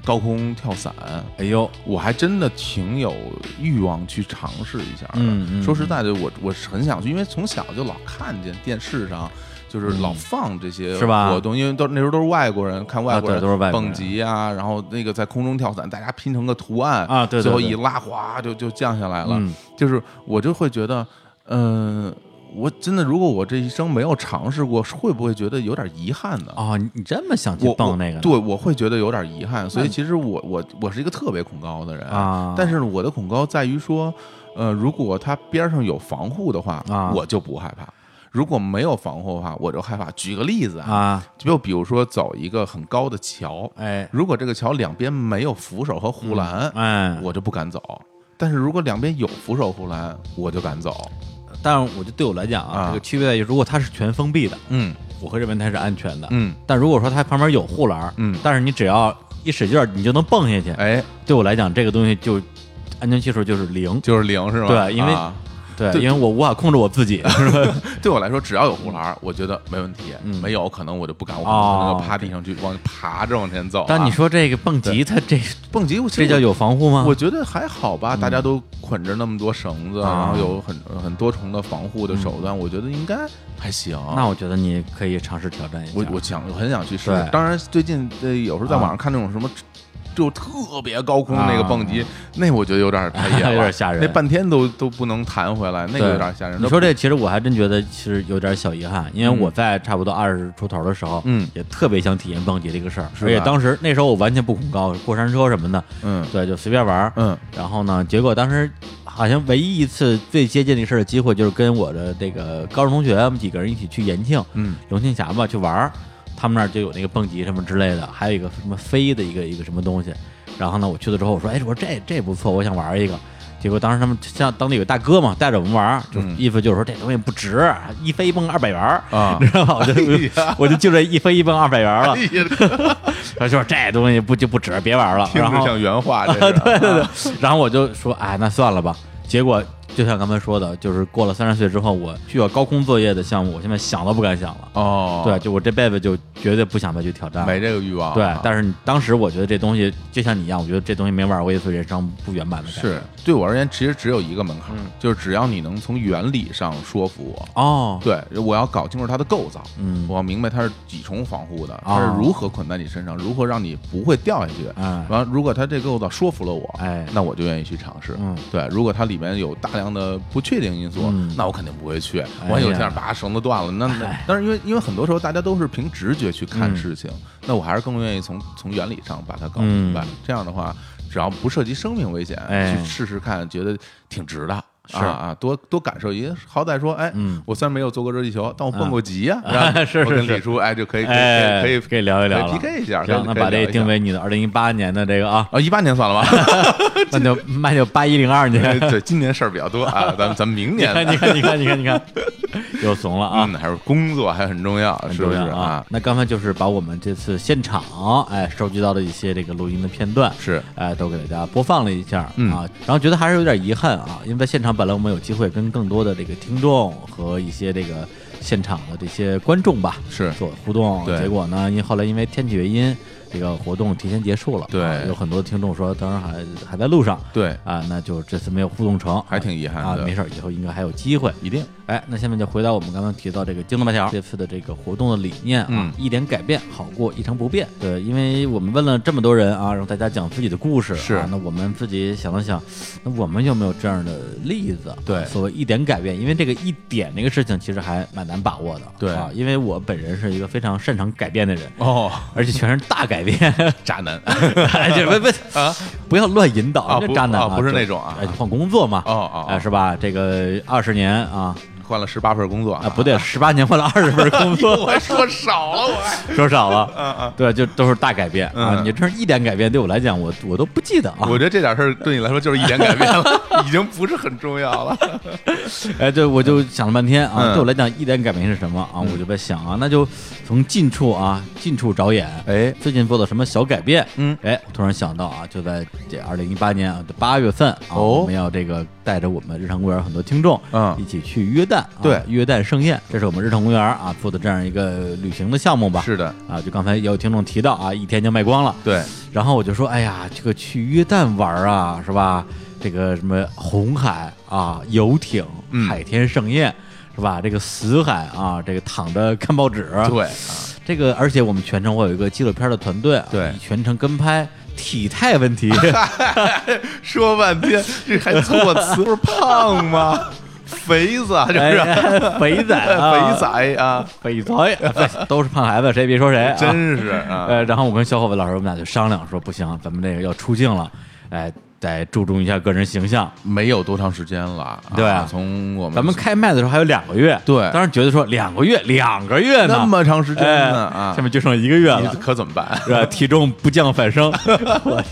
[SPEAKER 2] 高空跳伞，
[SPEAKER 1] 哎呦，
[SPEAKER 2] 我还真的挺有欲望去尝试一下的。
[SPEAKER 1] 嗯嗯
[SPEAKER 2] 说实在的，我我是很想去，因为从小就老看见电视上。就是老放这些
[SPEAKER 1] 嗯是吧
[SPEAKER 2] 活动，因为都那时候都是外国人看外国人、
[SPEAKER 1] 啊对都是外国人
[SPEAKER 2] 蹦极啊，然后那个在空中跳伞，大家拼成个图案
[SPEAKER 1] 啊对对
[SPEAKER 2] 最后
[SPEAKER 1] 对
[SPEAKER 2] 一拉哗就就降下来了。
[SPEAKER 1] 嗯
[SPEAKER 2] 就是我就会觉得，嗯、我真的如果我这一生没有尝试过，会不会觉得有点遗憾呢？
[SPEAKER 1] 哦，你你这么想去
[SPEAKER 2] 我
[SPEAKER 1] 蹦那个？嗯
[SPEAKER 2] 我对，我会觉得有点遗憾。所以其实我我我是一个特别恐高的人
[SPEAKER 1] 啊
[SPEAKER 2] 但是我的恐高在于说，呃，如果它边上有防护的话，
[SPEAKER 1] 啊
[SPEAKER 2] 我就不害怕。如果没有防护的话，我就害怕。举个例子啊，
[SPEAKER 1] 啊，
[SPEAKER 2] 就比如说走一个很高的桥，
[SPEAKER 1] 哎
[SPEAKER 2] 如果这个桥两边没有扶手和护栏，
[SPEAKER 1] 哎，
[SPEAKER 2] 我就不敢走。但是如果两边有扶手护栏，我就敢走。
[SPEAKER 1] 但是我就对我来讲啊，
[SPEAKER 2] 啊
[SPEAKER 1] 这个区别在于，如果它是全封闭的，
[SPEAKER 2] 嗯
[SPEAKER 1] 我会认为它是安全的。
[SPEAKER 2] 嗯，
[SPEAKER 1] 但如果说它旁边有护栏，
[SPEAKER 2] 嗯
[SPEAKER 1] 但是你只要一使劲儿，你就能蹦下去。
[SPEAKER 2] 哎，
[SPEAKER 1] 对我来讲，这个东西就安全系数就是零。
[SPEAKER 2] 就是零是吧？
[SPEAKER 1] 对因为
[SPEAKER 2] 啊
[SPEAKER 1] 对，
[SPEAKER 2] 对
[SPEAKER 1] 因为我无法控制我自
[SPEAKER 2] [LAUGHS]
[SPEAKER 1] 己。
[SPEAKER 2] 对我来说，只要有护栏，我觉得没问题。
[SPEAKER 1] 嗯
[SPEAKER 2] 没有可能我就不敢，我可
[SPEAKER 1] 哦
[SPEAKER 2] 能就趴地上去往爬着往前走啊。
[SPEAKER 1] 但你说这个蹦极，它这
[SPEAKER 2] 蹦极，
[SPEAKER 1] 这叫
[SPEAKER 2] 有。
[SPEAKER 1] 有防护吗？
[SPEAKER 2] 我觉得还好吧，大家都捆着那么多绳子，
[SPEAKER 1] 嗯啊嗯
[SPEAKER 2] 然后有很很多重的防护的手段，我觉得应该还行。
[SPEAKER 1] 那我觉得你可以尝试挑战一下。
[SPEAKER 2] 我我想我很想去试
[SPEAKER 1] 对。啊
[SPEAKER 2] 当然，最近呃有时候在网上看那种什么。就特别高空那个蹦极，那我觉得有点太野
[SPEAKER 1] [LAUGHS]
[SPEAKER 2] 了，
[SPEAKER 1] 哎有点吓人
[SPEAKER 2] 那半天都都不能弹回来，那
[SPEAKER 1] 对
[SPEAKER 2] 个有点吓人。
[SPEAKER 1] 你说这，其实我还真觉得其实有点小遗憾，因为我在差不多二十出头的时候，
[SPEAKER 2] 嗯
[SPEAKER 1] 也特别想体验蹦极这个事儿，
[SPEAKER 2] 是
[SPEAKER 1] 而且
[SPEAKER 2] 吧
[SPEAKER 1] 当时那时候我完全不恐高，过山车什么的，
[SPEAKER 2] 嗯
[SPEAKER 1] 对，就随便玩儿。
[SPEAKER 2] 嗯，
[SPEAKER 1] 然后呢，结果当时好像唯一一次最接近这个事儿的机会，就是跟我的这个高中同学，我们几个人一起去延庆，
[SPEAKER 2] 嗯，
[SPEAKER 1] 龙庆峡吧去玩儿，他们那儿就有那个蹦极什么之类的，还有一个什么飞的一个一个什么东西。然后呢，我去了之后，我说，哎，我说这这不错，我想玩儿一个。结果当时他们像当地有大哥嘛，带着我们玩儿，就是
[SPEAKER 2] 嗯
[SPEAKER 1] 意思就是说这东西不值，一飞一蹦二百元儿 [LAUGHS]
[SPEAKER 2] 啊
[SPEAKER 1] 你知道吧？
[SPEAKER 2] [LAUGHS]
[SPEAKER 1] 我就、我就就这一飞一蹦二百元儿了
[SPEAKER 2] 哎，呀，
[SPEAKER 1] 他说这东西不就不值，别玩儿了。
[SPEAKER 2] 听
[SPEAKER 1] 然
[SPEAKER 2] 着
[SPEAKER 1] 后
[SPEAKER 2] 像原话，
[SPEAKER 1] [LAUGHS]
[SPEAKER 2] 这是啊对对对，
[SPEAKER 1] 然后我就说，哎，那算了吧。结果就像刚才说的，就是过了三十岁之后，我需要高空作业的项目，我现在想都不敢想了。
[SPEAKER 2] 哦，
[SPEAKER 1] 对，就我这辈子就绝对不想再去挑战了。
[SPEAKER 2] 没这个欲望啊，
[SPEAKER 1] 对，但是你当时我觉得这东西就像你一样，我觉得这东西没玩过一次，人生不圆满的感觉。嗯
[SPEAKER 2] 是对我而言，其实只有一个门槛，就是只要你能从原理上说服我，
[SPEAKER 1] 哦，
[SPEAKER 2] 对，我要搞清楚它的构造，
[SPEAKER 1] 嗯
[SPEAKER 2] 我要明白它是几重防护的，它
[SPEAKER 1] 哦
[SPEAKER 2] 是如何捆在你身上，如何让你不会掉下去。
[SPEAKER 1] 哎
[SPEAKER 2] 完，如果它这构造说服了我，
[SPEAKER 1] 哎
[SPEAKER 2] 那我就愿意去尝试。
[SPEAKER 1] 嗯
[SPEAKER 2] 对，如果它里面有大量的不确定因素，
[SPEAKER 1] 嗯
[SPEAKER 2] 那我肯定不会去。
[SPEAKER 1] 哎呀哎
[SPEAKER 2] 万一有一天把绳子断了，那那但是因为因为很多时候大家都是凭直觉去看事情，那我还是更愿意从从原理上把它搞明白。
[SPEAKER 1] 嗯
[SPEAKER 2] 这样的话，只要不涉及生命危险，
[SPEAKER 1] 哎
[SPEAKER 2] 去试试看，觉得挺值的。
[SPEAKER 1] 是
[SPEAKER 2] 啊啊，多多感受一下，好歹说，哎，
[SPEAKER 1] 嗯
[SPEAKER 2] 我虽然没有坐过热气球，但我蹦过极呀、
[SPEAKER 1] [LAUGHS] 啊
[SPEAKER 2] 然后
[SPEAKER 1] 是是
[SPEAKER 2] 我跟
[SPEAKER 1] 是
[SPEAKER 2] 李叔，哎，就可以可以
[SPEAKER 1] 哎，
[SPEAKER 2] 可以
[SPEAKER 1] 可以聊一聊了
[SPEAKER 2] 可以 PK 一下可以
[SPEAKER 1] 行，那把
[SPEAKER 2] 可以聊
[SPEAKER 1] 这
[SPEAKER 2] 一
[SPEAKER 1] 定为你的二零一八年的这个啊，
[SPEAKER 2] 啊，一八年算了
[SPEAKER 1] [LAUGHS]
[SPEAKER 2] 吧，
[SPEAKER 1] 那就那就八一零二年。
[SPEAKER 2] 对，今年事儿比较多啊，咱们咱们明
[SPEAKER 1] [LAUGHS] 你
[SPEAKER 2] 年
[SPEAKER 1] 看，你看，你看，你看，你看，又怂了啊！
[SPEAKER 2] 嗯，还是工作还很重要，
[SPEAKER 1] 很
[SPEAKER 2] 是不
[SPEAKER 1] 重
[SPEAKER 2] 是
[SPEAKER 1] 要啊？？那刚才就是把我们这次现场哎收集到的一些这个录音的片段，
[SPEAKER 2] 是
[SPEAKER 1] 哎都给大家播放了一下、
[SPEAKER 2] 嗯
[SPEAKER 1] 啊，然后觉得还是有点遗憾啊，因为在现场本来我们有机会跟更多的这个听众和一些这个现场的这些观众吧
[SPEAKER 2] 是
[SPEAKER 1] 做互动，
[SPEAKER 2] 对
[SPEAKER 1] 结果呢，因为后来因为天气原因，这个活动提前结束了，
[SPEAKER 2] 对
[SPEAKER 1] 啊有很多听众说当然还还在路上。
[SPEAKER 2] 对，
[SPEAKER 1] 啊，那就这次没有互动成，
[SPEAKER 2] 还挺遗憾
[SPEAKER 1] 啊
[SPEAKER 2] 的，
[SPEAKER 1] 没事儿，以后应该还有机会，
[SPEAKER 2] 一定
[SPEAKER 1] 哎，那下面就回到我们刚刚提到这个京东白条这次的这个活动的理念啊，
[SPEAKER 2] 嗯
[SPEAKER 1] 一点改变好过一成不变。对，因为我们问了这么多人啊，让大家讲自己的故事、啊，
[SPEAKER 2] 是
[SPEAKER 1] 那我们自己想了想，那我们有没有这样的例子？啊
[SPEAKER 2] 对
[SPEAKER 1] 所谓一点改变，因为这个一点这个事情其实还蛮难把握的。
[SPEAKER 2] 对
[SPEAKER 1] 啊，因为我本人是一个非常擅长改变的人，
[SPEAKER 2] 哦，
[SPEAKER 1] 而且全是大改变。
[SPEAKER 2] [LAUGHS] 渣
[SPEAKER 1] [LAUGHS]
[SPEAKER 2] 男
[SPEAKER 1] 就不不啊，不要乱引导，
[SPEAKER 2] 啊
[SPEAKER 1] 这
[SPEAKER 2] 不
[SPEAKER 1] 渣男
[SPEAKER 2] 啊不是
[SPEAKER 1] 就
[SPEAKER 2] 那种啊
[SPEAKER 1] 哎换工作嘛，
[SPEAKER 2] 哦哦
[SPEAKER 1] 哎
[SPEAKER 2] 哦
[SPEAKER 1] 是吧？这个二十年啊，
[SPEAKER 2] 换了十八份工作
[SPEAKER 1] 啊，不对，十八年换了二十份工
[SPEAKER 2] [LAUGHS] 我
[SPEAKER 1] 作，
[SPEAKER 2] 还说少了我
[SPEAKER 1] [LAUGHS]
[SPEAKER 2] 还。
[SPEAKER 1] 说少了，对，就都是大改变啊。
[SPEAKER 2] 嗯
[SPEAKER 1] 你这一点改变对我来讲，我我都不记得啊
[SPEAKER 2] 我。觉得这点事儿对你来说就是一点改变
[SPEAKER 1] [LAUGHS]
[SPEAKER 2] 了，已经不是很重要了。
[SPEAKER 1] 哎，对，我就想了半天啊，
[SPEAKER 2] 嗯
[SPEAKER 1] 对我来讲一点改变是什么啊？我就在想啊，那就从近处啊，近处着眼。
[SPEAKER 2] 哎，
[SPEAKER 1] 最近做了什么小改变？
[SPEAKER 2] 嗯，
[SPEAKER 1] 哎，我突然想到啊，就在这二零一八年啊，这八月份啊，
[SPEAKER 2] 哦
[SPEAKER 1] 我们要这个带着我们日常公园很多听众，
[SPEAKER 2] 嗯
[SPEAKER 1] 一起去约旦诞，啊
[SPEAKER 2] 对
[SPEAKER 1] 约旦盛宴，这是我们日坛公园啊做的这样一个旅行的项目吧？
[SPEAKER 2] 是的，
[SPEAKER 1] 啊，就刚才也有听众提到啊，一天就卖光了。
[SPEAKER 2] 对，
[SPEAKER 1] 然后我就说，哎呀，这个去约旦玩啊，是吧？这个什么红海啊，游艇
[SPEAKER 2] 嗯、
[SPEAKER 1] 海天盛宴，是吧？这个死海啊，这个躺着看报纸，
[SPEAKER 2] 对，啊
[SPEAKER 1] 这个而且我们全程我有一个纪录片的团队啊，
[SPEAKER 2] 对
[SPEAKER 1] 以全程跟拍，体态问
[SPEAKER 2] [LAUGHS]
[SPEAKER 1] 题
[SPEAKER 2] 说半天这还错词， [LAUGHS] 不是胖吗？肥子啊就是
[SPEAKER 1] 哎哎肥仔
[SPEAKER 2] [LAUGHS]
[SPEAKER 1] 啊，
[SPEAKER 2] 肥仔啊，
[SPEAKER 1] 肥仔， [LAUGHS] 都是胖孩子，谁也别说谁啊，
[SPEAKER 2] 真是啊，
[SPEAKER 1] 呃，然后我跟小伙伴老师，我们俩就商量说，不行，咱们这个要出镜了，哎，得注重一下个人形象。
[SPEAKER 2] 没有多长时间了啊，
[SPEAKER 1] 对啊
[SPEAKER 2] 从我们
[SPEAKER 1] 咱们开麦的时候还有两个月，
[SPEAKER 2] 对
[SPEAKER 1] 当时觉得说两个月，两个月呢，
[SPEAKER 2] 那么长时间
[SPEAKER 1] 哎
[SPEAKER 2] 呢啊
[SPEAKER 1] 下，面就剩一个月
[SPEAKER 2] 你
[SPEAKER 1] 了，
[SPEAKER 2] 可怎么办？
[SPEAKER 1] 是吧？体重不降反
[SPEAKER 2] [LAUGHS]
[SPEAKER 1] 升，我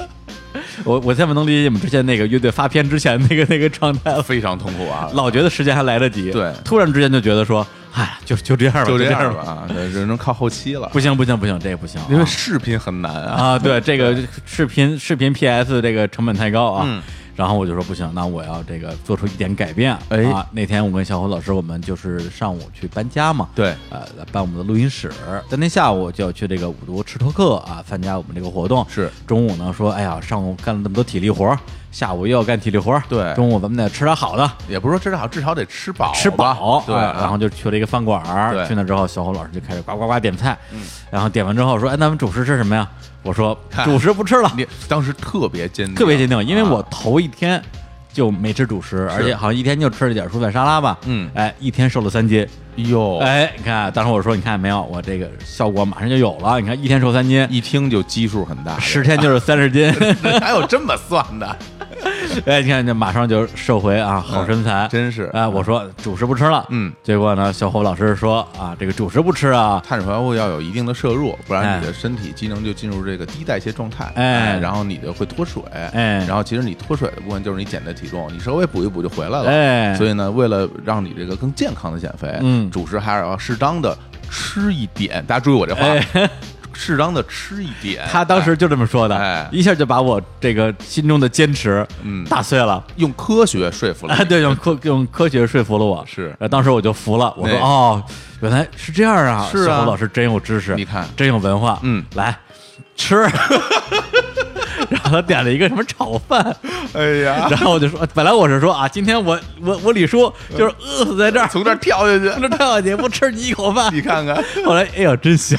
[SPEAKER 1] 我我现在能理解你们之前那个乐队发片之前那个那个状态了，
[SPEAKER 2] 非常痛苦啊，
[SPEAKER 1] 老觉得时间还来得及，
[SPEAKER 2] 对
[SPEAKER 1] 突然之间就觉得说，哎，就就这样吧，
[SPEAKER 2] 就
[SPEAKER 1] 就
[SPEAKER 2] 这
[SPEAKER 1] 样
[SPEAKER 2] 样吧，啊，对只能靠后期了，
[SPEAKER 1] 不行不行不行，这个不行啊，
[SPEAKER 2] 因为视频很难啊。
[SPEAKER 1] 啊，对，这个视频视频 PS 这个成本太高啊。
[SPEAKER 2] 嗯
[SPEAKER 1] 然后我就说不行，那我要这个做出一点改变。
[SPEAKER 2] 哎
[SPEAKER 1] 啊，那天我跟小侯老师，我们就是上午去搬家嘛，
[SPEAKER 2] 对，
[SPEAKER 1] 呃，搬我们的录音室。当天下午就要去这个五毒吃托克啊，参加我们这个活动。
[SPEAKER 2] 是
[SPEAKER 1] 中午呢说，哎呀，上午干了那么多体力活儿，下午又要干体力活儿，
[SPEAKER 2] 对
[SPEAKER 1] 中午咱们得吃点好的，
[SPEAKER 2] 也不是说吃好，至少得吃饱吧，
[SPEAKER 1] 吃饱，
[SPEAKER 2] 对，
[SPEAKER 1] 啊然后就去了一个饭馆儿，
[SPEAKER 2] 对嗯
[SPEAKER 1] 去那之后，小侯老师就开始呱呱呱点菜，然后点完之后说，哎，那咱们主食吃什么呀？我说
[SPEAKER 2] [LAUGHS] 看
[SPEAKER 1] 主食不吃了，
[SPEAKER 2] 你当时特别坚定，
[SPEAKER 1] 特别坚定，因为我
[SPEAKER 2] 啊
[SPEAKER 1] 头一天就没吃主食，而且好像一天就吃了点蔬菜沙拉吧，
[SPEAKER 2] 嗯哦
[SPEAKER 1] 哎，一天瘦了三斤，
[SPEAKER 2] 哟，
[SPEAKER 1] 哎，你看，当时我说，你看没有，我这个效果马上就有了，你看一天瘦三斤，
[SPEAKER 2] 一听就基数很大，
[SPEAKER 1] 十天就是三十
[SPEAKER 2] [LAUGHS]
[SPEAKER 1] 斤，
[SPEAKER 2] 还有这么算的，
[SPEAKER 1] 哎，你看这马上就瘦回 [LAUGHS] 啊好身材，
[SPEAKER 2] 真是
[SPEAKER 1] 哎，我说主食不吃了，
[SPEAKER 2] 嗯，
[SPEAKER 1] 结果呢，小侯老师说啊，这个主食不吃啊，
[SPEAKER 2] 碳水化合物要有一定的摄入，不然
[SPEAKER 1] 哎
[SPEAKER 2] 你的身体机能就进入这个低代谢状态，
[SPEAKER 1] 哎
[SPEAKER 2] 然后你就会脱水，
[SPEAKER 1] 哎
[SPEAKER 2] 然后其实你脱水的部分就是你减的体重，你稍微补一补就回来了，
[SPEAKER 1] 哎
[SPEAKER 2] 所以呢，为了让你这个更健康的减肥，
[SPEAKER 1] 嗯
[SPEAKER 2] 主食还是要适当的吃一点，大家注意我这话，
[SPEAKER 1] 哎，
[SPEAKER 2] [LAUGHS] 适当的吃一点，
[SPEAKER 1] 他当时就这么说的
[SPEAKER 2] 哎，
[SPEAKER 1] 一下就把我这个心中的坚持
[SPEAKER 2] 嗯
[SPEAKER 1] 打碎了。
[SPEAKER 2] 用科学说服
[SPEAKER 1] [LAUGHS]
[SPEAKER 2] 了
[SPEAKER 1] 啊，
[SPEAKER 2] 你，
[SPEAKER 1] 对，用科用科学说服了我，
[SPEAKER 2] 是
[SPEAKER 1] 呃，当时我就服了，我说
[SPEAKER 2] 对
[SPEAKER 1] 哦，原来是这样啊，
[SPEAKER 2] 是啊
[SPEAKER 1] 小侯老师真有知识，
[SPEAKER 2] 你看
[SPEAKER 1] 真有文化，
[SPEAKER 2] 嗯
[SPEAKER 1] 来吃， [LAUGHS] 然后他点了一个什么炒
[SPEAKER 2] [LAUGHS]
[SPEAKER 1] 饭，
[SPEAKER 2] 哎呀，
[SPEAKER 1] 然后我就说，本来我是说啊，今天我我我李叔就是饿死在这儿，
[SPEAKER 2] 从这儿跳下 [LAUGHS] 去，
[SPEAKER 1] 这跳下去不吃你一口
[SPEAKER 2] [LAUGHS]
[SPEAKER 1] 饭，
[SPEAKER 2] 你看看。
[SPEAKER 1] 后来哎呀真
[SPEAKER 2] [LAUGHS]
[SPEAKER 1] 香，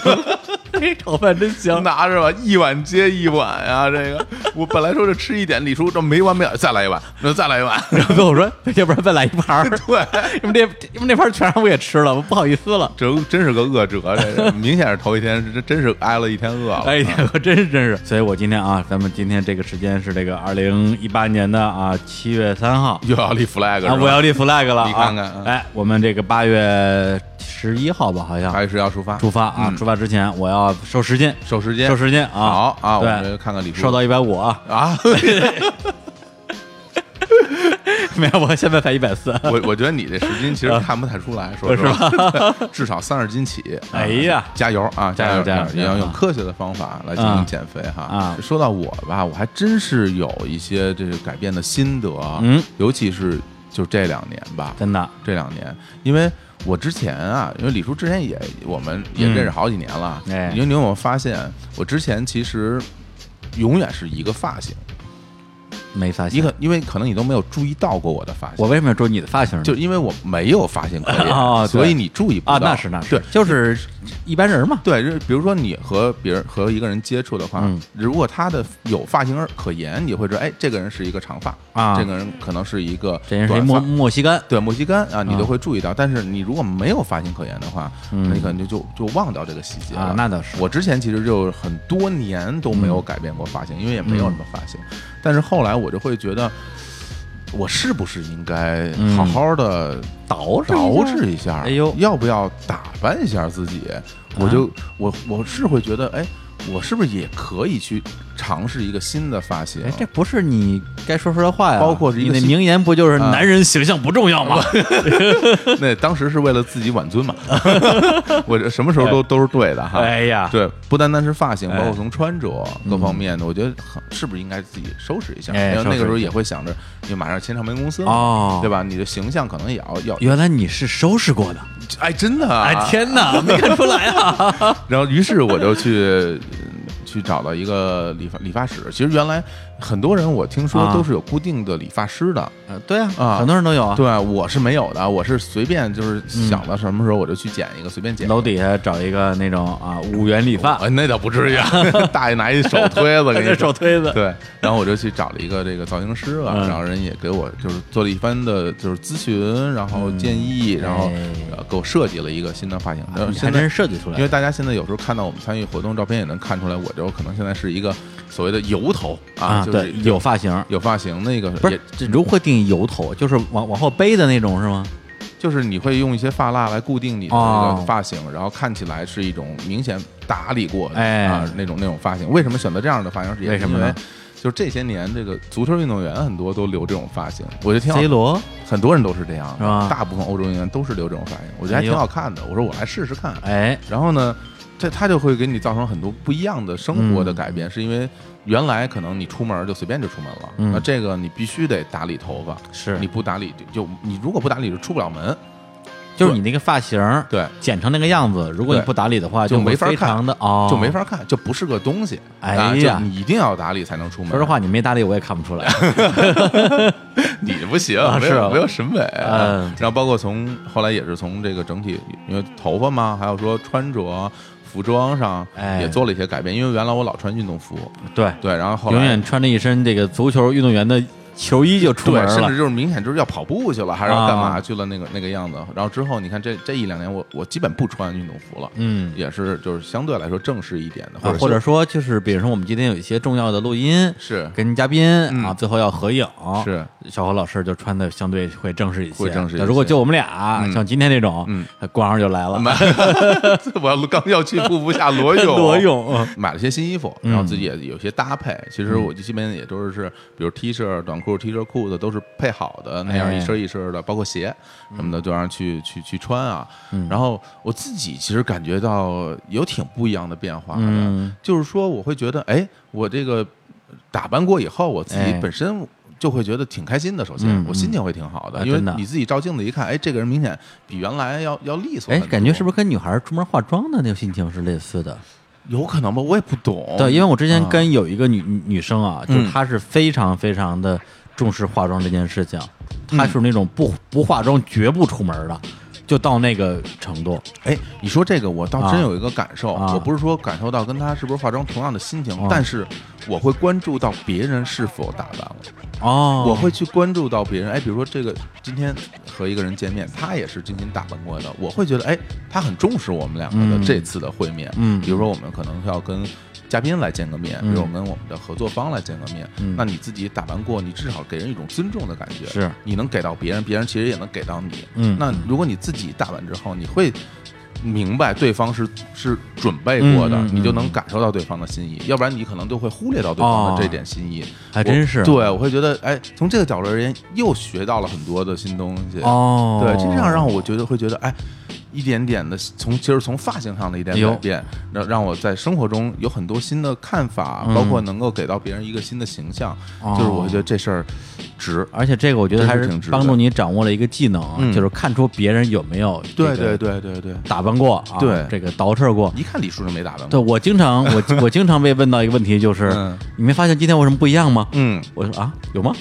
[SPEAKER 1] 这炒饭真香，
[SPEAKER 2] 拿着吧，一碗接一碗啊！这个我本来说是吃一点，李叔这没完没了，再来一碗，那再来一碗，
[SPEAKER 1] 然后跟我说，要不然再来一盘儿， [LAUGHS]
[SPEAKER 2] 对，
[SPEAKER 1] 因为这因为那盘儿全让我也吃了，我不好意思了。
[SPEAKER 2] 这真是个饿者，这个明显是头一天，这真是挨了一天饿了。啊
[SPEAKER 1] 哎 [LAUGHS] 呀，我真是真是，所以我今天啊，咱们今天这个时间是这个二零一八年的啊七月三号
[SPEAKER 2] 又要立 flag
[SPEAKER 1] 啊，
[SPEAKER 2] 了，
[SPEAKER 1] 我要立 flag 了啊！
[SPEAKER 2] 你看看啊
[SPEAKER 1] 哎，我们这个八月十一号吧，好像
[SPEAKER 2] 还是要出发，
[SPEAKER 1] 出发啊，
[SPEAKER 2] 嗯
[SPEAKER 1] 出发之前我要瘦十斤，
[SPEAKER 2] 瘦时间，
[SPEAKER 1] 瘦十斤啊！
[SPEAKER 2] 好啊，我们
[SPEAKER 1] 对，
[SPEAKER 2] 看看李叔
[SPEAKER 1] 瘦到一百五啊， [LAUGHS]
[SPEAKER 2] 啊，
[SPEAKER 1] 没有，我现在才一百四。
[SPEAKER 2] 我我觉得你这十斤其
[SPEAKER 1] 啊
[SPEAKER 2] 实看不太出来，说实话，对至少三十
[SPEAKER 1] [LAUGHS]
[SPEAKER 2] 斤起。啊
[SPEAKER 1] 哎呀
[SPEAKER 2] 加油啊，
[SPEAKER 1] 加油
[SPEAKER 2] 油
[SPEAKER 1] 加油
[SPEAKER 2] 油！你要用
[SPEAKER 1] 啊
[SPEAKER 2] 科学的方法来进
[SPEAKER 1] 啊
[SPEAKER 2] 行减肥哈。
[SPEAKER 1] 啊
[SPEAKER 2] 说到我吧，我还真是有一些这个改变的心得，啊
[SPEAKER 1] 嗯，
[SPEAKER 2] 尤其是就这两年吧，
[SPEAKER 1] 真的，
[SPEAKER 2] 这两年，因为我之前啊，因为李叔之前也我们也
[SPEAKER 1] 嗯
[SPEAKER 2] 认识好几年了，
[SPEAKER 1] 哎
[SPEAKER 2] 因为你有没有发现，我之前其实永远是一个发型，
[SPEAKER 1] 没发
[SPEAKER 2] 你
[SPEAKER 1] 型。
[SPEAKER 2] 可因为可能你都没有注意到过我的发型
[SPEAKER 1] 我。为什么要说你的发型呢？
[SPEAKER 2] 就因为我没有发现可以，
[SPEAKER 1] 哦对
[SPEAKER 2] 所以你注意不到。
[SPEAKER 1] 啊，那是那是，
[SPEAKER 2] 对
[SPEAKER 1] 就是一般人嘛。
[SPEAKER 2] 对，就是比如说你和别人和一个人接触的话，
[SPEAKER 1] 嗯
[SPEAKER 2] 如果他的有发型而可言，你会说，哎，这个人是一个长发
[SPEAKER 1] 啊
[SPEAKER 2] 这个人可能是一个
[SPEAKER 1] 这人是一
[SPEAKER 2] 短
[SPEAKER 1] 墨
[SPEAKER 2] 发。
[SPEAKER 1] 墨西哥，
[SPEAKER 2] 对，墨西哥啊，你
[SPEAKER 1] 啊
[SPEAKER 2] 都会注意到。但是你如果没有发型可言的话，
[SPEAKER 1] 嗯
[SPEAKER 2] 那你可能就就就忘掉这个细节了。
[SPEAKER 1] 啊，那倒是。
[SPEAKER 2] 我之前其实就很多年都没有
[SPEAKER 1] 嗯
[SPEAKER 2] 改变过发型，因为也没有什么发型。但是后来我就会觉得，我是不是应该
[SPEAKER 1] 嗯
[SPEAKER 2] 好好的
[SPEAKER 1] 捯饬一
[SPEAKER 2] 捯
[SPEAKER 1] 下
[SPEAKER 2] 饬一下？
[SPEAKER 1] 哎呦啊
[SPEAKER 2] 要不要打扮一下自己？我就我我是会觉得，哎，我是不是也可以去尝试一个新的发型
[SPEAKER 1] 哎？，这不是你该说出的话呀。
[SPEAKER 2] 包括是一
[SPEAKER 1] 你
[SPEAKER 2] 个
[SPEAKER 1] 的
[SPEAKER 2] 新
[SPEAKER 1] 名言不就是
[SPEAKER 2] 啊
[SPEAKER 1] 男人形象不重要
[SPEAKER 2] [LAUGHS]
[SPEAKER 1] 吗？
[SPEAKER 2] 那当时是为了自己挽
[SPEAKER 1] [LAUGHS]
[SPEAKER 2] 尊嘛，我这什么时候都都是对的哈。
[SPEAKER 1] 哎呀，
[SPEAKER 2] 对，不单单是发型，
[SPEAKER 1] 哎嗯
[SPEAKER 2] 包括从穿着各方面的，我觉得很是不是应该自己收拾一下？
[SPEAKER 1] 哎
[SPEAKER 2] 因为那
[SPEAKER 1] 收拾一
[SPEAKER 2] 个时候
[SPEAKER 1] 下
[SPEAKER 2] 也会想着，你马上签唱片公司嘛，
[SPEAKER 1] 哦，
[SPEAKER 2] 对？吧？你的形象可能也要要，
[SPEAKER 1] 原来你是收拾过的，
[SPEAKER 2] 哎，真的啊，
[SPEAKER 1] 哎天哪，没看出来
[SPEAKER 2] [LAUGHS]
[SPEAKER 1] 啊！
[SPEAKER 2] 然后，于是我就去嗯去找到一个理发理发室。其实原来很多人我听说
[SPEAKER 1] 啊
[SPEAKER 2] 都是有固定的理发师的，
[SPEAKER 1] 呃对啊，
[SPEAKER 2] 啊
[SPEAKER 1] 很多人都有啊。嗯
[SPEAKER 2] 对我是没有的，我是随便就是想到什么时候我就去剪一个，随便剪。
[SPEAKER 1] 楼底下找一个那种啊五元理发，
[SPEAKER 2] 哎，那倒不
[SPEAKER 1] [LAUGHS]
[SPEAKER 2] 至于，啊，大爷拿一手推子给你
[SPEAKER 1] 手推子，
[SPEAKER 2] [LAUGHS] 对，然后我就去找了一个这个造型师吧，
[SPEAKER 1] 嗯
[SPEAKER 2] 然后人也给我就是做了一番的，就是咨询，然后建议，然后
[SPEAKER 1] 哎啊
[SPEAKER 2] 呃给我设计了一个新的发型。然后
[SPEAKER 1] 你还
[SPEAKER 2] 现
[SPEAKER 1] 真
[SPEAKER 2] 在
[SPEAKER 1] 设计出来
[SPEAKER 2] 因为
[SPEAKER 1] 了。
[SPEAKER 2] 大家现在有时候看到我们参与活动照片，也能看出来，我就可能现在是一个所谓的油头啊，
[SPEAKER 1] 啊，
[SPEAKER 2] 就是
[SPEAKER 1] 对，有发型，
[SPEAKER 2] 有发型那个，
[SPEAKER 1] 不
[SPEAKER 2] 也
[SPEAKER 1] 是这如何定义油头？就是往往后背的那种是吗？
[SPEAKER 2] 就是你会用一些发蜡来固定你的
[SPEAKER 1] 哦
[SPEAKER 2] 这个发型，然后看起来是一种明显打理过的、
[SPEAKER 1] 哎
[SPEAKER 2] 啊那种那种发型。为什么选择这样的发型？也是
[SPEAKER 1] 为什么
[SPEAKER 2] 因
[SPEAKER 1] 呢
[SPEAKER 2] 为就是这些年，这个足球运动员很多都留这种发型，我觉得挺好
[SPEAKER 1] C 罗，
[SPEAKER 2] 很多人都是这样的，
[SPEAKER 1] 是吧
[SPEAKER 2] 大部分欧洲运动员都是留这种发型，我觉得还
[SPEAKER 1] 哎呦
[SPEAKER 2] 挺好看的。我说我来试试看，
[SPEAKER 1] 哎，
[SPEAKER 2] 然后呢，这它就会给你造成很多不一样的生活的改变，是因为原来可能你出门就随便就出门了，
[SPEAKER 1] 嗯
[SPEAKER 2] 那这个你必须得打理头发，
[SPEAKER 1] 是
[SPEAKER 2] 你不打理就就你如果不打理就出不了门，
[SPEAKER 1] 就是你那个发型
[SPEAKER 2] 对，
[SPEAKER 1] 剪成那个样子，如果你
[SPEAKER 2] 对
[SPEAKER 1] 不打理的话，
[SPEAKER 2] 就
[SPEAKER 1] 会
[SPEAKER 2] 没法
[SPEAKER 1] 非常的哦，
[SPEAKER 2] 就没。法看，就不是个东西。
[SPEAKER 1] 哎
[SPEAKER 2] 啊
[SPEAKER 1] 呀
[SPEAKER 2] 就你一定要打理才能出门。
[SPEAKER 1] 说实，话，你没打理我也看不出来。
[SPEAKER 2] 你不行，
[SPEAKER 1] 啊
[SPEAKER 2] 没
[SPEAKER 1] 是啊
[SPEAKER 2] 有没有审美。
[SPEAKER 1] 嗯
[SPEAKER 2] 然后包括从后来也是从这个整体，因为头发嘛，还有说穿着。服装上
[SPEAKER 1] 哎
[SPEAKER 2] 也做了一些改变，因为原来我老穿运动服，
[SPEAKER 1] 对，
[SPEAKER 2] [LAUGHS] 对，然后后来
[SPEAKER 1] 永远穿着一身这个足球运动员的球衣就出门
[SPEAKER 2] 对，甚至
[SPEAKER 1] 了。
[SPEAKER 2] 就是明显就是要跑步去了，还是要干嘛
[SPEAKER 1] 啊
[SPEAKER 2] 去了那个那个样子。然后之后你看这这一两年我，我基本不穿运动服了，
[SPEAKER 1] 嗯，
[SPEAKER 2] 也是就是相对来说正式一点的，
[SPEAKER 1] 啊，
[SPEAKER 2] 或
[SPEAKER 1] 或
[SPEAKER 2] 者
[SPEAKER 1] 者说就是，比如说我们今天有一些重要的录音，
[SPEAKER 2] 是
[SPEAKER 1] 跟嘉宾啊，
[SPEAKER 2] 嗯
[SPEAKER 1] 最后要合影，
[SPEAKER 2] 是 [LAUGHS]
[SPEAKER 1] 小侯老师就穿的相对会正式一些。
[SPEAKER 2] 会正式一些
[SPEAKER 1] 如果就我们俩，
[SPEAKER 2] 嗯
[SPEAKER 1] 像今天这种，
[SPEAKER 2] 嗯，
[SPEAKER 1] 光着就来了，
[SPEAKER 2] 是，我要刚要去瀑布下裸泳，
[SPEAKER 1] 裸泳，嗯
[SPEAKER 2] [LAUGHS] 买了些新衣服，
[SPEAKER 1] 嗯
[SPEAKER 2] 然后自己也有些搭配。其实我基本也都是是，比如 T 恤、短裤、T 恤、裤子都是配好的，那样
[SPEAKER 1] 哎嗯
[SPEAKER 2] 一身一身的，包括鞋什么的，就让人去去去穿啊。然后我自己其实感觉到有挺不一样的变化的
[SPEAKER 1] 嗯，
[SPEAKER 2] 就是说我会觉得，哎，我这个打扮过以后，我自己
[SPEAKER 1] 哎
[SPEAKER 2] 本身。就会觉得挺开心的，首
[SPEAKER 1] 嗯
[SPEAKER 2] 先我心情会挺好的，
[SPEAKER 1] 啊
[SPEAKER 2] 因为
[SPEAKER 1] 真的
[SPEAKER 2] 你自己照镜子一看，哎，这个人明显比原来要要利索
[SPEAKER 1] 哎
[SPEAKER 2] 很多。，
[SPEAKER 1] 感觉是不是跟女孩出门化妆的那个心情是类似的？
[SPEAKER 2] 有可能吧？我也不懂。
[SPEAKER 1] 对，因为我之前
[SPEAKER 2] 啊
[SPEAKER 1] 跟有一个女、女女生啊，就
[SPEAKER 2] 嗯
[SPEAKER 1] 是她是非常非常的重视化妆这件事情，
[SPEAKER 2] 嗯
[SPEAKER 1] 她是那种不不化妆绝不出门的，就到那个程度。
[SPEAKER 2] 哎，你说这个，我倒
[SPEAKER 1] 啊
[SPEAKER 2] 真有一个感受。
[SPEAKER 1] 啊
[SPEAKER 2] 我不是说感受到跟他是不是化妆同样的心情，
[SPEAKER 1] 啊
[SPEAKER 2] 但是我会关注到别人是否打扮了，
[SPEAKER 1] 哦，
[SPEAKER 2] 我会去关注到别人。哎，比如说这个今天和一个人见面，他也是精心打扮过的，我会觉得哎，他很重视我们两个的
[SPEAKER 1] 嗯
[SPEAKER 2] 这次的会面。
[SPEAKER 1] 嗯
[SPEAKER 2] 比如说我们可能要跟。嘉宾来见个面，比
[SPEAKER 1] 嗯
[SPEAKER 2] 如我们跟我们的合作方来见个面，
[SPEAKER 1] 嗯
[SPEAKER 2] 那你自己打扮过，你至少给人一种尊重的感觉，
[SPEAKER 1] 是
[SPEAKER 2] 你能给到别人，别人其实也能给到你，
[SPEAKER 1] 嗯，
[SPEAKER 2] 那如果你自己打完之后，你会明白对方是是准备过的，
[SPEAKER 1] 嗯嗯嗯
[SPEAKER 2] 你就能感受到对方的心意，要不然你可能就会忽略到对方
[SPEAKER 1] 哦
[SPEAKER 2] 的这点心意。
[SPEAKER 1] 还真是
[SPEAKER 2] 我对，我会觉得，哎，从这个角度而言，又学到了很多的新东西。
[SPEAKER 1] 哦，
[SPEAKER 2] 对，这样让我觉得会觉得，哎，一点点的从其实从发型上的一点
[SPEAKER 1] 哎呦
[SPEAKER 2] 改变，让让我在生活中有很多新的看法，
[SPEAKER 1] 嗯
[SPEAKER 2] 包括能够给到别人一个新的形象，
[SPEAKER 1] 哦
[SPEAKER 2] 就是我会觉得这事儿值。
[SPEAKER 1] 而且这个我觉得
[SPEAKER 2] 真
[SPEAKER 1] 还
[SPEAKER 2] 是
[SPEAKER 1] 是
[SPEAKER 2] 挺值得
[SPEAKER 1] 帮助你掌握了一个技能啊，
[SPEAKER 2] 嗯
[SPEAKER 1] 就是看出别人有没有
[SPEAKER 2] 对对对对对，
[SPEAKER 1] 打扮过啊，
[SPEAKER 2] 对
[SPEAKER 1] 这个捯饬过。
[SPEAKER 2] 一看李叔就没打扮
[SPEAKER 1] 对
[SPEAKER 2] 过。
[SPEAKER 1] 我经常我 [LAUGHS] 我经常被问到一个问题，就是、
[SPEAKER 2] 嗯
[SPEAKER 1] 你没发现今天我有什么不一样吗？
[SPEAKER 2] 嗯，
[SPEAKER 1] 我说啊，有
[SPEAKER 2] [LAUGHS]
[SPEAKER 1] 吗？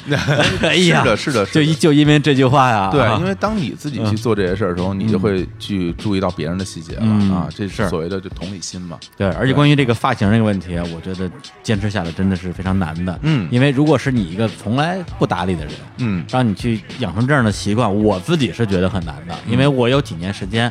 [SPEAKER 1] 哎呀，
[SPEAKER 2] 是的，是的，是
[SPEAKER 1] 就
[SPEAKER 2] 的
[SPEAKER 1] 一就因为这句话呀，
[SPEAKER 2] 对
[SPEAKER 1] 啊，
[SPEAKER 2] 因为当你自己去做这些事儿的时候，你就会去注意到别人的细节了
[SPEAKER 1] 嗯
[SPEAKER 2] 啊，这
[SPEAKER 1] 是
[SPEAKER 2] 所谓的就同理心嘛。
[SPEAKER 1] 对，而且
[SPEAKER 2] 对
[SPEAKER 1] 关于这个发型这个问题，啊我觉得坚持下来真的是非常难的。
[SPEAKER 2] 嗯
[SPEAKER 1] 因为如果是你一个从来不打理的人，
[SPEAKER 2] 嗯
[SPEAKER 1] 让你去养成这样的习惯，我自己是觉得很难的。因为
[SPEAKER 2] 嗯
[SPEAKER 1] 我有几年时间，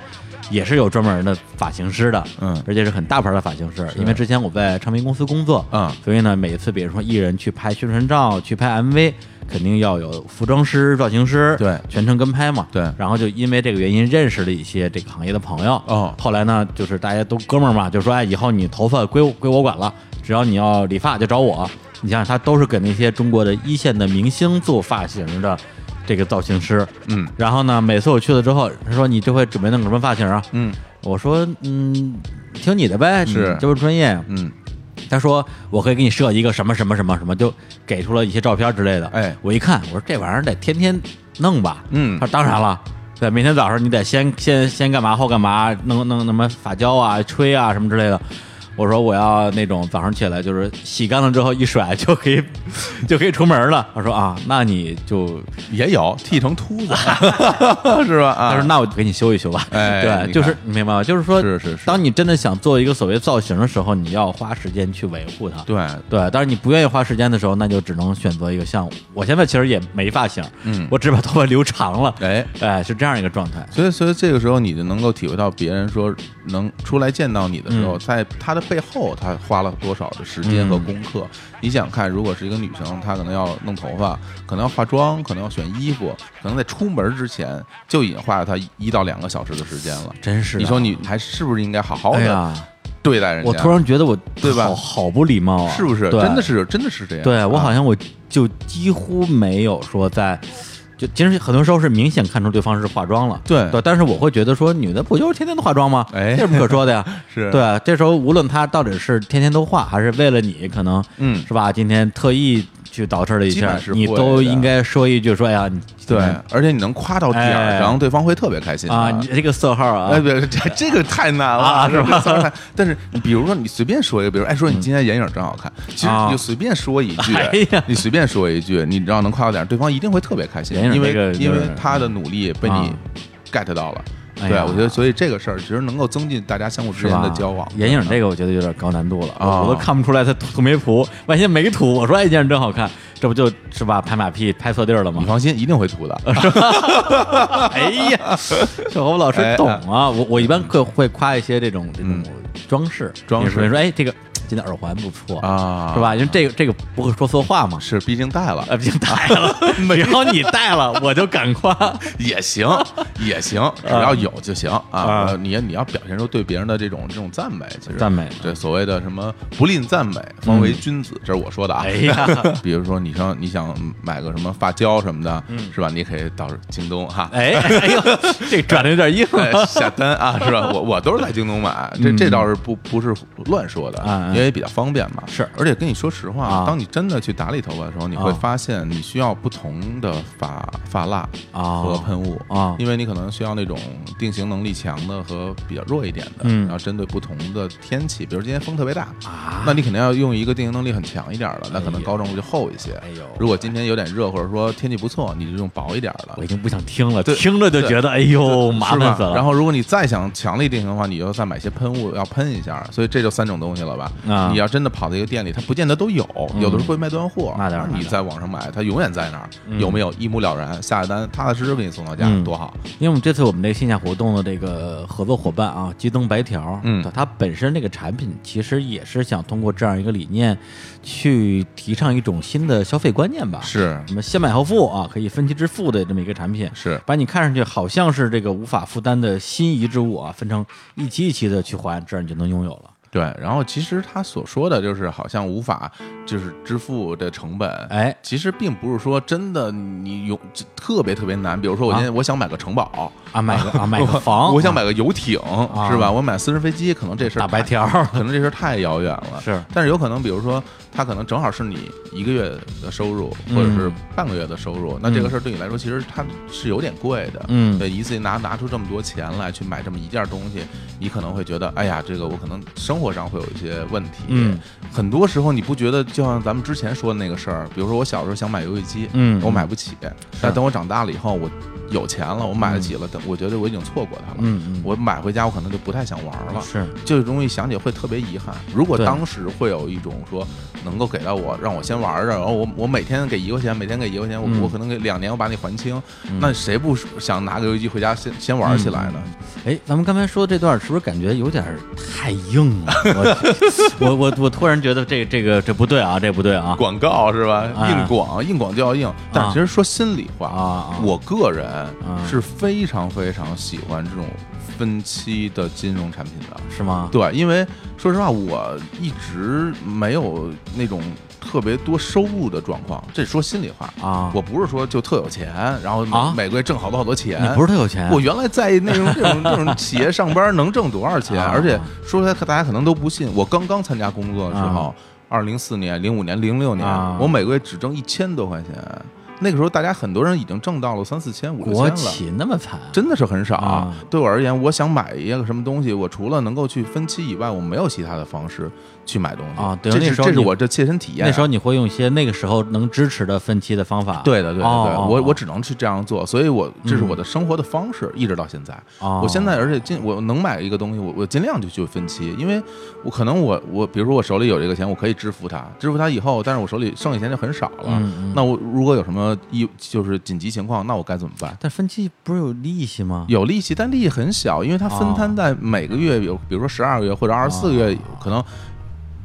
[SPEAKER 1] 也是有专门的发型师的，
[SPEAKER 2] 嗯
[SPEAKER 1] 而且是很大牌的发型师。因为之前我在唱片公司工作，
[SPEAKER 2] 嗯
[SPEAKER 1] 所以呢，每一次比如说艺人去拍宣传照、去拍 MV，肯定要有服装师、造型师，
[SPEAKER 2] 对
[SPEAKER 1] 全程跟拍嘛。
[SPEAKER 2] 对
[SPEAKER 1] 然后就因为这个原因认识了一些这个行业的朋友。
[SPEAKER 2] 哦
[SPEAKER 1] 后来呢，就是大家都哥们儿嘛，就说哎，以后你头发归我归我管了，只要你要理发就找我。你想想，他都是给那些中国的一线的明星做发型的这个造型师。
[SPEAKER 2] 嗯
[SPEAKER 1] 然后呢，每次我去了之后，他说你这回准备弄个什么发型啊？
[SPEAKER 2] 嗯
[SPEAKER 1] [LAUGHS] 我说嗯，听你的呗，
[SPEAKER 2] 是
[SPEAKER 1] 你这不是专业呀。
[SPEAKER 2] 嗯，
[SPEAKER 1] 他说我可以给你设一个什么什么什么什么，就给出了一些照片之类的。
[SPEAKER 2] 哎
[SPEAKER 1] 我一看，我说这玩意儿得天天弄吧。
[SPEAKER 2] 嗯
[SPEAKER 1] 他说当然了，对，每天早上你得先先先干嘛后干嘛，弄弄什么发胶啊、吹啊什么之类的。我说我要那种早上起来就是洗干了之后一甩就可以 [LAUGHS] 就可以出门了。他说啊，那你就
[SPEAKER 2] 也有剃成秃子， [LAUGHS] 是吧？啊，
[SPEAKER 1] 他说：“那我就给你修一修吧。”
[SPEAKER 2] 哎你看
[SPEAKER 1] 对，就是你明白吗？就是说，
[SPEAKER 2] 是是是
[SPEAKER 1] 当你真的想做一个所谓造型的时候，你要花时间去维护它。
[SPEAKER 2] 对，
[SPEAKER 1] 对，但是你不愿意花时间的时候，那就只能选择一个项目。我现在其实也没发型，
[SPEAKER 2] 嗯
[SPEAKER 1] 我只把头发留长了，
[SPEAKER 2] 哎，
[SPEAKER 1] 哎，是这样一个状态。
[SPEAKER 2] 所以，所以这个时候你就能够体会到别人说能出来见到你的时候，
[SPEAKER 1] 嗯
[SPEAKER 2] 在他的背后他花了多少的时间和功课。
[SPEAKER 1] 嗯
[SPEAKER 2] 你想看，如果是一个女生，她可能要弄头发，可能要化妆，可能要选衣服，可能在出门之前就已经花了她一到两个小时的时间了。
[SPEAKER 1] 真是啊
[SPEAKER 2] 你说你还是不是应该好好
[SPEAKER 1] 哎
[SPEAKER 2] 的
[SPEAKER 1] 呀，
[SPEAKER 2] 对待人家？
[SPEAKER 1] 我突然觉得我
[SPEAKER 2] 对吧
[SPEAKER 1] 好好不礼貌啊，
[SPEAKER 2] 是不是
[SPEAKER 1] 对
[SPEAKER 2] 真的？是真的是这样？
[SPEAKER 1] 对我
[SPEAKER 2] 啊
[SPEAKER 1] 好像我就几乎没有说在，就其实很多时候是明显看出对方是化妆了。
[SPEAKER 2] 对
[SPEAKER 1] 对，但是我会觉得说，女的不就是天天都化妆吗？
[SPEAKER 2] 哎
[SPEAKER 1] 这有什么可说的呀？
[SPEAKER 2] [LAUGHS] 是
[SPEAKER 1] 对，啊这时候无论她到底是天天都化，还是为了你，可能
[SPEAKER 2] 嗯
[SPEAKER 1] 是吧？今天特意去捯饬了一
[SPEAKER 2] 基
[SPEAKER 1] 下
[SPEAKER 2] 本是，
[SPEAKER 1] 你
[SPEAKER 2] 会
[SPEAKER 1] 都
[SPEAKER 2] 的
[SPEAKER 1] 应该说一句说哎呀，你
[SPEAKER 2] 对，啊而且你能夸到点儿
[SPEAKER 1] 哎
[SPEAKER 2] 上，对方会特别开心
[SPEAKER 1] 啊，你这个色号
[SPEAKER 2] 哎，
[SPEAKER 1] 啊，
[SPEAKER 2] 不，这这个太难了，
[SPEAKER 1] 啊嗯
[SPEAKER 2] 是吧？当然但是你比如说你随便说一个，比如说哎，说你今天眼影真好看，其实你就随便说一句，
[SPEAKER 1] 啊哎呀
[SPEAKER 2] 你随便说一句，你只要能夸到点儿，对方一定会特别开心，
[SPEAKER 1] 眼影
[SPEAKER 2] 因为、
[SPEAKER 1] 这个就是
[SPEAKER 2] 因为他的努力被你
[SPEAKER 1] 啊
[SPEAKER 2] get 到了。
[SPEAKER 1] 哎
[SPEAKER 2] 对，啊
[SPEAKER 1] 呀
[SPEAKER 2] 我觉得所以这个事儿其实能够增进大家相互之
[SPEAKER 1] 是
[SPEAKER 2] 间
[SPEAKER 1] 吧
[SPEAKER 2] 的交往。
[SPEAKER 1] 眼影这
[SPEAKER 2] 个
[SPEAKER 1] 个我觉得有点高难度了，
[SPEAKER 2] 啊
[SPEAKER 1] 我都看不出来他涂没涂。万一没涂，我说哎， [LAUGHS] 眼影真好看，这不就是吧？拍马屁拍错地儿了吗
[SPEAKER 2] 你？ [LAUGHS] 放心，一定会涂的。
[SPEAKER 1] 哎呀，小侯老师
[SPEAKER 2] 哎嗯
[SPEAKER 1] 懂啊！我我一般会会夸一些这种这种装饰，
[SPEAKER 2] 装饰
[SPEAKER 1] 比如说哎，这个今天耳环不错
[SPEAKER 2] 啊
[SPEAKER 1] 是吧？因为这个这个不会说错话嘛。 [LAUGHS]
[SPEAKER 2] 是，毕竟戴了
[SPEAKER 1] 啊，毕竟戴了，
[SPEAKER 2] [LAUGHS]
[SPEAKER 1] 然后你戴了，我就敢夸。[LAUGHS]
[SPEAKER 2] 也行，也行，只要有就行啊
[SPEAKER 1] 啊！
[SPEAKER 2] 你你要表现出对别人的这种这种赞美，其实
[SPEAKER 1] 赞美
[SPEAKER 2] 对所谓的什么不吝赞美，方为君子，这是我说的啊。
[SPEAKER 1] 哎 [LAUGHS] 呀，
[SPEAKER 2] [LAUGHS] 比如说你上你想买个什么发胶什么的，是吧？你可以到京东哈。
[SPEAKER 1] 嗯哎 [LAUGHS] 哎呦，这转的有点硬
[SPEAKER 2] 哎 [LAUGHS] 下单啊，是吧？我我都是在京东买，这这倒是不不是乱说的
[SPEAKER 1] 嗯嗯，嗯
[SPEAKER 2] 因为比较方便嘛。
[SPEAKER 1] 是
[SPEAKER 2] 而且跟你说实话
[SPEAKER 1] 啊，
[SPEAKER 2] 当你真的去打理头发的时候，你会
[SPEAKER 1] 啊
[SPEAKER 2] 发现你需要不同的发发蜡
[SPEAKER 1] 啊
[SPEAKER 2] 和喷雾
[SPEAKER 1] 啊
[SPEAKER 2] 因为你可能需要那种定型能力强的和比较弱一点的，
[SPEAKER 1] 嗯
[SPEAKER 2] 然后针对不同的天气，比如今天风特别大，
[SPEAKER 1] 啊
[SPEAKER 2] 那你肯定要用一个定型能力很强一点的，那可
[SPEAKER 1] 哎
[SPEAKER 2] 能
[SPEAKER 1] 呦
[SPEAKER 2] 膏状物就厚一些。
[SPEAKER 1] 哎呦
[SPEAKER 2] 如果今天有点热，或者说天气不错，你就用薄一点的
[SPEAKER 1] 我已。经不想听了，
[SPEAKER 2] 对
[SPEAKER 1] 听着就觉得哎呦
[SPEAKER 2] 是
[SPEAKER 1] 麻
[SPEAKER 2] 吧
[SPEAKER 1] 烦死了。
[SPEAKER 2] 然后如果你再想强力定型的话，你就再买些喷雾要喷一下。所以这就三种东西了吧？
[SPEAKER 1] 啊嗯
[SPEAKER 2] 你要真的跑到一个店里，它不见得都有，有的是会卖断货，啊
[SPEAKER 1] 那当然那
[SPEAKER 2] 你
[SPEAKER 1] 当然
[SPEAKER 2] 在网上买，它永远在那儿，有没有一目了然，下了单踏踏实实给你送到家，
[SPEAKER 1] 嗯
[SPEAKER 2] 多好。
[SPEAKER 1] 因为我们这次我们这个线下活动的这个合作伙伴啊，激增白条，
[SPEAKER 2] 嗯
[SPEAKER 1] 它本身这个产品其实也是想通过这样一个理念，去提倡一种新的消费观念吧，
[SPEAKER 2] 是
[SPEAKER 1] 什么先买后付啊，可以分期支付的这么一个产品，
[SPEAKER 2] 是
[SPEAKER 1] 把你看上去好像是这个无法负担的心仪之物啊，分成一期一期的去还，这样你就能拥有了。
[SPEAKER 2] 对，然后其实他所说的就是好像无法就是支付的成本，
[SPEAKER 1] 哎
[SPEAKER 2] 其实并不是说真的你有特别特别难，比如说我今天我想买个城堡，
[SPEAKER 1] 啊，买啊个啊，买
[SPEAKER 2] [LAUGHS]
[SPEAKER 1] 个房，
[SPEAKER 2] 我想买个游艇，是吧？我买私人飞机，可能这事儿
[SPEAKER 1] 打白
[SPEAKER 2] 太
[SPEAKER 1] 条，
[SPEAKER 2] 可能这事儿太遥远了。
[SPEAKER 1] 是，
[SPEAKER 2] 但是有可能，比如说他可能正好是你一个月的收入，
[SPEAKER 1] 嗯
[SPEAKER 2] 或者是半个月的收入，那这个事儿对你来说其实它是有点贵的。
[SPEAKER 1] 嗯
[SPEAKER 2] 对，一次性拿拿出这么多钱来去买这么一件东西，你可能会觉得，哎呀，这个我可能生活上会有一些问题。
[SPEAKER 1] 嗯，
[SPEAKER 2] 很多时候你不觉得，就像咱们之前说的那个事儿，比如说我小时候想买游戏机，
[SPEAKER 1] 嗯
[SPEAKER 2] 我买不起，但等我长大了以后，我有钱了，我买得起了，等我觉得我已经错过它了。
[SPEAKER 1] 嗯嗯
[SPEAKER 2] 我买回家，我可能就不太想玩了。
[SPEAKER 1] 是
[SPEAKER 2] 这个东西想起会特别遗憾。如果
[SPEAKER 1] 对
[SPEAKER 2] 当时会有一种说能够给到我，让我先玩着，然后我我每天给一块钱，每天给一块钱，我、
[SPEAKER 1] 嗯
[SPEAKER 2] 我可能给两年我把你还清，那谁不想拿
[SPEAKER 1] 嗯
[SPEAKER 2] 个游戏机回家先先玩起来呢？
[SPEAKER 1] 哎，咱们刚才说这段是不是感觉有点太硬了？我 [LAUGHS] 我我我突然觉得这这个这不对啊，这不对啊
[SPEAKER 2] 广告是吧？
[SPEAKER 1] 哎
[SPEAKER 2] 硬广，硬广就要硬。但
[SPEAKER 1] 啊
[SPEAKER 2] 其实说心里话，
[SPEAKER 1] 啊啊！
[SPEAKER 2] 我个人
[SPEAKER 1] 嗯
[SPEAKER 2] 是非常非常喜欢这种分期的金融产品的。
[SPEAKER 1] 是吗？
[SPEAKER 2] 对，因为说实话，我一直没有那种特别多收入的状况，这说心里话。
[SPEAKER 1] 啊，
[SPEAKER 2] 我不是说就特有钱，然后
[SPEAKER 1] 啊
[SPEAKER 2] 每个月挣好多好多钱。
[SPEAKER 1] 你不是特有钱，啊
[SPEAKER 2] 我原来在那种这种这种企业上班能挣多少钱？
[SPEAKER 1] 啊
[SPEAKER 2] 而且说出来大家可能都不信，我刚刚参加工作的时候，二零零四年、零五年、零六年
[SPEAKER 1] 啊，
[SPEAKER 2] 我每个月只挣一千多块钱。那个时候，大家很多人已经挣到了三四千、五六
[SPEAKER 1] 国
[SPEAKER 2] 千了。
[SPEAKER 1] 企那么惨，
[SPEAKER 2] 真的是很少、
[SPEAKER 1] 啊
[SPEAKER 2] 对我而言，我想买一个什么东西，我除了能够去分期以外，我没有其他的方式去买东西
[SPEAKER 1] 啊对
[SPEAKER 2] 这
[SPEAKER 1] 那
[SPEAKER 2] 是
[SPEAKER 1] 时候
[SPEAKER 2] 这是
[SPEAKER 1] 你
[SPEAKER 2] 我这切身体验啊。
[SPEAKER 1] 那时候你会用一些那个时候能支持的分期的方法，
[SPEAKER 2] 对的，对的，对的
[SPEAKER 1] 哦哦
[SPEAKER 2] 我
[SPEAKER 1] 哦
[SPEAKER 2] 我只能去这样做，所以我这是
[SPEAKER 1] 嗯
[SPEAKER 2] 我的生活的方式，一直到现在。
[SPEAKER 1] 哦，
[SPEAKER 2] 我现在而且尽我能买一个东西，我我尽量就去分期，因为我可能我我比如说我手里有这个钱，我可以支付它，支付它以后，但是我手里剩下钱就很少了。
[SPEAKER 1] 嗯嗯
[SPEAKER 2] 那我如果有什么一就是紧急情况，那我该怎么办？
[SPEAKER 1] 但分期不是有利息吗？哦
[SPEAKER 2] 有利息，但利息很小，因为它分摊在每个月有，比如说十二个月或者二十四个月，可能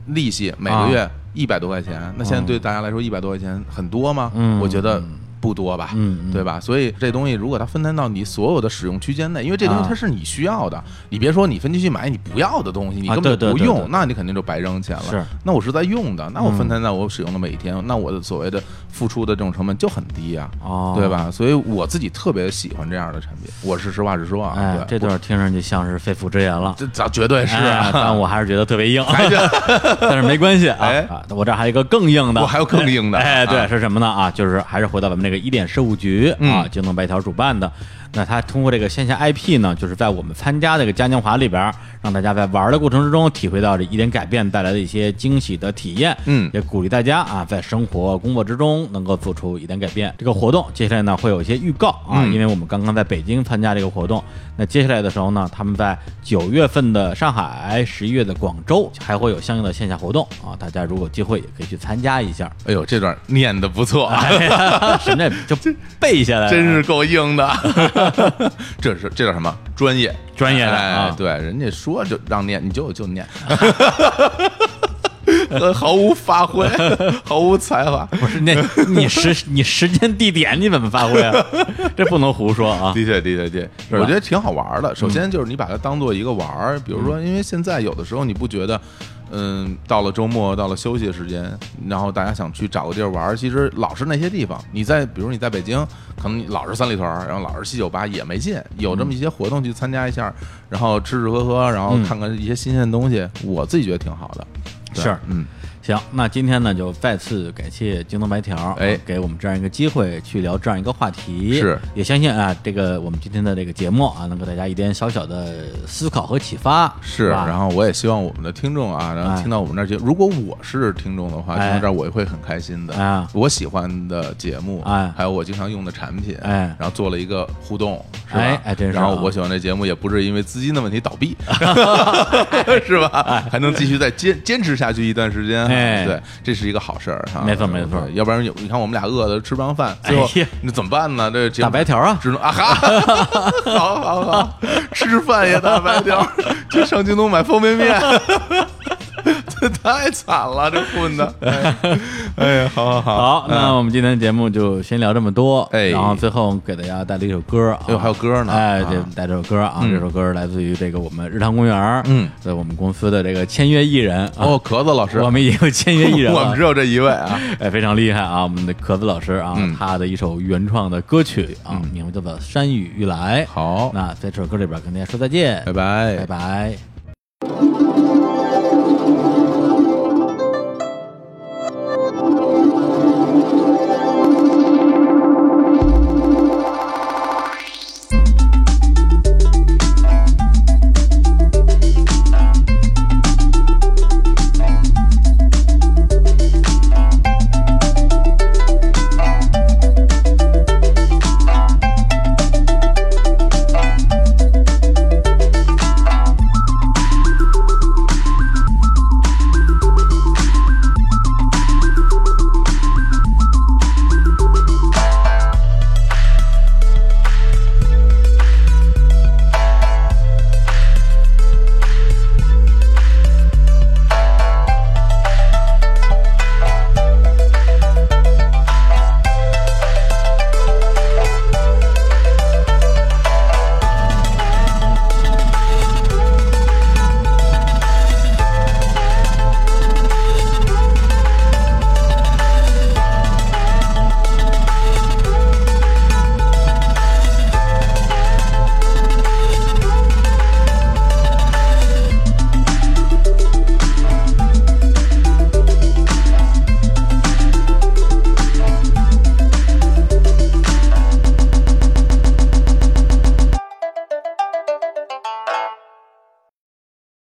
[SPEAKER 2] 利息每个月一百多块钱。那现在对大家来说，一百多块钱很多吗？
[SPEAKER 1] 嗯
[SPEAKER 2] 我觉得不多吧。
[SPEAKER 1] 嗯，嗯
[SPEAKER 2] 对？吧？所以这东西如果它分摊到你所有的使用区间内，因为这东西
[SPEAKER 1] 啊
[SPEAKER 2] 它是你需要的，你别说你分期去买你不要的东西，你
[SPEAKER 1] 啊
[SPEAKER 2] 根
[SPEAKER 1] 对
[SPEAKER 2] 本
[SPEAKER 1] 对
[SPEAKER 2] 不
[SPEAKER 1] 对
[SPEAKER 2] 用，
[SPEAKER 1] 对
[SPEAKER 2] 那你肯定就白扔钱了。
[SPEAKER 1] 是，嗯
[SPEAKER 2] 那我是在用的，那我分摊在我使用的每一天，那我的所谓的付出的这种成本就很低啊。
[SPEAKER 1] 哦，
[SPEAKER 2] 对？吧？所以我自己特别喜欢这样的产品，我是实话实说啊。
[SPEAKER 1] 哎，这
[SPEAKER 2] 对
[SPEAKER 1] 段听上去像是肺腑之言了
[SPEAKER 2] 我。这咱绝对是
[SPEAKER 1] 哎
[SPEAKER 2] 啊，
[SPEAKER 1] 但我还是觉得特别硬，
[SPEAKER 2] 是
[SPEAKER 1] [LAUGHS] 但是没关系啊
[SPEAKER 2] 哎
[SPEAKER 1] 啊！我这还有一个更硬的，
[SPEAKER 2] [LAUGHS] 我还有更硬的
[SPEAKER 1] 哎，对，
[SPEAKER 2] 啊
[SPEAKER 1] 是什么呢？啊，就是还是回到咱们这个一点事务局啊，
[SPEAKER 2] 嗯
[SPEAKER 1] 京东白条主办的。那它通过这个线下 IP 呢，就是在我们参加这个嘉年华里边儿，让大家在玩的过程之中体会到这一点改变带来的一些惊喜的体验。
[SPEAKER 2] 嗯
[SPEAKER 1] 也鼓励大家啊，在生活、工作之中能够做出一点改变。这个活动接下来呢会有一些预告啊，
[SPEAKER 2] 嗯
[SPEAKER 1] 因为我们刚刚在北京参加这个活动，那接下来的时候呢，他们在九月份的上海、十一月的广州还会有相应的线下活动啊，大家如果有机会也可以去参加一下。
[SPEAKER 2] 哎呦，这段念的不错，
[SPEAKER 1] [LAUGHS]
[SPEAKER 2] 啊，
[SPEAKER 1] 哎呀，神这就背下来了，
[SPEAKER 2] 真是够硬的。 [LAUGHS] 这是这叫什么？专业，
[SPEAKER 1] 专业的
[SPEAKER 2] 哎
[SPEAKER 1] 啊，
[SPEAKER 2] 对，人家说就让念，你就就念， [LAUGHS] 呃毫无发
[SPEAKER 1] [LAUGHS]
[SPEAKER 2] 挥，毫无才华。
[SPEAKER 1] 不是
[SPEAKER 2] [LAUGHS]
[SPEAKER 1] 那你时你时间地点你怎么发挥啊？这不能胡说啊！嗯
[SPEAKER 2] 的确，的确，的确，我觉得挺好玩的。首先就是你把它当做一个玩儿，比如说，因为现在有的时候你不觉得，嗯，到了周末，到了休息时间，然后大家想去找个地儿玩儿，其实老是那些地方。你在，比如你在北京，可能你老是三里屯儿，然后老是七九八也没劲。有这么一些活动去参加一下，然后吃吃喝喝，然后
[SPEAKER 1] 嗯
[SPEAKER 2] 看看一些新鲜的东西，我自己觉得挺好的。对
[SPEAKER 1] 是
[SPEAKER 2] 嗯，
[SPEAKER 1] 行，那今天呢，就再次感谢京东白条，
[SPEAKER 2] 哎
[SPEAKER 1] 给我们这样一个机会去聊这样一个话题。
[SPEAKER 2] 是，
[SPEAKER 1] 也相信啊，这个我们今天的这个节目啊，能给大家一点小小的思考和启发。
[SPEAKER 2] 是，
[SPEAKER 1] 吧
[SPEAKER 2] 然后我也希望我们的听众啊，然后
[SPEAKER 1] 哎
[SPEAKER 2] 听到我们这儿节，如果我是听众的话，听
[SPEAKER 1] 哎
[SPEAKER 2] 到这儿我也会很开心的。
[SPEAKER 1] 啊
[SPEAKER 2] 我喜欢的节目，
[SPEAKER 1] 哎
[SPEAKER 2] 还有我经常用的产品，
[SPEAKER 1] 哎
[SPEAKER 2] 然后做了一个互动，是吧？
[SPEAKER 1] 哎哎真是啊
[SPEAKER 2] 然后我喜欢这节目，也不是因为资金的问题
[SPEAKER 1] [LAUGHS]
[SPEAKER 2] 倒闭， [LAUGHS] 是吧？还能继续再坚坚持下去一段时间，
[SPEAKER 1] 哎
[SPEAKER 2] 对，这是一个好事儿哈。
[SPEAKER 1] 没错没错
[SPEAKER 2] 对要不然有你看我们俩饿的吃不上饭，最后
[SPEAKER 1] 哎呀
[SPEAKER 2] 那怎么办呢？这节目
[SPEAKER 1] 打白条啊，
[SPEAKER 2] 只能 [LAUGHS] 啊哈，好好好，吃饭也大白条， [LAUGHS] 去上京东买方便面， [LAUGHS] 这太惨了，这混的。 [LAUGHS] 哎哎呀，好好好，
[SPEAKER 1] 好，那我们今天的节目就先聊这么多。
[SPEAKER 2] 哎
[SPEAKER 1] 然后最后给大家带了一首歌啊，
[SPEAKER 2] 哎呦还有歌呢
[SPEAKER 1] 哎，
[SPEAKER 2] 啊
[SPEAKER 1] 对，带这首歌啊，
[SPEAKER 2] 嗯
[SPEAKER 1] 这首歌来自于这个我们日坛公园，
[SPEAKER 2] 嗯，
[SPEAKER 1] 在我们公司的这个签约艺人啊，
[SPEAKER 2] 哦，壳子老师，
[SPEAKER 1] 我们也有签约艺人了，
[SPEAKER 2] [LAUGHS] 我们只有这一位啊。
[SPEAKER 1] 哎，非常厉害啊！我们的壳子老师啊，
[SPEAKER 2] 嗯
[SPEAKER 1] 他的一首原创的歌曲啊，名字叫做《山雨欲来》。
[SPEAKER 2] 好，
[SPEAKER 1] 那在这首歌里边跟大家说再见，
[SPEAKER 2] 拜拜，
[SPEAKER 1] 拜拜